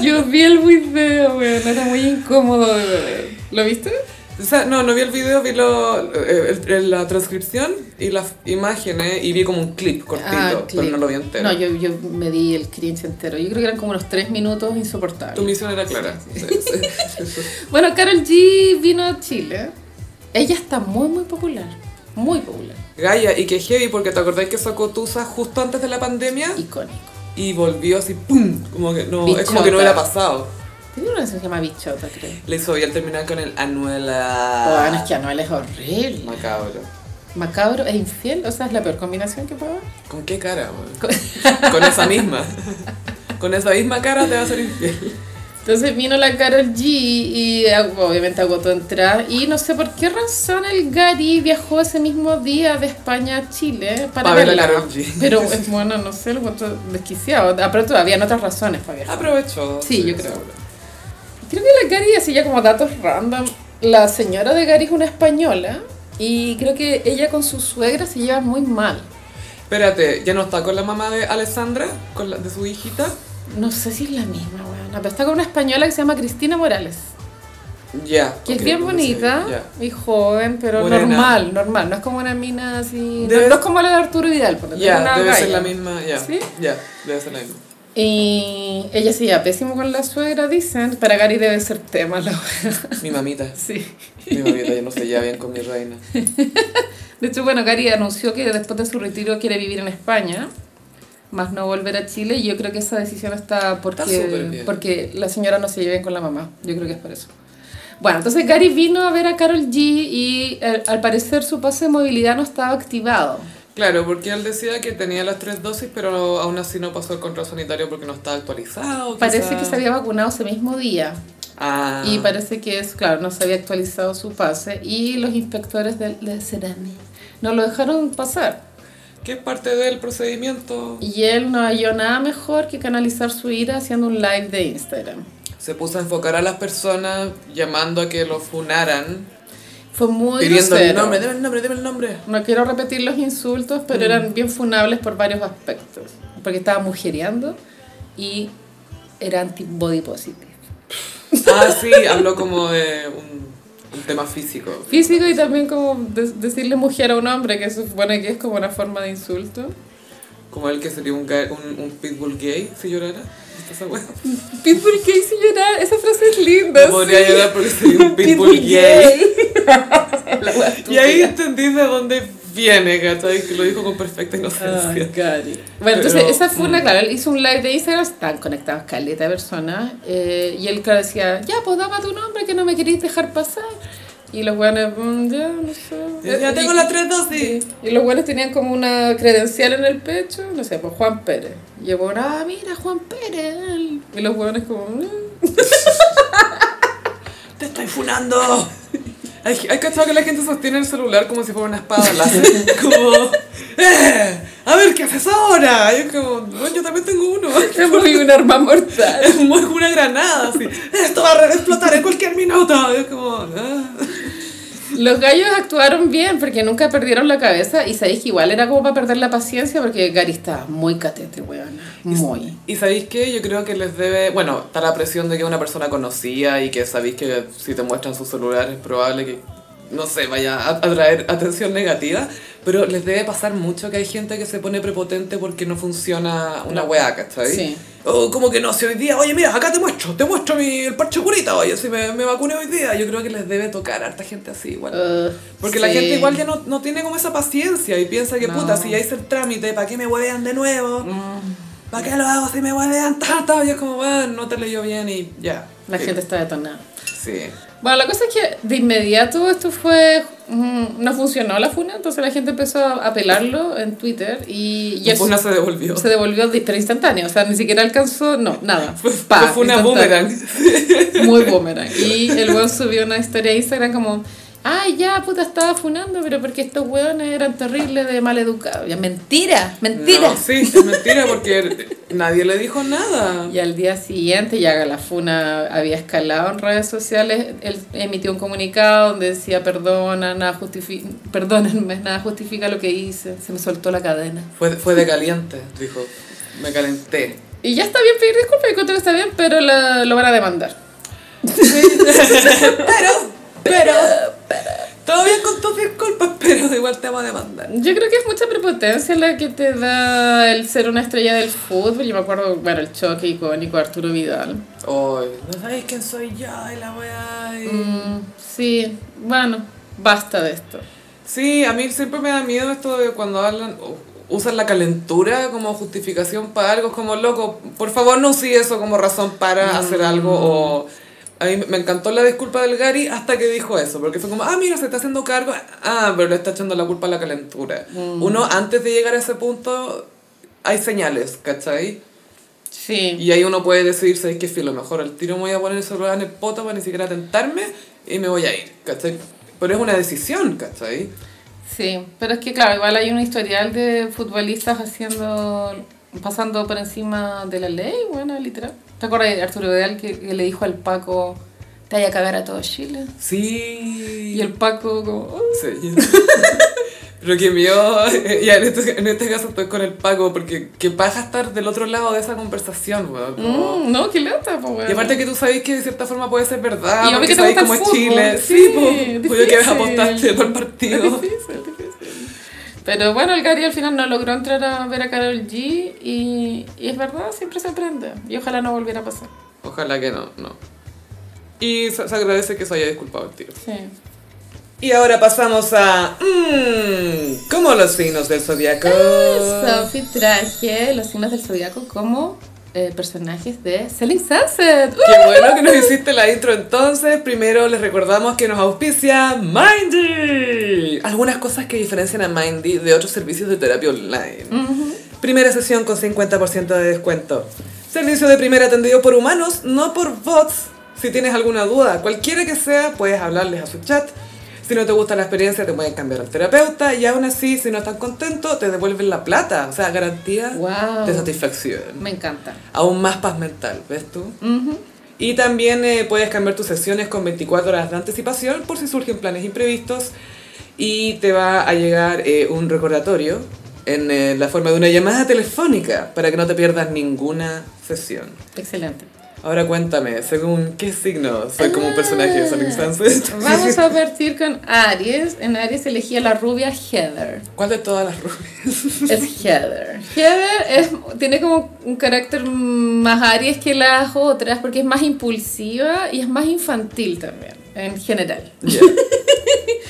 [SPEAKER 2] Yo vi el video, weón. Era muy incómodo de ver. ¿Lo viste?
[SPEAKER 1] O sea, no, no vi el video, vi lo, eh, el- el- la transcripción y las imágenes y vi como un clip cortito, pero
[SPEAKER 2] Ah, clip.
[SPEAKER 1] no lo vi entero.
[SPEAKER 2] No, yo, yo me di el cringe entero. Yo creo que eran como unos tres minutos
[SPEAKER 1] Tu
[SPEAKER 2] insoportables.
[SPEAKER 1] misión era clara. Sí, sí.
[SPEAKER 2] Bueno, Carol G vino a Chile. Ella está muy, muy popular. Muy popular.
[SPEAKER 1] Gaia, y que heavy, porque te acordás que sacó Tusa justo antes de la pandemia
[SPEAKER 2] Icónico.
[SPEAKER 1] y volvió así, ¡pum! Como que no, es como
[SPEAKER 2] Bichota.
[SPEAKER 1] que no hubiera pasado.
[SPEAKER 2] Tiene una canción que se llama Bichota, creo.
[SPEAKER 1] Le hizo bien terminar con el
[SPEAKER 2] Ah, no,
[SPEAKER 1] Anuela.
[SPEAKER 2] es que Anuel es horrible.
[SPEAKER 1] Macabro.
[SPEAKER 2] Macabro e infiel. O sea, es la peor combinación que puede haber.
[SPEAKER 1] ¿Con qué cara, man? Con esa misma. Con esa misma cara te va a ser infiel.
[SPEAKER 2] Entonces vino la Carol G y eh, obviamente agotó entrar. Y no sé por qué razón el Gary viajó ese mismo día de España a Chile para
[SPEAKER 1] Pa' ver a
[SPEAKER 2] verla.
[SPEAKER 1] Karol G.
[SPEAKER 2] Pero es bueno, no sé, lo encuentro desquiciado. Ah, Aparte, habían otras razones para
[SPEAKER 1] Ah,
[SPEAKER 2] viajar.
[SPEAKER 1] Aprovechó.
[SPEAKER 2] Sí, yo creo. Creo que la Gary, así ya como datos random, la señora de Gary es una española y creo que ella con su suegra se lleva muy mal.
[SPEAKER 1] Espérate, ¿ya no está con la mamá de Alessandra? Con la, ¿De su hijita?
[SPEAKER 2] No sé si es la misma, weón. Pero está con una española que se llama Cristina Morales.
[SPEAKER 1] Ya.
[SPEAKER 2] Que
[SPEAKER 1] ok,
[SPEAKER 2] es bien
[SPEAKER 1] entonces,
[SPEAKER 2] bonita
[SPEAKER 1] ya.
[SPEAKER 2] y joven, pero
[SPEAKER 1] Morena.
[SPEAKER 2] normal, normal. No es como una mina así. no-
[SPEAKER 1] Debe-
[SPEAKER 2] No es como la de Arturo Vidal, por
[SPEAKER 1] Ya,
[SPEAKER 2] ejemplo, una
[SPEAKER 1] debe ser
[SPEAKER 2] galla.
[SPEAKER 1] la misma. Ya,
[SPEAKER 2] ¿Sí?
[SPEAKER 1] ya, debe ser la misma.
[SPEAKER 2] Y ella se lleva pésimo con la suegra, dicen. Para Gary debe ser tema la wea.
[SPEAKER 1] Mi mamita.
[SPEAKER 2] Sí.
[SPEAKER 1] Mi mamita ya no se lleva bien con mi reina.
[SPEAKER 2] De hecho, bueno, Gary anunció que después de su retiro quiere vivir en España, más no volver a Chile. Y yo creo que esa decisión está
[SPEAKER 1] súper
[SPEAKER 2] porque,
[SPEAKER 1] bien.
[SPEAKER 2] porque la señora no se lleve bien con la mamá. Yo creo que es por eso. Bueno, entonces Gary vino a ver a Carol G y eh, al parecer su pase de movilidad no estaba activado.
[SPEAKER 1] Claro, porque él decía que tenía las tres dosis, pero aún así no pasó el control sanitario porque no estaba actualizado.
[SPEAKER 2] Parece
[SPEAKER 1] quizá.
[SPEAKER 2] que se había vacunado ese mismo día
[SPEAKER 1] Ah.
[SPEAKER 2] y parece que es, claro, no se había actualizado su pase y los inspectores del de Cerami no lo dejaron pasar.
[SPEAKER 1] que es parte del procedimiento.
[SPEAKER 2] Y él no halló nada mejor que canalizar su ira haciendo un live de Instagram.
[SPEAKER 1] Se puso a enfocar a las personas llamando a que lo funaran,
[SPEAKER 2] Fue muy
[SPEAKER 1] pidiendo el
[SPEAKER 2] grosero.
[SPEAKER 1] nombre, Mm. deme el nombre, deme el nombre.
[SPEAKER 2] No quiero repetir los insultos, pero eran bien funables por varios aspectos. Porque estaba mujereando y era anti-body positive.
[SPEAKER 1] Ah, sí, habló como de un, un tema físico.
[SPEAKER 2] Físico y también como de- decirle mujer a un hombre, que se supone que es como una forma de insulto.
[SPEAKER 1] Como el que sería un, ga- un, un pitbull gay si llorara. Esa wea.
[SPEAKER 2] Pitbull gay sin llorar, esa frase es linda.
[SPEAKER 1] No podría
[SPEAKER 2] sí.
[SPEAKER 1] llorar porque sería un pitbull, gay. Y ahí entendí de dónde viene, ¿cachai? Que lo dijo con perfecta
[SPEAKER 2] Ay,
[SPEAKER 1] inocencia.
[SPEAKER 2] Gary. Bueno, entonces
[SPEAKER 1] Pero,
[SPEAKER 2] esa fue una,
[SPEAKER 1] mm.
[SPEAKER 2] claro, él hizo un live de Instagram, están conectados caleta de personas, eh, y él claro decía, ya, pues dame tu nombre que no me queréis dejar pasar. Y los buenos, mm, ya, no sé.
[SPEAKER 1] Ya
[SPEAKER 2] Eh,
[SPEAKER 1] tengo
[SPEAKER 2] y-
[SPEAKER 1] las tres dosis.
[SPEAKER 2] Y los buenos tenían como una credencial en el pecho, no sé, pues Juan Pérez. Y el hueón, ah, mira, Juan Pérez. él". Y los buenos como, "Mm".
[SPEAKER 1] ¡Te estoy funando! Hay, hay cachado que la gente sostiene el celular como si fuera una espada láser. como, ¡eh! A ver, ¿qué haces ahora? Y es como, bueno, yo también tengo uno.
[SPEAKER 2] es muy un arma mortal.
[SPEAKER 1] Es como una granada, así. Esto va a explotar en cualquier minuto. Y es como, ah.
[SPEAKER 2] Los gallos actuaron bien porque nunca perdieron la cabeza y sabéis que igual era como para perder la paciencia porque Gary estaba muy catete, weón. Muy.
[SPEAKER 1] Y sabéis que yo creo que les debe, bueno, está la presión de que es una persona conocida y que sabéis que si te muestran su celular es probable que, no sé, vaya a, a traer atención negativa, pero les debe pasar mucho que hay gente que se pone prepotente porque no funciona una weá, ¿cachai?
[SPEAKER 2] Sí.
[SPEAKER 1] O como que no, si hoy día, oye, mira, acá te muestro, te muestro mi, el parche curita, oye, si me, me vacuné hoy día, yo creo que les debe tocar a harta gente así, igual.
[SPEAKER 2] Ugh,
[SPEAKER 1] Uh, Porque la
[SPEAKER 2] sí.
[SPEAKER 1] gente igual ya no, no tiene como esa paciencia y piensa que
[SPEAKER 2] No.
[SPEAKER 1] puta, si ya hice el trámite, ¿para qué me huevean de nuevo? ¿Para qué lo hago si me huevean tanto? Y es como, bueno, no te leyó bien y ya.
[SPEAKER 2] La
[SPEAKER 1] Sí.
[SPEAKER 2] gente está detonada.
[SPEAKER 1] Sí.
[SPEAKER 2] Bueno, la cosa es que de inmediato esto fue... mm, no funcionó la funa, entonces la gente empezó a apelarlo en Twitter y... y
[SPEAKER 1] Y
[SPEAKER 2] eso
[SPEAKER 1] no se devolvió.
[SPEAKER 2] se devolvió di- pero instantáneo, o sea, ni siquiera alcanzó, no, nada. Pa,
[SPEAKER 1] fue una
[SPEAKER 2] instantáneo.
[SPEAKER 1] boomerang.
[SPEAKER 2] Muy boomerang. Y el weón subió una historia a Instagram como, ay, ya, puta, estaba funando, pero porque estos weones eran terribles de maleducados. Ya, mentira, mentira.
[SPEAKER 1] No, sí, es mentira porque nadie le dijo nada.
[SPEAKER 2] Y al día siguiente ya la funa había escalado en redes sociales, él emitió un comunicado donde decía, perdona, nada justifi- perdónenme, nada justifica lo que hice, se me soltó la cadena.
[SPEAKER 1] Fue, fue de caliente, dijo. Me calenté.
[SPEAKER 2] Y ya está bien pedir disculpas, yo encuentro que está bien, pero la- lo van a demandar.
[SPEAKER 1] Pero, todo bien con tus disculpas, pero igual te vamos a demandar.
[SPEAKER 2] Yo creo que es mucha prepotencia la que te da el ser una estrella del fútbol. Yo me acuerdo, bueno, el choque icónico de Arturo Vidal.
[SPEAKER 1] Ay, no sabéis quién soy yo y la weá. y-
[SPEAKER 2] Mm, sí, bueno, basta de esto.
[SPEAKER 1] Sí, a mí siempre me da miedo esto de cuando hablan, u- usan la calentura como justificación para algo, es como loco, por favor no usí eso como razón para hacer algo o... A mí me encantó la disculpa del Gary hasta que dijo eso, porque fue como, ah, mira, se está haciendo cargo, ah, pero le está echando la culpa a la calentura. Uno, antes de llegar a ese punto, hay señales, ¿cachai?
[SPEAKER 2] Sí.
[SPEAKER 1] Y ahí uno puede decidir, ¿sabes qué filo? Mejor al tiro me voy a poner el celular en el poto para ni siquiera tentarme y me voy a ir, ¿cachai? Pero es una decisión, ¿cachai?
[SPEAKER 2] Sí, pero es que claro, igual hay un historial de futbolistas haciendo, pasando por encima de la ley, bueno, literal. ¿Te acuerdas de Arturo Vidal que, que le dijo al Paco, te vaya a cagar a todo Chile?
[SPEAKER 1] Sí.
[SPEAKER 2] Y el Paco como... "Oh".
[SPEAKER 1] Sí. Pero que mío, eh, ya en este, en este caso estoy con el Paco, porque qué paja estar del otro lado de esa conversación, weón. como-
[SPEAKER 2] Mm, no, qué lata, pues, weón.
[SPEAKER 1] Y aparte que tú sabes que de cierta forma puede ser verdad,
[SPEAKER 2] Y obvio
[SPEAKER 1] porque
[SPEAKER 2] que te
[SPEAKER 1] sabes
[SPEAKER 2] gusta el
[SPEAKER 1] cómo es
[SPEAKER 2] fútbol,
[SPEAKER 1] Chile.
[SPEAKER 2] sí,
[SPEAKER 1] Sí, pues, pues yo que
[SPEAKER 2] difícil.
[SPEAKER 1] apostaste por el
[SPEAKER 2] Es
[SPEAKER 1] partido.
[SPEAKER 2] difícil, difícil. Pero bueno, el Gary al final no logró entrar a ver a Carol G y, y es verdad, siempre se aprende. Y ojalá no volviera a pasar.
[SPEAKER 1] Ojalá que no, no. Y se, se agradece que se haya disculpado el tiro.
[SPEAKER 2] Sí.
[SPEAKER 1] Y ahora pasamos a... Mmm, ¿Cómo los signos del zodiaco?
[SPEAKER 2] Sophie traje los signos del zodiaco como eh, personajes de Selling Sunset. ¡Uh!
[SPEAKER 1] Qué bueno que nos hiciste la intro entonces. Primero les recordamos que nos auspicia Mindy. Algunas cosas que diferencian a Mindy de otros servicios de terapia online. Primera sesión con 50% de descuento. Servicio de primer atendido por humanos, no por bots. Si tienes alguna duda, cualquiera que sea, puedes hablarles a su chat. Si no te gusta la experiencia, te pueden cambiar al terapeuta y aún así, si no estás contento, te devuelven la plata. O sea, garantía
[SPEAKER 2] Wow.
[SPEAKER 1] de satisfacción.
[SPEAKER 2] Me encanta.
[SPEAKER 1] Aún más paz mental, ¿ves tú?
[SPEAKER 2] Ujú.
[SPEAKER 1] Y también eh, puedes cambiar tus sesiones con 24 horas de anticipación por si surgen planes imprevistos y te va a llegar eh, un recordatorio en eh, la forma de una llamada telefónica para que no te pierdas ninguna sesión.
[SPEAKER 2] Excelente.
[SPEAKER 1] Ahora cuéntame, según qué signo soy como un personaje de Sonic Sunset.
[SPEAKER 2] Ah, Vamos a partir con Aries. En Aries elegí a la rubia Heather.
[SPEAKER 1] ¿Cuál de todas las rubias?
[SPEAKER 2] Es Heather. Heather es, tiene como un carácter más Aries que las otras porque es más impulsiva y es más infantil también, en general.
[SPEAKER 1] Ya.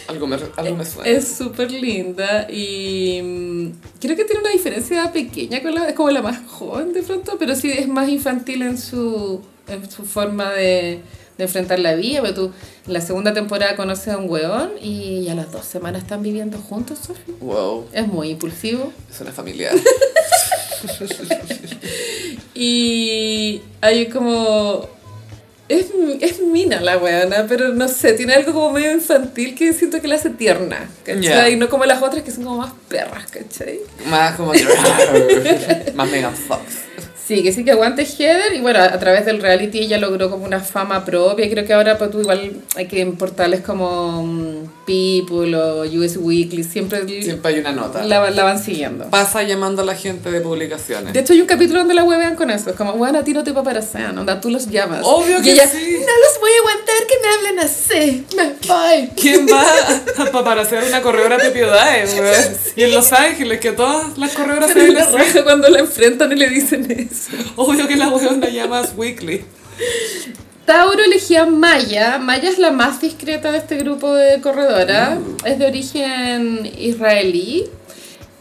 [SPEAKER 1] Algo, me, algo me suena.
[SPEAKER 2] Es súper linda y mm, creo que tiene una diferencia pequeña con la, es como la más joven de pronto, pero sí es más infantil en su, en su forma de, de enfrentar la vida, pero tú en la segunda temporada conoces a un weón y a las dos semanas están viviendo juntos, Sophie.
[SPEAKER 1] Wow,
[SPEAKER 2] Es muy impulsivo.
[SPEAKER 1] es una familia.
[SPEAKER 2] Y hay como... Es, es mina la weona, pero no sé, tiene algo como medio infantil que siento que la hace tierna, ¿cachai?
[SPEAKER 1] Ya.
[SPEAKER 2] No como las otras que son como más perras, ¿cachai?
[SPEAKER 1] Más como que- Más Megan Fox.
[SPEAKER 2] Sí, que sí que aguante Heather y bueno, a, a través del reality ella logró como una fama propia. Creo que ahora pues, tú igual hay que en portales como mm, People o US Weekly siempre, l-
[SPEAKER 1] Siempre hay una nota.
[SPEAKER 2] la, la van siguiendo.
[SPEAKER 1] Pasa llamando a la gente de publicaciones.
[SPEAKER 2] De hecho hay un capítulo donde la huevean con eso, es como, bueno, a ti no te paparacean, onda, tú los llamas.
[SPEAKER 1] Obvio
[SPEAKER 2] Y
[SPEAKER 1] que
[SPEAKER 2] ella,
[SPEAKER 1] sí.
[SPEAKER 2] No los voy a aguantar que me hablen así, me voy.
[SPEAKER 1] ¿Quién va a- para hacer una coreógrafa de piedades, weón? Y en Los Ángeles, que todas las coreógrafas
[SPEAKER 2] Se
[SPEAKER 1] de
[SPEAKER 2] la raja cuando la enfrentan y le dicen eso.
[SPEAKER 1] Obvio que la weona llamas Weekly.
[SPEAKER 2] Tauro elegía a Maya. Maya es la más discreta de este grupo de corredora. Es de origen israelí.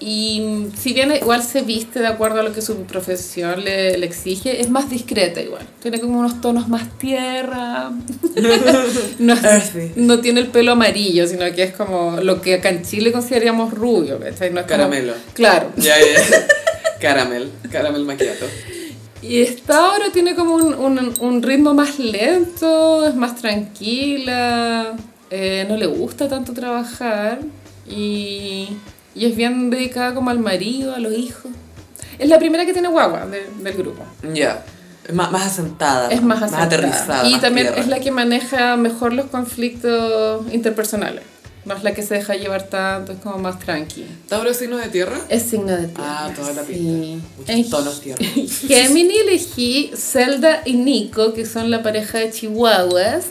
[SPEAKER 2] Y mm, si bien igual se viste de acuerdo a lo que su profesión le, le exige, es más discreta igual. Tiene como unos tonos más tierra. no, es-
[SPEAKER 1] Earthy.
[SPEAKER 2] no tiene el pelo amarillo, sino que es como lo que acá en Chile consideraríamos rubio. ¿cachai? No es como-
[SPEAKER 1] Caramelo.
[SPEAKER 2] claro.
[SPEAKER 1] Ya, ya, ya. Caramel, caramel maquillato.
[SPEAKER 2] Y esta ahora tiene como un, un- un ritmo más lento, es más tranquila, eh, no le gusta tanto trabajar y, y es bien dedicada como al marido, a los hijos. Es la primera que tiene guagua de- del grupo.
[SPEAKER 1] Ya. Es más, más asentada.
[SPEAKER 2] Es más asentada.
[SPEAKER 1] aterrizada.
[SPEAKER 2] Y
[SPEAKER 1] más
[SPEAKER 2] también
[SPEAKER 1] tierra.
[SPEAKER 2] es la que maneja mejor los conflictos interpersonales. No es la que se deja llevar tanto, es como más tranqui.
[SPEAKER 1] ¿Tauro es signo de tierra?
[SPEAKER 2] Es signo de tierra.
[SPEAKER 1] Ah, toda la
[SPEAKER 2] sí.
[SPEAKER 1] pinta. Muchos
[SPEAKER 2] En
[SPEAKER 1] tonos tiernos.
[SPEAKER 2] Gemini elegí Zelda y Nico, que son la pareja de chihuahuas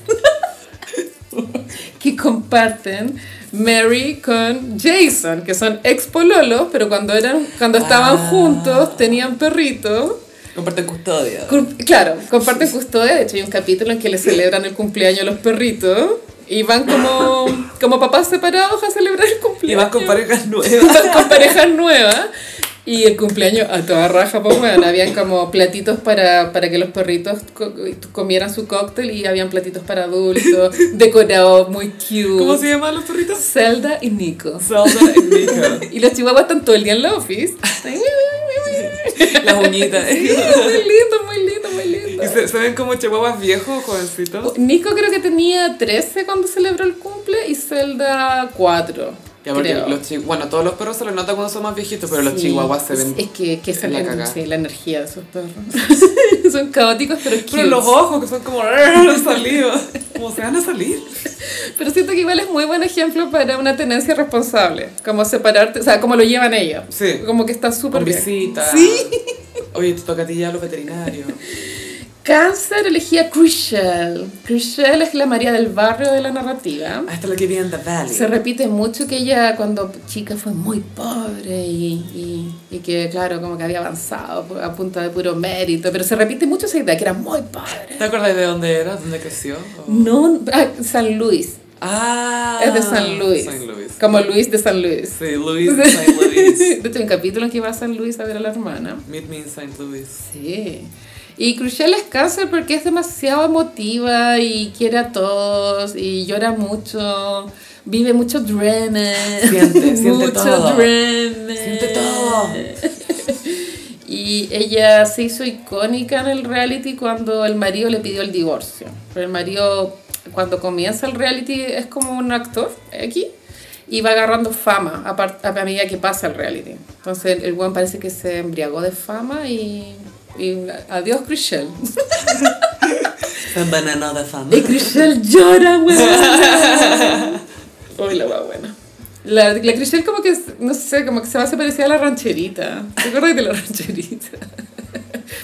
[SPEAKER 2] que comparten Mary con Jason, que son ex pololos, pero cuando eran cuando estaban
[SPEAKER 1] Ah.
[SPEAKER 2] juntos tenían perrito.
[SPEAKER 1] Comparten custodia.
[SPEAKER 2] Cul- Claro, comparten custodia, de hecho hay un capítulo en que le celebran el cumpleaños a los perritos y van como como papás separados a celebrar el cumpleaños.
[SPEAKER 1] Y vas con parejas nuevas.
[SPEAKER 2] Iban con parejas nuevas y el cumpleaños a toda raja, pues bueno, habían como platitos para, para que los perritos co- comieran su cóctel y habían platitos para adultos, decorado muy cute.
[SPEAKER 1] ¿Cómo se llaman los perritos?
[SPEAKER 2] Zelda y Nico.
[SPEAKER 1] Zelda y Nico.
[SPEAKER 2] Y los chihuahuas están todo el día en la office. Ay,
[SPEAKER 1] Las uñitas.
[SPEAKER 2] muy lindo, muy lindo, muy lindo.
[SPEAKER 1] ¿Y se, se ven como chihuahuas viejos o jovencitos?
[SPEAKER 2] Nico creo que tenía 13 cuando celebró el cumple y Zelda 4.
[SPEAKER 1] Ya, porque
[SPEAKER 2] creo.
[SPEAKER 1] los chi- bueno, todos los perros se les nota cuando son más viejitos, pero los
[SPEAKER 2] Sí,
[SPEAKER 1] chihuahuas se
[SPEAKER 2] es-
[SPEAKER 1] ven...
[SPEAKER 2] Es que, que esa
[SPEAKER 1] la
[SPEAKER 2] la,
[SPEAKER 1] cagá.
[SPEAKER 2] sí, la energía de esos perros. son caóticos, pero cute.
[SPEAKER 1] Pero los ojos que son como "Arr", salidos, como se van a salir.
[SPEAKER 2] Pero siento que igual es muy buen ejemplo para una tenencia responsable. Como separarte, o sea, como lo llevan ellos.
[SPEAKER 1] Sí.
[SPEAKER 2] Como que está súper
[SPEAKER 1] Con
[SPEAKER 2] bien.
[SPEAKER 1] visitas.
[SPEAKER 2] Sí.
[SPEAKER 1] Oye, te toca a ti ya los veterinarios.
[SPEAKER 2] Cáncer elegía Crucial. Crucial es la María del barrio de la narrativa.
[SPEAKER 1] Ah, esta es la que vive en The Valley.
[SPEAKER 2] Se repite mucho que ella cuando chica fue muy pobre y, y- y que claro, como que había avanzado a punta de puro mérito, pero se repite mucho esa idea que era muy pobre.
[SPEAKER 1] ¿Te acuerdas de dónde era? ¿Dónde creció? O-
[SPEAKER 2] No, ah, San Luis,
[SPEAKER 1] Ah.
[SPEAKER 2] es de San Luis,
[SPEAKER 1] San Luis.
[SPEAKER 2] como Luis de San Luis.
[SPEAKER 1] Sí, Luis de San Luis.
[SPEAKER 2] De hecho, hay un capítulo en que va a San Luis a ver a la hermana.
[SPEAKER 1] Meet me in St. Louis.
[SPEAKER 2] Sí. Y Crucial es cáncer porque es demasiado emotiva y quiere a todos y llora mucho, vive mucho drama.
[SPEAKER 1] Siente, siente
[SPEAKER 2] mucho
[SPEAKER 1] todo.
[SPEAKER 2] drama.
[SPEAKER 1] Siente todo.
[SPEAKER 2] Y ella se hizo icónica en el reality cuando el marido le pidió el divorcio. Pero el marido, cuando comienza el reality, es como un actor aquí y va agarrando fama a, par- a medida que pasa el reality. Entonces el buen parece que se embriagó de fama y, y adiós, Chriselle.
[SPEAKER 1] San Banano de Fama.
[SPEAKER 2] Y Chriselle llora, weón. Uy, la guau buena. La, la Chriselle como que, es- no sé, como que se va a parecía a la rancherita. ¿Te acuerdas de la rancherita?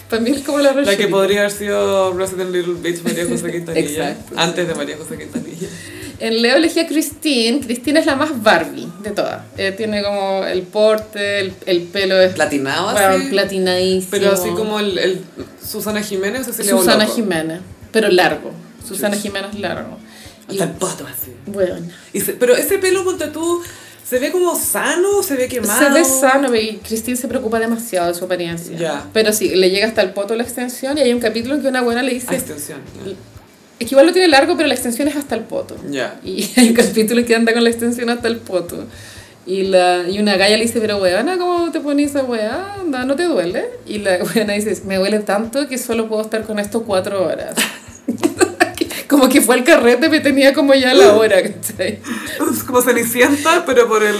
[SPEAKER 2] También es como la rancherita.
[SPEAKER 1] La que podría haber sido Resident Little Beach María José Quintanilla.
[SPEAKER 2] Exacto.
[SPEAKER 1] antes de María José Quintanilla.
[SPEAKER 2] En Leo elegí a Christine. Christine es la más Barbie de todas. Eh, tiene como el porte, el, el pelo es
[SPEAKER 1] Platinado
[SPEAKER 2] bueno,
[SPEAKER 1] así.
[SPEAKER 2] platinadísimo.
[SPEAKER 1] Ah, Pero así como el, el Susana Jiménez, o Cecilia
[SPEAKER 2] Susana
[SPEAKER 1] Boloco.
[SPEAKER 2] Jiménez, pero largo. Susana
[SPEAKER 1] Chus.
[SPEAKER 2] Jiménez largo. Y,
[SPEAKER 1] Hasta el poto así.
[SPEAKER 2] bueno,
[SPEAKER 1] Y se- pero ese pelo, ponte tú, ¿se ve como sano? ¿Se ve quemado?
[SPEAKER 2] se ve sano y Christine se preocupa demasiado de su apariencia.
[SPEAKER 1] Ya.
[SPEAKER 2] Pero sí, le llega hasta el poto la extensión y hay un capítulo en que una buena le
[SPEAKER 1] Ah,
[SPEAKER 2] dice,
[SPEAKER 1] extensión.
[SPEAKER 2] Es que igual lo tiene largo, pero la extensión es hasta el poto.
[SPEAKER 1] Ya.
[SPEAKER 2] Y hay un capítulo que anda con la extensión hasta el poto. Y, la, y una galla le dice, pero weona, ¿cómo te pones esa weá? Anda, ¿no te duele? Y la weona dice, me duele tanto que solo puedo estar con esto cuatro horas. como que fue el carrete, me tenía como ya la hora, ¿cachai?
[SPEAKER 1] Es como Cenicienta, pero por el...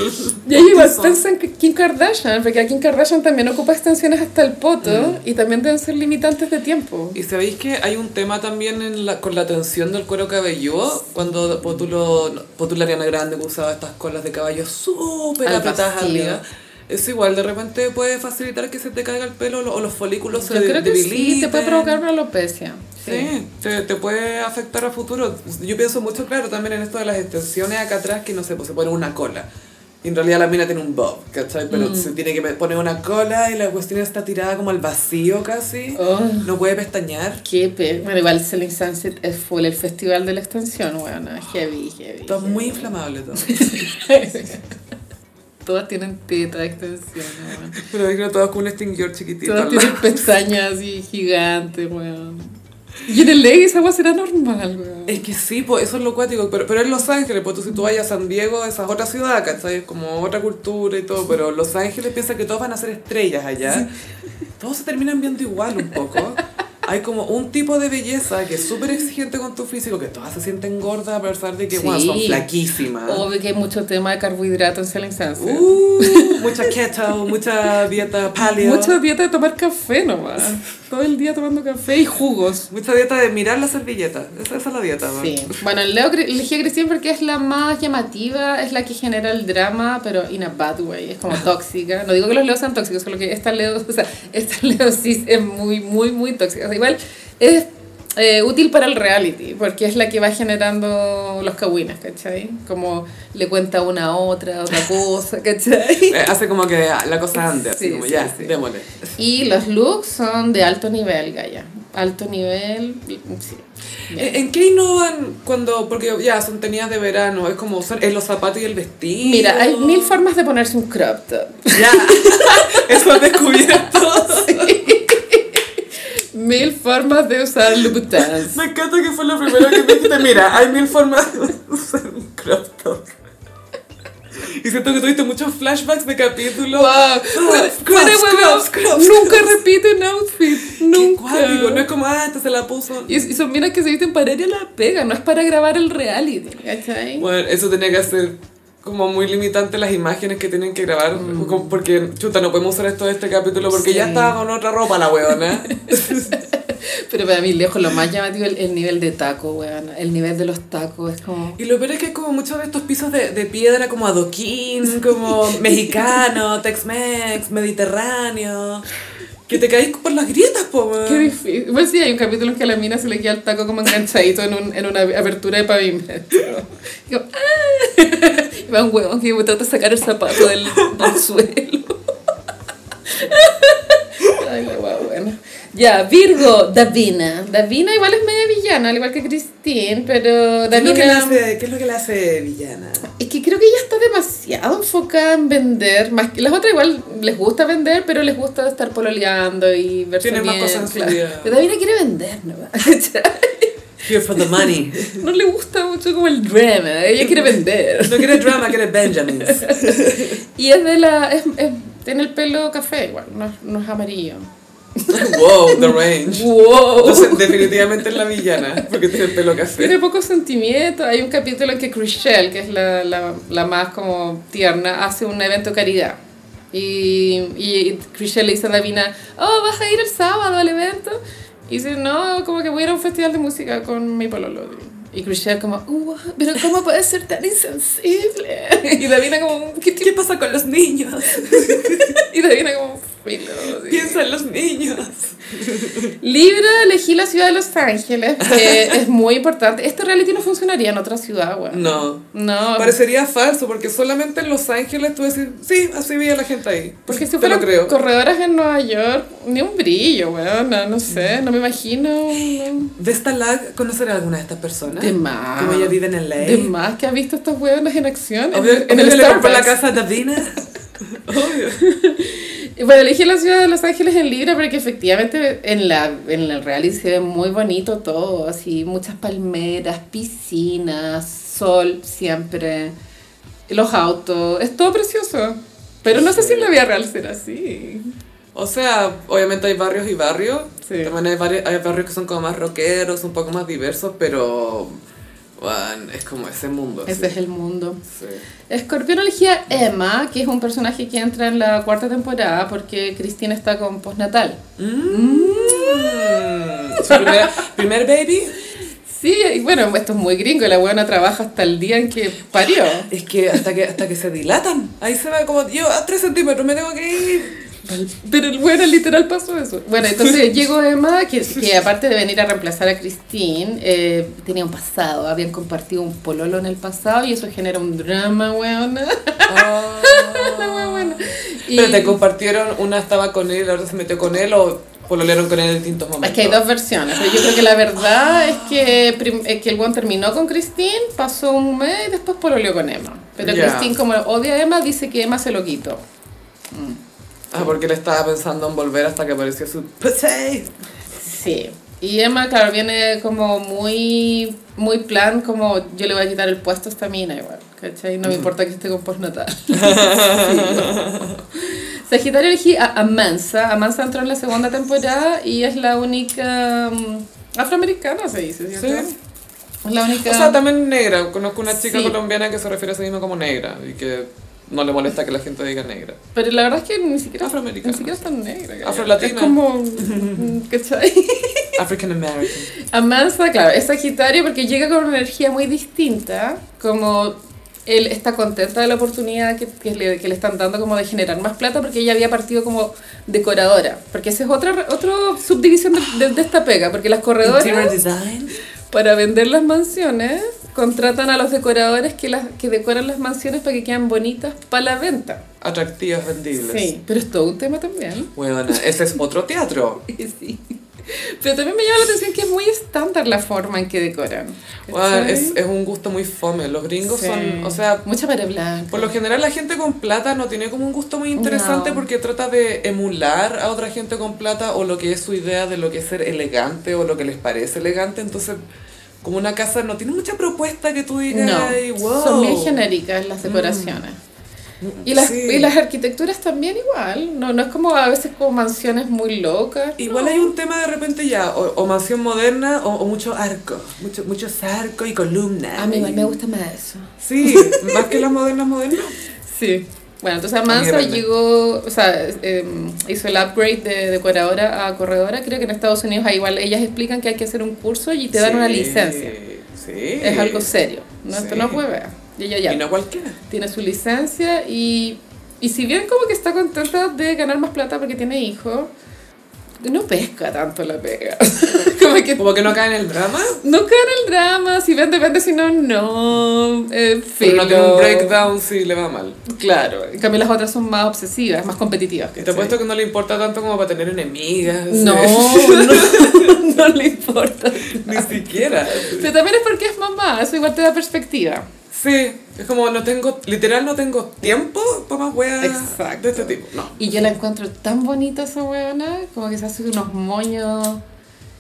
[SPEAKER 2] Y ahí igual piensan que Kim Kardashian, porque a Kim Kardashian también ocupa extensiones hasta el poto y también deben ser limitantes de tiempo.
[SPEAKER 1] Y sabéis que hay un tema también en la- con la tensión del cuero cabelludo, cuando potulo, no, potulo Ariana Grande que usaba estas colas de caballo súper
[SPEAKER 2] Al
[SPEAKER 1] apretadas
[SPEAKER 2] vacío.
[SPEAKER 1] arriba. Eso igual de repente puede facilitar que se te caiga el pelo lo- o los folículos se
[SPEAKER 2] Yo creo que sí, te
[SPEAKER 1] debiliten.
[SPEAKER 2] puede provocar una alopecia.
[SPEAKER 1] Sí, te, te puede afectar a futuro. Yo pienso mucho, claro, también en esto de las extensiones acá atrás, que no sé, pues se pone una cola. Y en realidad la mina tiene un bob, ¿cachai? Pero
[SPEAKER 2] Mm.
[SPEAKER 1] se tiene que poner una cola y la cuestión está tirada como al vacío casi.
[SPEAKER 2] Oh.
[SPEAKER 1] No puede pestañear.
[SPEAKER 2] Qué pe... Bueno, igual Selling Sunset es full el festival de la extensión, bueno, heavy, heavy.
[SPEAKER 1] Está muy inflamable todo.
[SPEAKER 2] Todas tienen teta, extensión, weón.
[SPEAKER 1] Pero ahí creo todos con un extinguidor chiquitito.
[SPEAKER 2] Todas
[SPEAKER 1] al lado.
[SPEAKER 2] tienen pestañas así gigantes, weón. Y en el leg esa agua será normal, weón.
[SPEAKER 1] Es que sí, pues eso es lo cuático. Pero, pero en Los Ángeles, pues tú si tú vas a San Diego, esa es otra ciudad, ¿cachai? Es como otra cultura y todo. Pero Los Ángeles piensa que todos van a ser estrellas allá. Todos se terminan viendo igual un poco. Hay como un tipo de belleza que es súper exigente con tu físico, que todas se sienten gordas a pesar de que bueno, son
[SPEAKER 2] Sí. Oh,
[SPEAKER 1] flaquísimas.
[SPEAKER 2] Obvio que hay mucho tema de carbohidrato en Selling Sunset.
[SPEAKER 1] Uh, mucha keto, mucha dieta paleo.
[SPEAKER 2] Mucha dieta de tomar café nomás. Todo el día tomando café y jugos.
[SPEAKER 1] Mucha dieta de mirar la servilleta. Esa, esa es la dieta, ¿no?
[SPEAKER 2] Sí. Bueno, el Leo cre- elegí a Christine porque es la más llamativa, es la que genera el drama, pero in a bad way. Es como tóxica. No digo que los Leos sean tóxicos, solo que esta Leo, o sea, esta Leo cis es muy, muy, muy tóxica. O sea, igual es eh, útil para el reality, porque es la que va generando los cagüines, ¿cachai? Como le cuenta una a otra, otra cosa, ¿cachai?
[SPEAKER 1] Eh, hace como que la cosa ande, así
[SPEAKER 2] Sí,
[SPEAKER 1] como
[SPEAKER 2] sí,
[SPEAKER 1] ya,
[SPEAKER 2] sí.
[SPEAKER 1] démosle.
[SPEAKER 2] Y los looks son de alto nivel, Gaya. Alto nivel, sí. Ya.
[SPEAKER 1] Eh, ¿En en qué innovan cuando.? Porque ya son tenidas de verano, es como usar en los zapatos y el vestido.
[SPEAKER 2] Mira, hay mil formas de ponerse un crop top.
[SPEAKER 1] Ya, eso es descubierto.
[SPEAKER 2] Mil formas de usar Louboutins.
[SPEAKER 1] Me encanta que fue lo primero que me dijiste. Mira, hay mil formas de usar un crop top. Y siento que tuviste muchos flashbacks de capítulos.
[SPEAKER 2] Fuera- fuera
[SPEAKER 1] Crops,
[SPEAKER 2] huevón,
[SPEAKER 1] crops, crops,
[SPEAKER 2] Nunca repiten outfit.
[SPEAKER 1] Qué cuático, no es
[SPEAKER 2] Nunca.
[SPEAKER 1] como, ah, esta se la puso.
[SPEAKER 2] Y, y son minas que se visten para ir a la pega, no es para grabar el reality. ¿Cachai?
[SPEAKER 1] Bueno, eso tenía que ser como muy limitante las imágenes que tienen que grabar. como- Porque, chuta, no podemos usar esto de este capítulo porque ya
[SPEAKER 2] Mm. Sí.
[SPEAKER 1] estaba con otra ropa la weona.
[SPEAKER 2] Pero para mí, lejos, lo más llamativo es el, el nivel de taco, weón. El nivel de los tacos es como.
[SPEAKER 1] Y lo peor es que hay como muchos de estos pisos de, de piedra, como adoquín, como mexicano, Tex-Mex, mediterráneo, que te caís por las grietas, po, weón.
[SPEAKER 2] Qué difícil. Pues sí, hay un capítulo en que a la mina se le queda el taco como enganchadito en, un- en una apertura de pavimento. Y, como, ¡ah! Y va un huevón que me trata de sacar el zapato del, del suelo. Ay, la guau, bueno. Ya, Virgo, Davina. Davina igual es media villana, al igual que Christine, pero
[SPEAKER 1] ¿Qué es lo que la
[SPEAKER 2] Davina...
[SPEAKER 1] hace, qué es lo que la hace villana?
[SPEAKER 2] Es que creo que ella está demasiado enfocada en vender, más que las otras igual les gusta vender, pero les gusta estar pololeando y verse
[SPEAKER 1] Tienen más
[SPEAKER 2] bien,
[SPEAKER 1] cosas en su
[SPEAKER 2] claro.
[SPEAKER 1] vida.
[SPEAKER 2] Pero Davina quiere vender, ¿no?
[SPEAKER 1] Here for the money.
[SPEAKER 2] no le gusta mucho como el drama, ella quiere vender.
[SPEAKER 1] No quiere drama, quiere Benjamins.
[SPEAKER 2] Y es de la... Es, es- tiene el pelo café igual, no, es- no es amarillo.
[SPEAKER 1] wow, the range.
[SPEAKER 2] ¡Wow!
[SPEAKER 1] Entonces, definitivamente es la villana, porque tiene el pelo
[SPEAKER 2] Tiene
[SPEAKER 1] café.
[SPEAKER 2] poco sentimiento. Hay un capítulo en que Chrishell, que es la, la, la más como tierna, hace un evento caridad. Y, y Chrishell le dice a Davina, oh, vas a ir el sábado al evento. Y dice, no, como que voy a ir a un festival de música con mi pololo. Y Chrishell como, "Uh, pero ¿cómo puedes ser tan insensible? Y Davina como, ¿qué
[SPEAKER 1] ¿Qué pasa con los niños?
[SPEAKER 2] Y Davina como, filo. así.
[SPEAKER 1] Piensa en los niños.
[SPEAKER 2] Libro, elegí la ciudad de Los Ángeles, que es muy importante. Este reality no funcionaría en otra ciudad, güey.
[SPEAKER 1] No.
[SPEAKER 2] No,
[SPEAKER 1] Parecería falso, porque solamente en Los Ángeles tú decís, sí, así veía la gente ahí.
[SPEAKER 2] Porque si
[SPEAKER 1] Te lo
[SPEAKER 2] fueran
[SPEAKER 1] creo.
[SPEAKER 2] corredoras en Nueva York, ni un brillo, weón, no, no
[SPEAKER 1] Mm.
[SPEAKER 2] sé, no me imagino. no.
[SPEAKER 1] De esta lag, conocer a alguna de estas personas.
[SPEAKER 2] De más.
[SPEAKER 1] Como ella vive en LA.
[SPEAKER 2] De más que ha visto estos weones en acción en,
[SPEAKER 1] Obvio,
[SPEAKER 2] en el
[SPEAKER 1] obvio le compró
[SPEAKER 2] Starbucks.
[SPEAKER 1] la casa a Davina. Obvio.
[SPEAKER 2] Y bueno, elegí la ciudad de Los Ángeles en Libra porque efectivamente en, la, en el reality se ve muy bonito todo, así muchas palmeras, piscinas, sol siempre, los autos, es todo precioso. Pero no sé si en la vida real será así.
[SPEAKER 1] O sea, obviamente hay barrios y barrios.
[SPEAKER 2] Sí.
[SPEAKER 1] También hay, barri- hay barrios que son como más rockeros, un poco más diversos, pero bueno, es como ese mundo.
[SPEAKER 2] Ese
[SPEAKER 1] sí.
[SPEAKER 2] es el mundo.
[SPEAKER 1] Sí.
[SPEAKER 2] Escorpión elegía a Emma, que es un personaje que entra en la cuarta temporada porque Cristina está con postnatal.
[SPEAKER 1] Mm. Su primer, primer baby.
[SPEAKER 2] Sí, y bueno, esto es muy gringo, la buena trabaja hasta el día en que parió.
[SPEAKER 1] Es que hasta que hasta que se dilatan. Ahí se va como, yo a 3 centímetros me tengo que ir.
[SPEAKER 2] Pero el bueno literal pasó eso. Bueno, entonces llegó Emma, que, que aparte de venir a reemplazar a Christine, eh, tenía un pasado, habían compartido un pololo en el pasado y eso genera un drama, weona.
[SPEAKER 1] Oh.
[SPEAKER 2] La wea buena. Y-
[SPEAKER 1] Pero te compartieron, una estaba con él, la otra se metió con él o pololearon con él en distintos
[SPEAKER 2] Es
[SPEAKER 1] momentos.
[SPEAKER 2] que hay dos versiones, pero yo creo que la verdad es que, prim- es que el one terminó con Christine, pasó un mes y después pololeó con Emma. Pero
[SPEAKER 1] Ya.
[SPEAKER 2] Christine, como odia a Emma, dice que Emma se lo quitó.
[SPEAKER 1] Ah, porque él estaba pensando en volver hasta que apareció su Pues,
[SPEAKER 3] Pues,
[SPEAKER 1] pussy.
[SPEAKER 2] Sí. Y Emma, claro, viene como muy, muy plan, como yo le voy a quitar el puesto a esta mina igual, ¿cachai?
[SPEAKER 1] Mm.
[SPEAKER 2] No me importa que esté con postnatal. Sí. Sagitario elegí a Amansa. Amansa entró en la segunda temporada y es la única mm, afroamericana, se dice, ¿cierto?
[SPEAKER 1] Sí.
[SPEAKER 2] Es la única...
[SPEAKER 1] O sea, también negra. Conozco una chica
[SPEAKER 2] Sí.
[SPEAKER 1] colombiana que se refiere a sí misma como negra y que no le molesta que la gente diga negra.
[SPEAKER 2] Pero la verdad es que ni siquiera,
[SPEAKER 1] Afroamericana.
[SPEAKER 2] ni siquiera es tan negra. creo.
[SPEAKER 1] Afrolatina.
[SPEAKER 2] Es como... mm, ¿Cachai?
[SPEAKER 1] African American.
[SPEAKER 2] Amansa, claro, es Sagitario porque llega con una energía muy distinta, como él está contenta de la oportunidad que, que le, que le están dando como de generar más plata porque ella había partido como decoradora, porque esa es otra, otra subdivisión de, de- de esta pega, porque las corredoras
[SPEAKER 3] design.
[SPEAKER 2] para vender las mansiones contratan a los decoradores que, las, que decoran las mansiones para que quedan bonitas para la venta.
[SPEAKER 1] Atractivas, vendibles.
[SPEAKER 2] Sí, pero es todo un tema también.
[SPEAKER 1] Bueno, ese es otro teatro.
[SPEAKER 2] Sí. Pero también me llama la atención que es muy estándar la forma en que decoran.
[SPEAKER 1] Bueno,
[SPEAKER 2] ¿cachai?
[SPEAKER 1] es, es un gusto muy fome. Los gringos
[SPEAKER 2] Sí.
[SPEAKER 1] son, o sea,
[SPEAKER 2] mucha pared blanca.
[SPEAKER 1] por lo general la gente con plata no tiene como un gusto muy interesante
[SPEAKER 2] No.
[SPEAKER 1] porque trata de emular a otra gente con plata o lo que es su idea de lo que es ser elegante o lo que les parece elegante. Entonces, como una casa no tiene mucha propuesta que tú digas,
[SPEAKER 2] no,
[SPEAKER 1] "Ay, wow. Mm.
[SPEAKER 2] son bien genéricas las decoraciones. Y las,
[SPEAKER 1] Sí.
[SPEAKER 2] y las arquitecturas también igual, no, no es como a veces como mansiones muy locas.
[SPEAKER 1] Igual
[SPEAKER 2] no.
[SPEAKER 1] hay un tema de repente ya, o, o mansión moderna o, o mucho arco, mucho, muchos arcos y columnas.
[SPEAKER 2] A mí igual Ah, me gusta más eso.
[SPEAKER 1] Sí, más que las modernas modernas.
[SPEAKER 2] Sí. Bueno, entonces
[SPEAKER 1] A
[SPEAKER 2] Amansa
[SPEAKER 1] mí igual me-
[SPEAKER 2] llegó, o sea, eh, hizo el upgrade de decoradora a corredora. Creo que en Estados Unidos ah, igual ellas explican que hay que hacer un curso y te dan una
[SPEAKER 1] Sí,
[SPEAKER 2] licencia.
[SPEAKER 1] Sí.
[SPEAKER 2] Es algo serio, no, esto
[SPEAKER 1] Sí.
[SPEAKER 2] no puede ver. Y ella ya.
[SPEAKER 1] Y no cualquiera.
[SPEAKER 2] tiene su licencia y, y si bien como que está contenta de ganar más plata porque tiene hijo, no pesca tanto la pega. como que
[SPEAKER 1] Como que no cae en el drama.
[SPEAKER 2] no cae en el drama, si vende, vende, si no, no. Eh,
[SPEAKER 1] Pero no tiene
[SPEAKER 2] filo.
[SPEAKER 1] un breakdown si le va mal.
[SPEAKER 2] Claro, en cambio las otras son más obsesivas, más competitivas.
[SPEAKER 1] Te
[SPEAKER 2] ¿cachai?
[SPEAKER 1] apuesto que no le importa tanto como para tener enemigas.
[SPEAKER 2] No,
[SPEAKER 1] eh,
[SPEAKER 2] no, no le importa.
[SPEAKER 1] Ni siquiera.
[SPEAKER 2] Pero también es porque es mamá, eso igual te da perspectiva.
[SPEAKER 1] Sí, es como no tengo, literal no tengo tiempo para más weas
[SPEAKER 2] Exacto.
[SPEAKER 1] de este tipo. No.
[SPEAKER 2] Y yo la encuentro tan bonita esa huevona, como que se hace unos moños.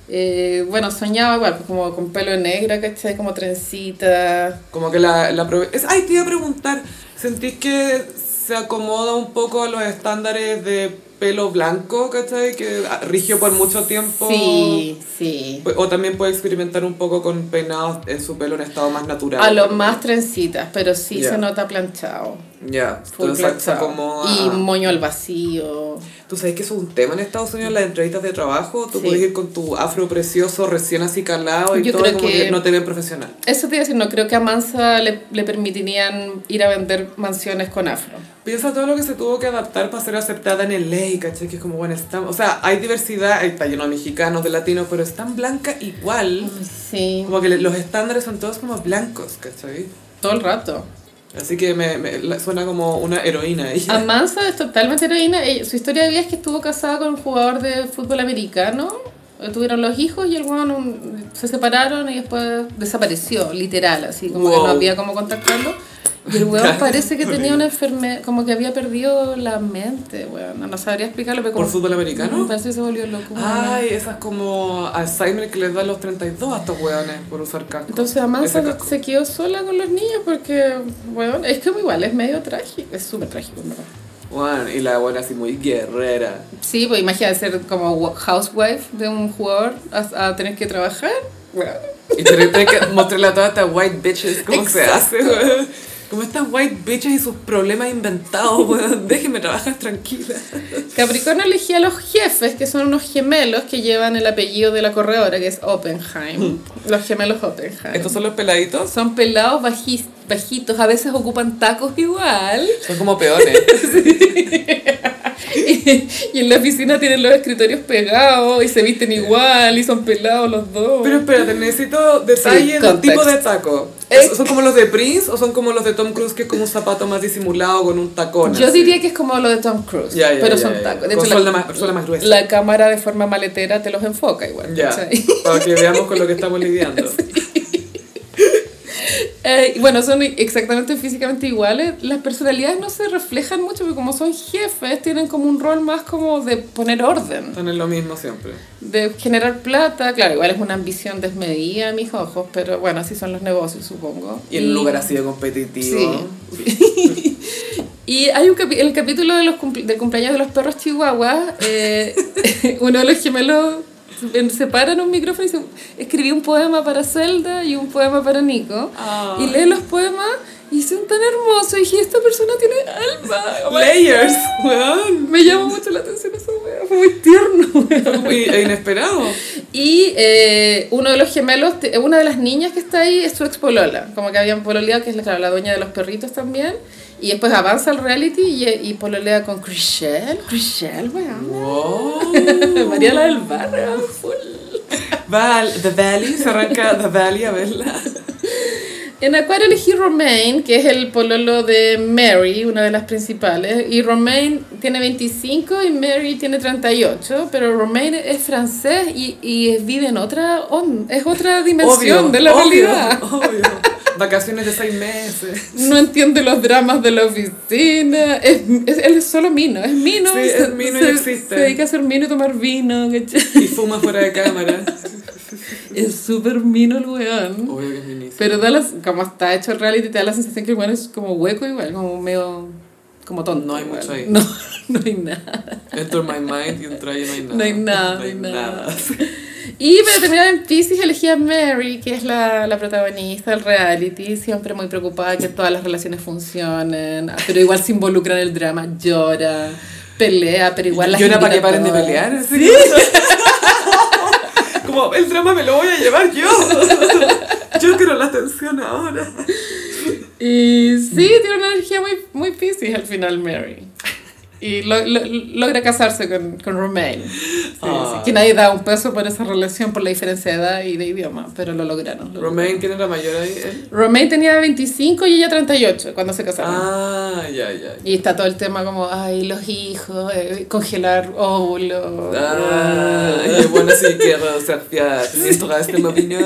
[SPEAKER 2] eh, bueno, soñaba igual, pues como con pelo negro, ¿cachai? Como trencita.
[SPEAKER 1] Como que la, la prove- es, Ay, te iba a preguntar, ¿sentís que se acomoda un poco a los estándares de pelo blanco, cachai? Que ah, rigió por mucho tiempo.
[SPEAKER 2] Sí, sí.
[SPEAKER 1] O también puede experimentar un poco con peinados en su pelo en estado más natural.
[SPEAKER 2] A lo más trencitas, pero sí
[SPEAKER 1] Ya.
[SPEAKER 2] se nota planchado.
[SPEAKER 1] Ya,
[SPEAKER 2] Full
[SPEAKER 1] entonces se
[SPEAKER 2] planchado.
[SPEAKER 1] acomoda.
[SPEAKER 2] Y moño al vacío.
[SPEAKER 1] Tú sabes que eso es un tema en Estados Unidos, las entrevistas de trabajo. Tú
[SPEAKER 2] Sí.
[SPEAKER 1] puedes ir con tu afro precioso, recién así calado y
[SPEAKER 2] Yo
[SPEAKER 1] todo,
[SPEAKER 2] creo
[SPEAKER 1] como que...
[SPEAKER 2] que-
[SPEAKER 1] no te ven profesional.
[SPEAKER 2] Eso te iba a decir, no creo que a Mansa le, le permitirían ir a vender mansiones con afro.
[SPEAKER 1] Piensa todo lo que se tuvo que adaptar para ser aceptada en el ley, ¿cachai? Que es como, bueno, estamos. O sea, hay diversidad, ahí está lleno de mexicanos, de latinos, pero es tan blanca igual.
[SPEAKER 2] Sí,
[SPEAKER 1] Mm. Como que le- los estándares son todos como blancos, ¿cachai?
[SPEAKER 2] todo el rato.
[SPEAKER 1] Así que me, me- la- suena como una heroína ella.
[SPEAKER 2] Amansa es totalmente heroína. Ella- Su historia de vida es que estuvo casada con un jugador de fútbol americano. Eh, Tuvieron los hijos y el weón un- se separaron y después desapareció, literal, así como que
[SPEAKER 1] Wow.
[SPEAKER 2] no había cómo contactarlo. Y el weón parece que tenía una enfermedad, como que había perdido la mente, weón. No, no sabría explicarlo, pero
[SPEAKER 1] ¿Por
[SPEAKER 2] como...
[SPEAKER 1] fútbol americano?
[SPEAKER 2] Mm, Parece que se volvió loco. weón.
[SPEAKER 1] Ay, esas como Alzheimer que les da a los 32 a estos weones por usar casco.
[SPEAKER 2] Entonces Amansa
[SPEAKER 1] Ese casco.
[SPEAKER 2] se quedó sola con los niños porque, weón, es como igual, es medio trágico, es súper trágico, en verdad.
[SPEAKER 1] Bueno, y la buena así muy guerrera.
[SPEAKER 2] Sí, pues imagínate ser como wa- housewife de un jugador a, a tener que trabajar. Bueno,
[SPEAKER 1] Y tener tener que mostrarle a todas estas white bitches cómo se hace, weón. Como estas white bitches y sus problemas inventados, weón. Déjenme trabajar tranquila.
[SPEAKER 2] Capricornio elegía a los jefes, que son unos gemelos que llevan el apellido de la corredora, que es Oppenheim. Los gemelos Oppenheim.
[SPEAKER 1] Hmm. Estos son los peladitos.
[SPEAKER 2] Son pelados bajis- bajitos, a veces ocupan tacos igual.
[SPEAKER 1] Son como peones.
[SPEAKER 2] Y, y en la oficina tienen los escritorios pegados y se visten igual y son pelados los dos.
[SPEAKER 1] Pero espérate, necesito detalle
[SPEAKER 2] Sí,
[SPEAKER 1] del
[SPEAKER 2] context.
[SPEAKER 1] tipo de taco.
[SPEAKER 2] Eh.
[SPEAKER 1] ¿Son como los de Prince o son como los de Tom Cruise que es como un zapato más disimulado con un tacón?
[SPEAKER 2] Yo
[SPEAKER 1] así?
[SPEAKER 2] diría que es como lo de Tom Cruise,
[SPEAKER 1] Ya, ya,
[SPEAKER 2] pero
[SPEAKER 1] ya,
[SPEAKER 2] son
[SPEAKER 1] ya.
[SPEAKER 2] tacos. De
[SPEAKER 1] Con
[SPEAKER 2] hecho,
[SPEAKER 1] suela más- suela más gruesa.
[SPEAKER 2] la cámara de forma maletera te los enfoca igual.
[SPEAKER 1] Ya,
[SPEAKER 2] ¿cachai?
[SPEAKER 1] para que veamos con lo que estamos lidiando.
[SPEAKER 2] Eh, y bueno, son exactamente físicamente iguales. Las personalidades no se reflejan mucho, porque como son jefes, tienen como un rol más como de poner orden,
[SPEAKER 1] Son en lo mismo siempre.
[SPEAKER 2] de generar plata. Claro, igual es una ambición desmedida a mis ojos, pero bueno, así son los negocios, supongo.
[SPEAKER 1] Y en un lugar así de competitivo.
[SPEAKER 2] Y hay un capi- el capítulo de los cumple- del cumpleaños de los perros chihuahuas, eh, uno de los gemelos en- se para en un micrófono y dice, escribí un poema para Zelda y un poema para Nico. Y
[SPEAKER 1] Ah.
[SPEAKER 2] lee los poemas y son tan hermosos. Y dije, esta persona tiene alma. Oh my
[SPEAKER 1] Layers, weón.
[SPEAKER 2] God. Me llama mucho la atención esa wea, fue muy tierno. wea.
[SPEAKER 1] Y- e inesperado.
[SPEAKER 2] Y eh, uno de los gemelos, te- eh, una de las niñas que está ahí es su ex polola, como que habían pololeado, que es la, claro, la dueña de los perritos también. Y después avanza al reality y, y pololea con Chriselle, Chriselle, weón.
[SPEAKER 1] Wow.
[SPEAKER 2] María la del barrio, full.
[SPEAKER 1] Val, The Valley, se arranca The Valley a verla.
[SPEAKER 2] En Acuario elegí Romain, que es el pololo de Mary, una de las principales. Y Romain tiene 25 y Mary tiene 38. Pero Romain es francés y, y vive en otra, on- es otra dimensión
[SPEAKER 1] Obvio,
[SPEAKER 2] de la
[SPEAKER 1] obvio,
[SPEAKER 2] realidad.
[SPEAKER 1] Obvio. Vacaciones de seis meses.
[SPEAKER 2] No entiende los dramas de la oficina. Es, es- él es solo mino, es mino.
[SPEAKER 1] Sí,
[SPEAKER 2] se-
[SPEAKER 1] es mino y
[SPEAKER 2] se,
[SPEAKER 1] existe.
[SPEAKER 2] se dedica a ser mino y tomar vino. ¿cachai?
[SPEAKER 1] Y fuma fuera de cámara.
[SPEAKER 2] Es súper mino el weón.
[SPEAKER 1] Obvio que es ministro.
[SPEAKER 2] Pero da las, como está hecho el reality, te da la sensación que el weón es como hueco igual, como medio... Como tonto.
[SPEAKER 1] No hay
[SPEAKER 2] igual.
[SPEAKER 1] mucho ahí.
[SPEAKER 2] No, no hay nada.
[SPEAKER 1] Enter my mind y entra y no hay nada.
[SPEAKER 2] No hay nada, no hay nada. Y para terminar en Pisces elegí a Mary, que es la, la protagonista del reality, siempre muy preocupada que todas las relaciones funcionen, ah, pero igual se involucra en el drama, llora, pelea, pero igual las
[SPEAKER 1] Yo era
[SPEAKER 2] invita
[SPEAKER 1] para que
[SPEAKER 2] a
[SPEAKER 1] paren de
[SPEAKER 2] todas.
[SPEAKER 1] pelear. así como- Como, el drama me lo voy a llevar yo. Yo quiero la atención ahora.
[SPEAKER 2] Y sí, tiene una energía muy, muy Pisces al final Mary. Y lo- lo- logra casarse con, con Romain. Sí,
[SPEAKER 1] Ah.
[SPEAKER 2] sí, que nadie da un peso por esa relación, por la diferencia de edad y de idioma, pero lo lograron. lo
[SPEAKER 1] Romain, ¿quién era mayor ahí? Él.
[SPEAKER 2] Romain tenía 25 y ella 38 cuando se casaron.
[SPEAKER 1] Ah, ya, ya.
[SPEAKER 2] Y está todo el tema como, ay, los hijos, eh, congelar óvulos.
[SPEAKER 1] Ah, y bueno, sí quiero surfear mientras que me vino.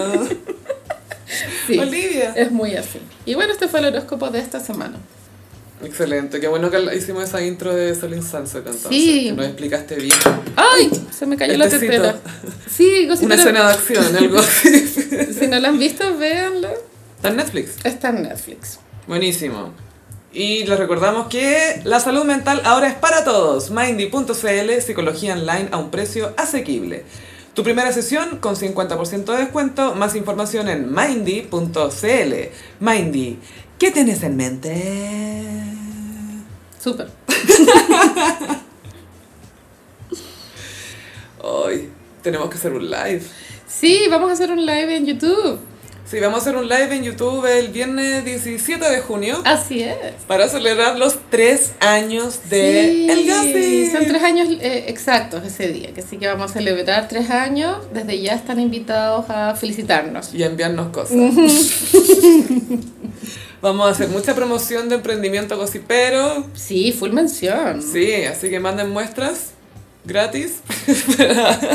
[SPEAKER 2] Sí,
[SPEAKER 1] Olivia.
[SPEAKER 2] es muy así. Y bueno, este fue el horóscopo de esta semana.
[SPEAKER 1] Excelente, qué bueno que la- hicimos esa intro de Selling Sunset entonces.
[SPEAKER 2] Sí.
[SPEAKER 1] que Nos explicaste bien.
[SPEAKER 2] ¡Ay! Se me cayó la
[SPEAKER 1] Este
[SPEAKER 2] tetera. Sí, cosita.
[SPEAKER 1] Una escena de acción, algo así.
[SPEAKER 2] Si no la han visto, véanla.
[SPEAKER 1] Está en Netflix.
[SPEAKER 2] Está en Netflix.
[SPEAKER 1] Buenísimo. Y les recordamos que la salud mental ahora es para todos. Mindy.cl, psicología online a un precio asequible. Tu primera sesión con 50% de descuento. Más información en mindy.cl. Mindy, ¿qué tienes en mente?
[SPEAKER 2] Súper.
[SPEAKER 1] Hoy tenemos que hacer un live.
[SPEAKER 2] Sí, vamos a hacer un live en YouTube.
[SPEAKER 1] Sí, vamos a hacer un live en YouTube el viernes 17 de junio
[SPEAKER 2] Así es.
[SPEAKER 1] para celebrar los tres años de
[SPEAKER 2] Sí,
[SPEAKER 1] Este, El Gossip.
[SPEAKER 2] Son tres años eh, exactos ese día. que Así que vamos a celebrar tres años. Desde ya están invitados a felicitarnos.
[SPEAKER 1] y a enviarnos cosas. Vamos a hacer mucha promoción de emprendimiento gossipero.
[SPEAKER 2] Sí, full mención.
[SPEAKER 1] Sí, así que manden muestras gratis.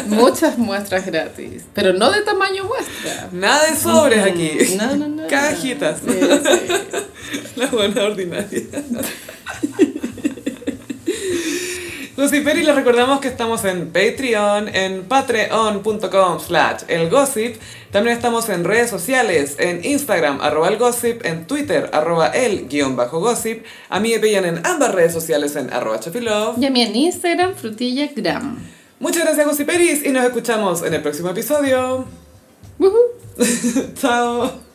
[SPEAKER 2] Muchas muestras gratis, pero no de tamaño muestra.
[SPEAKER 1] Nada de sobres aquí.
[SPEAKER 2] No, no, no.
[SPEAKER 1] Cajitas.
[SPEAKER 2] Sí, sí.
[SPEAKER 1] La buena ordinaria. Lucifer y les recordamos que estamos en Patreon, en patreon.com slash elgossip. También estamos en redes sociales, en Instagram, arroba elgossip, en Twitter, arroba el guión bajo gossip. A mí me pillan en ambas redes sociales en arroba chapilove.
[SPEAKER 2] Y a mí en Instagram, frutillagram.
[SPEAKER 1] Muchas gracias, Gossiperis, y nos escuchamos en el próximo episodio.
[SPEAKER 2] Woohoo.
[SPEAKER 1] Chao.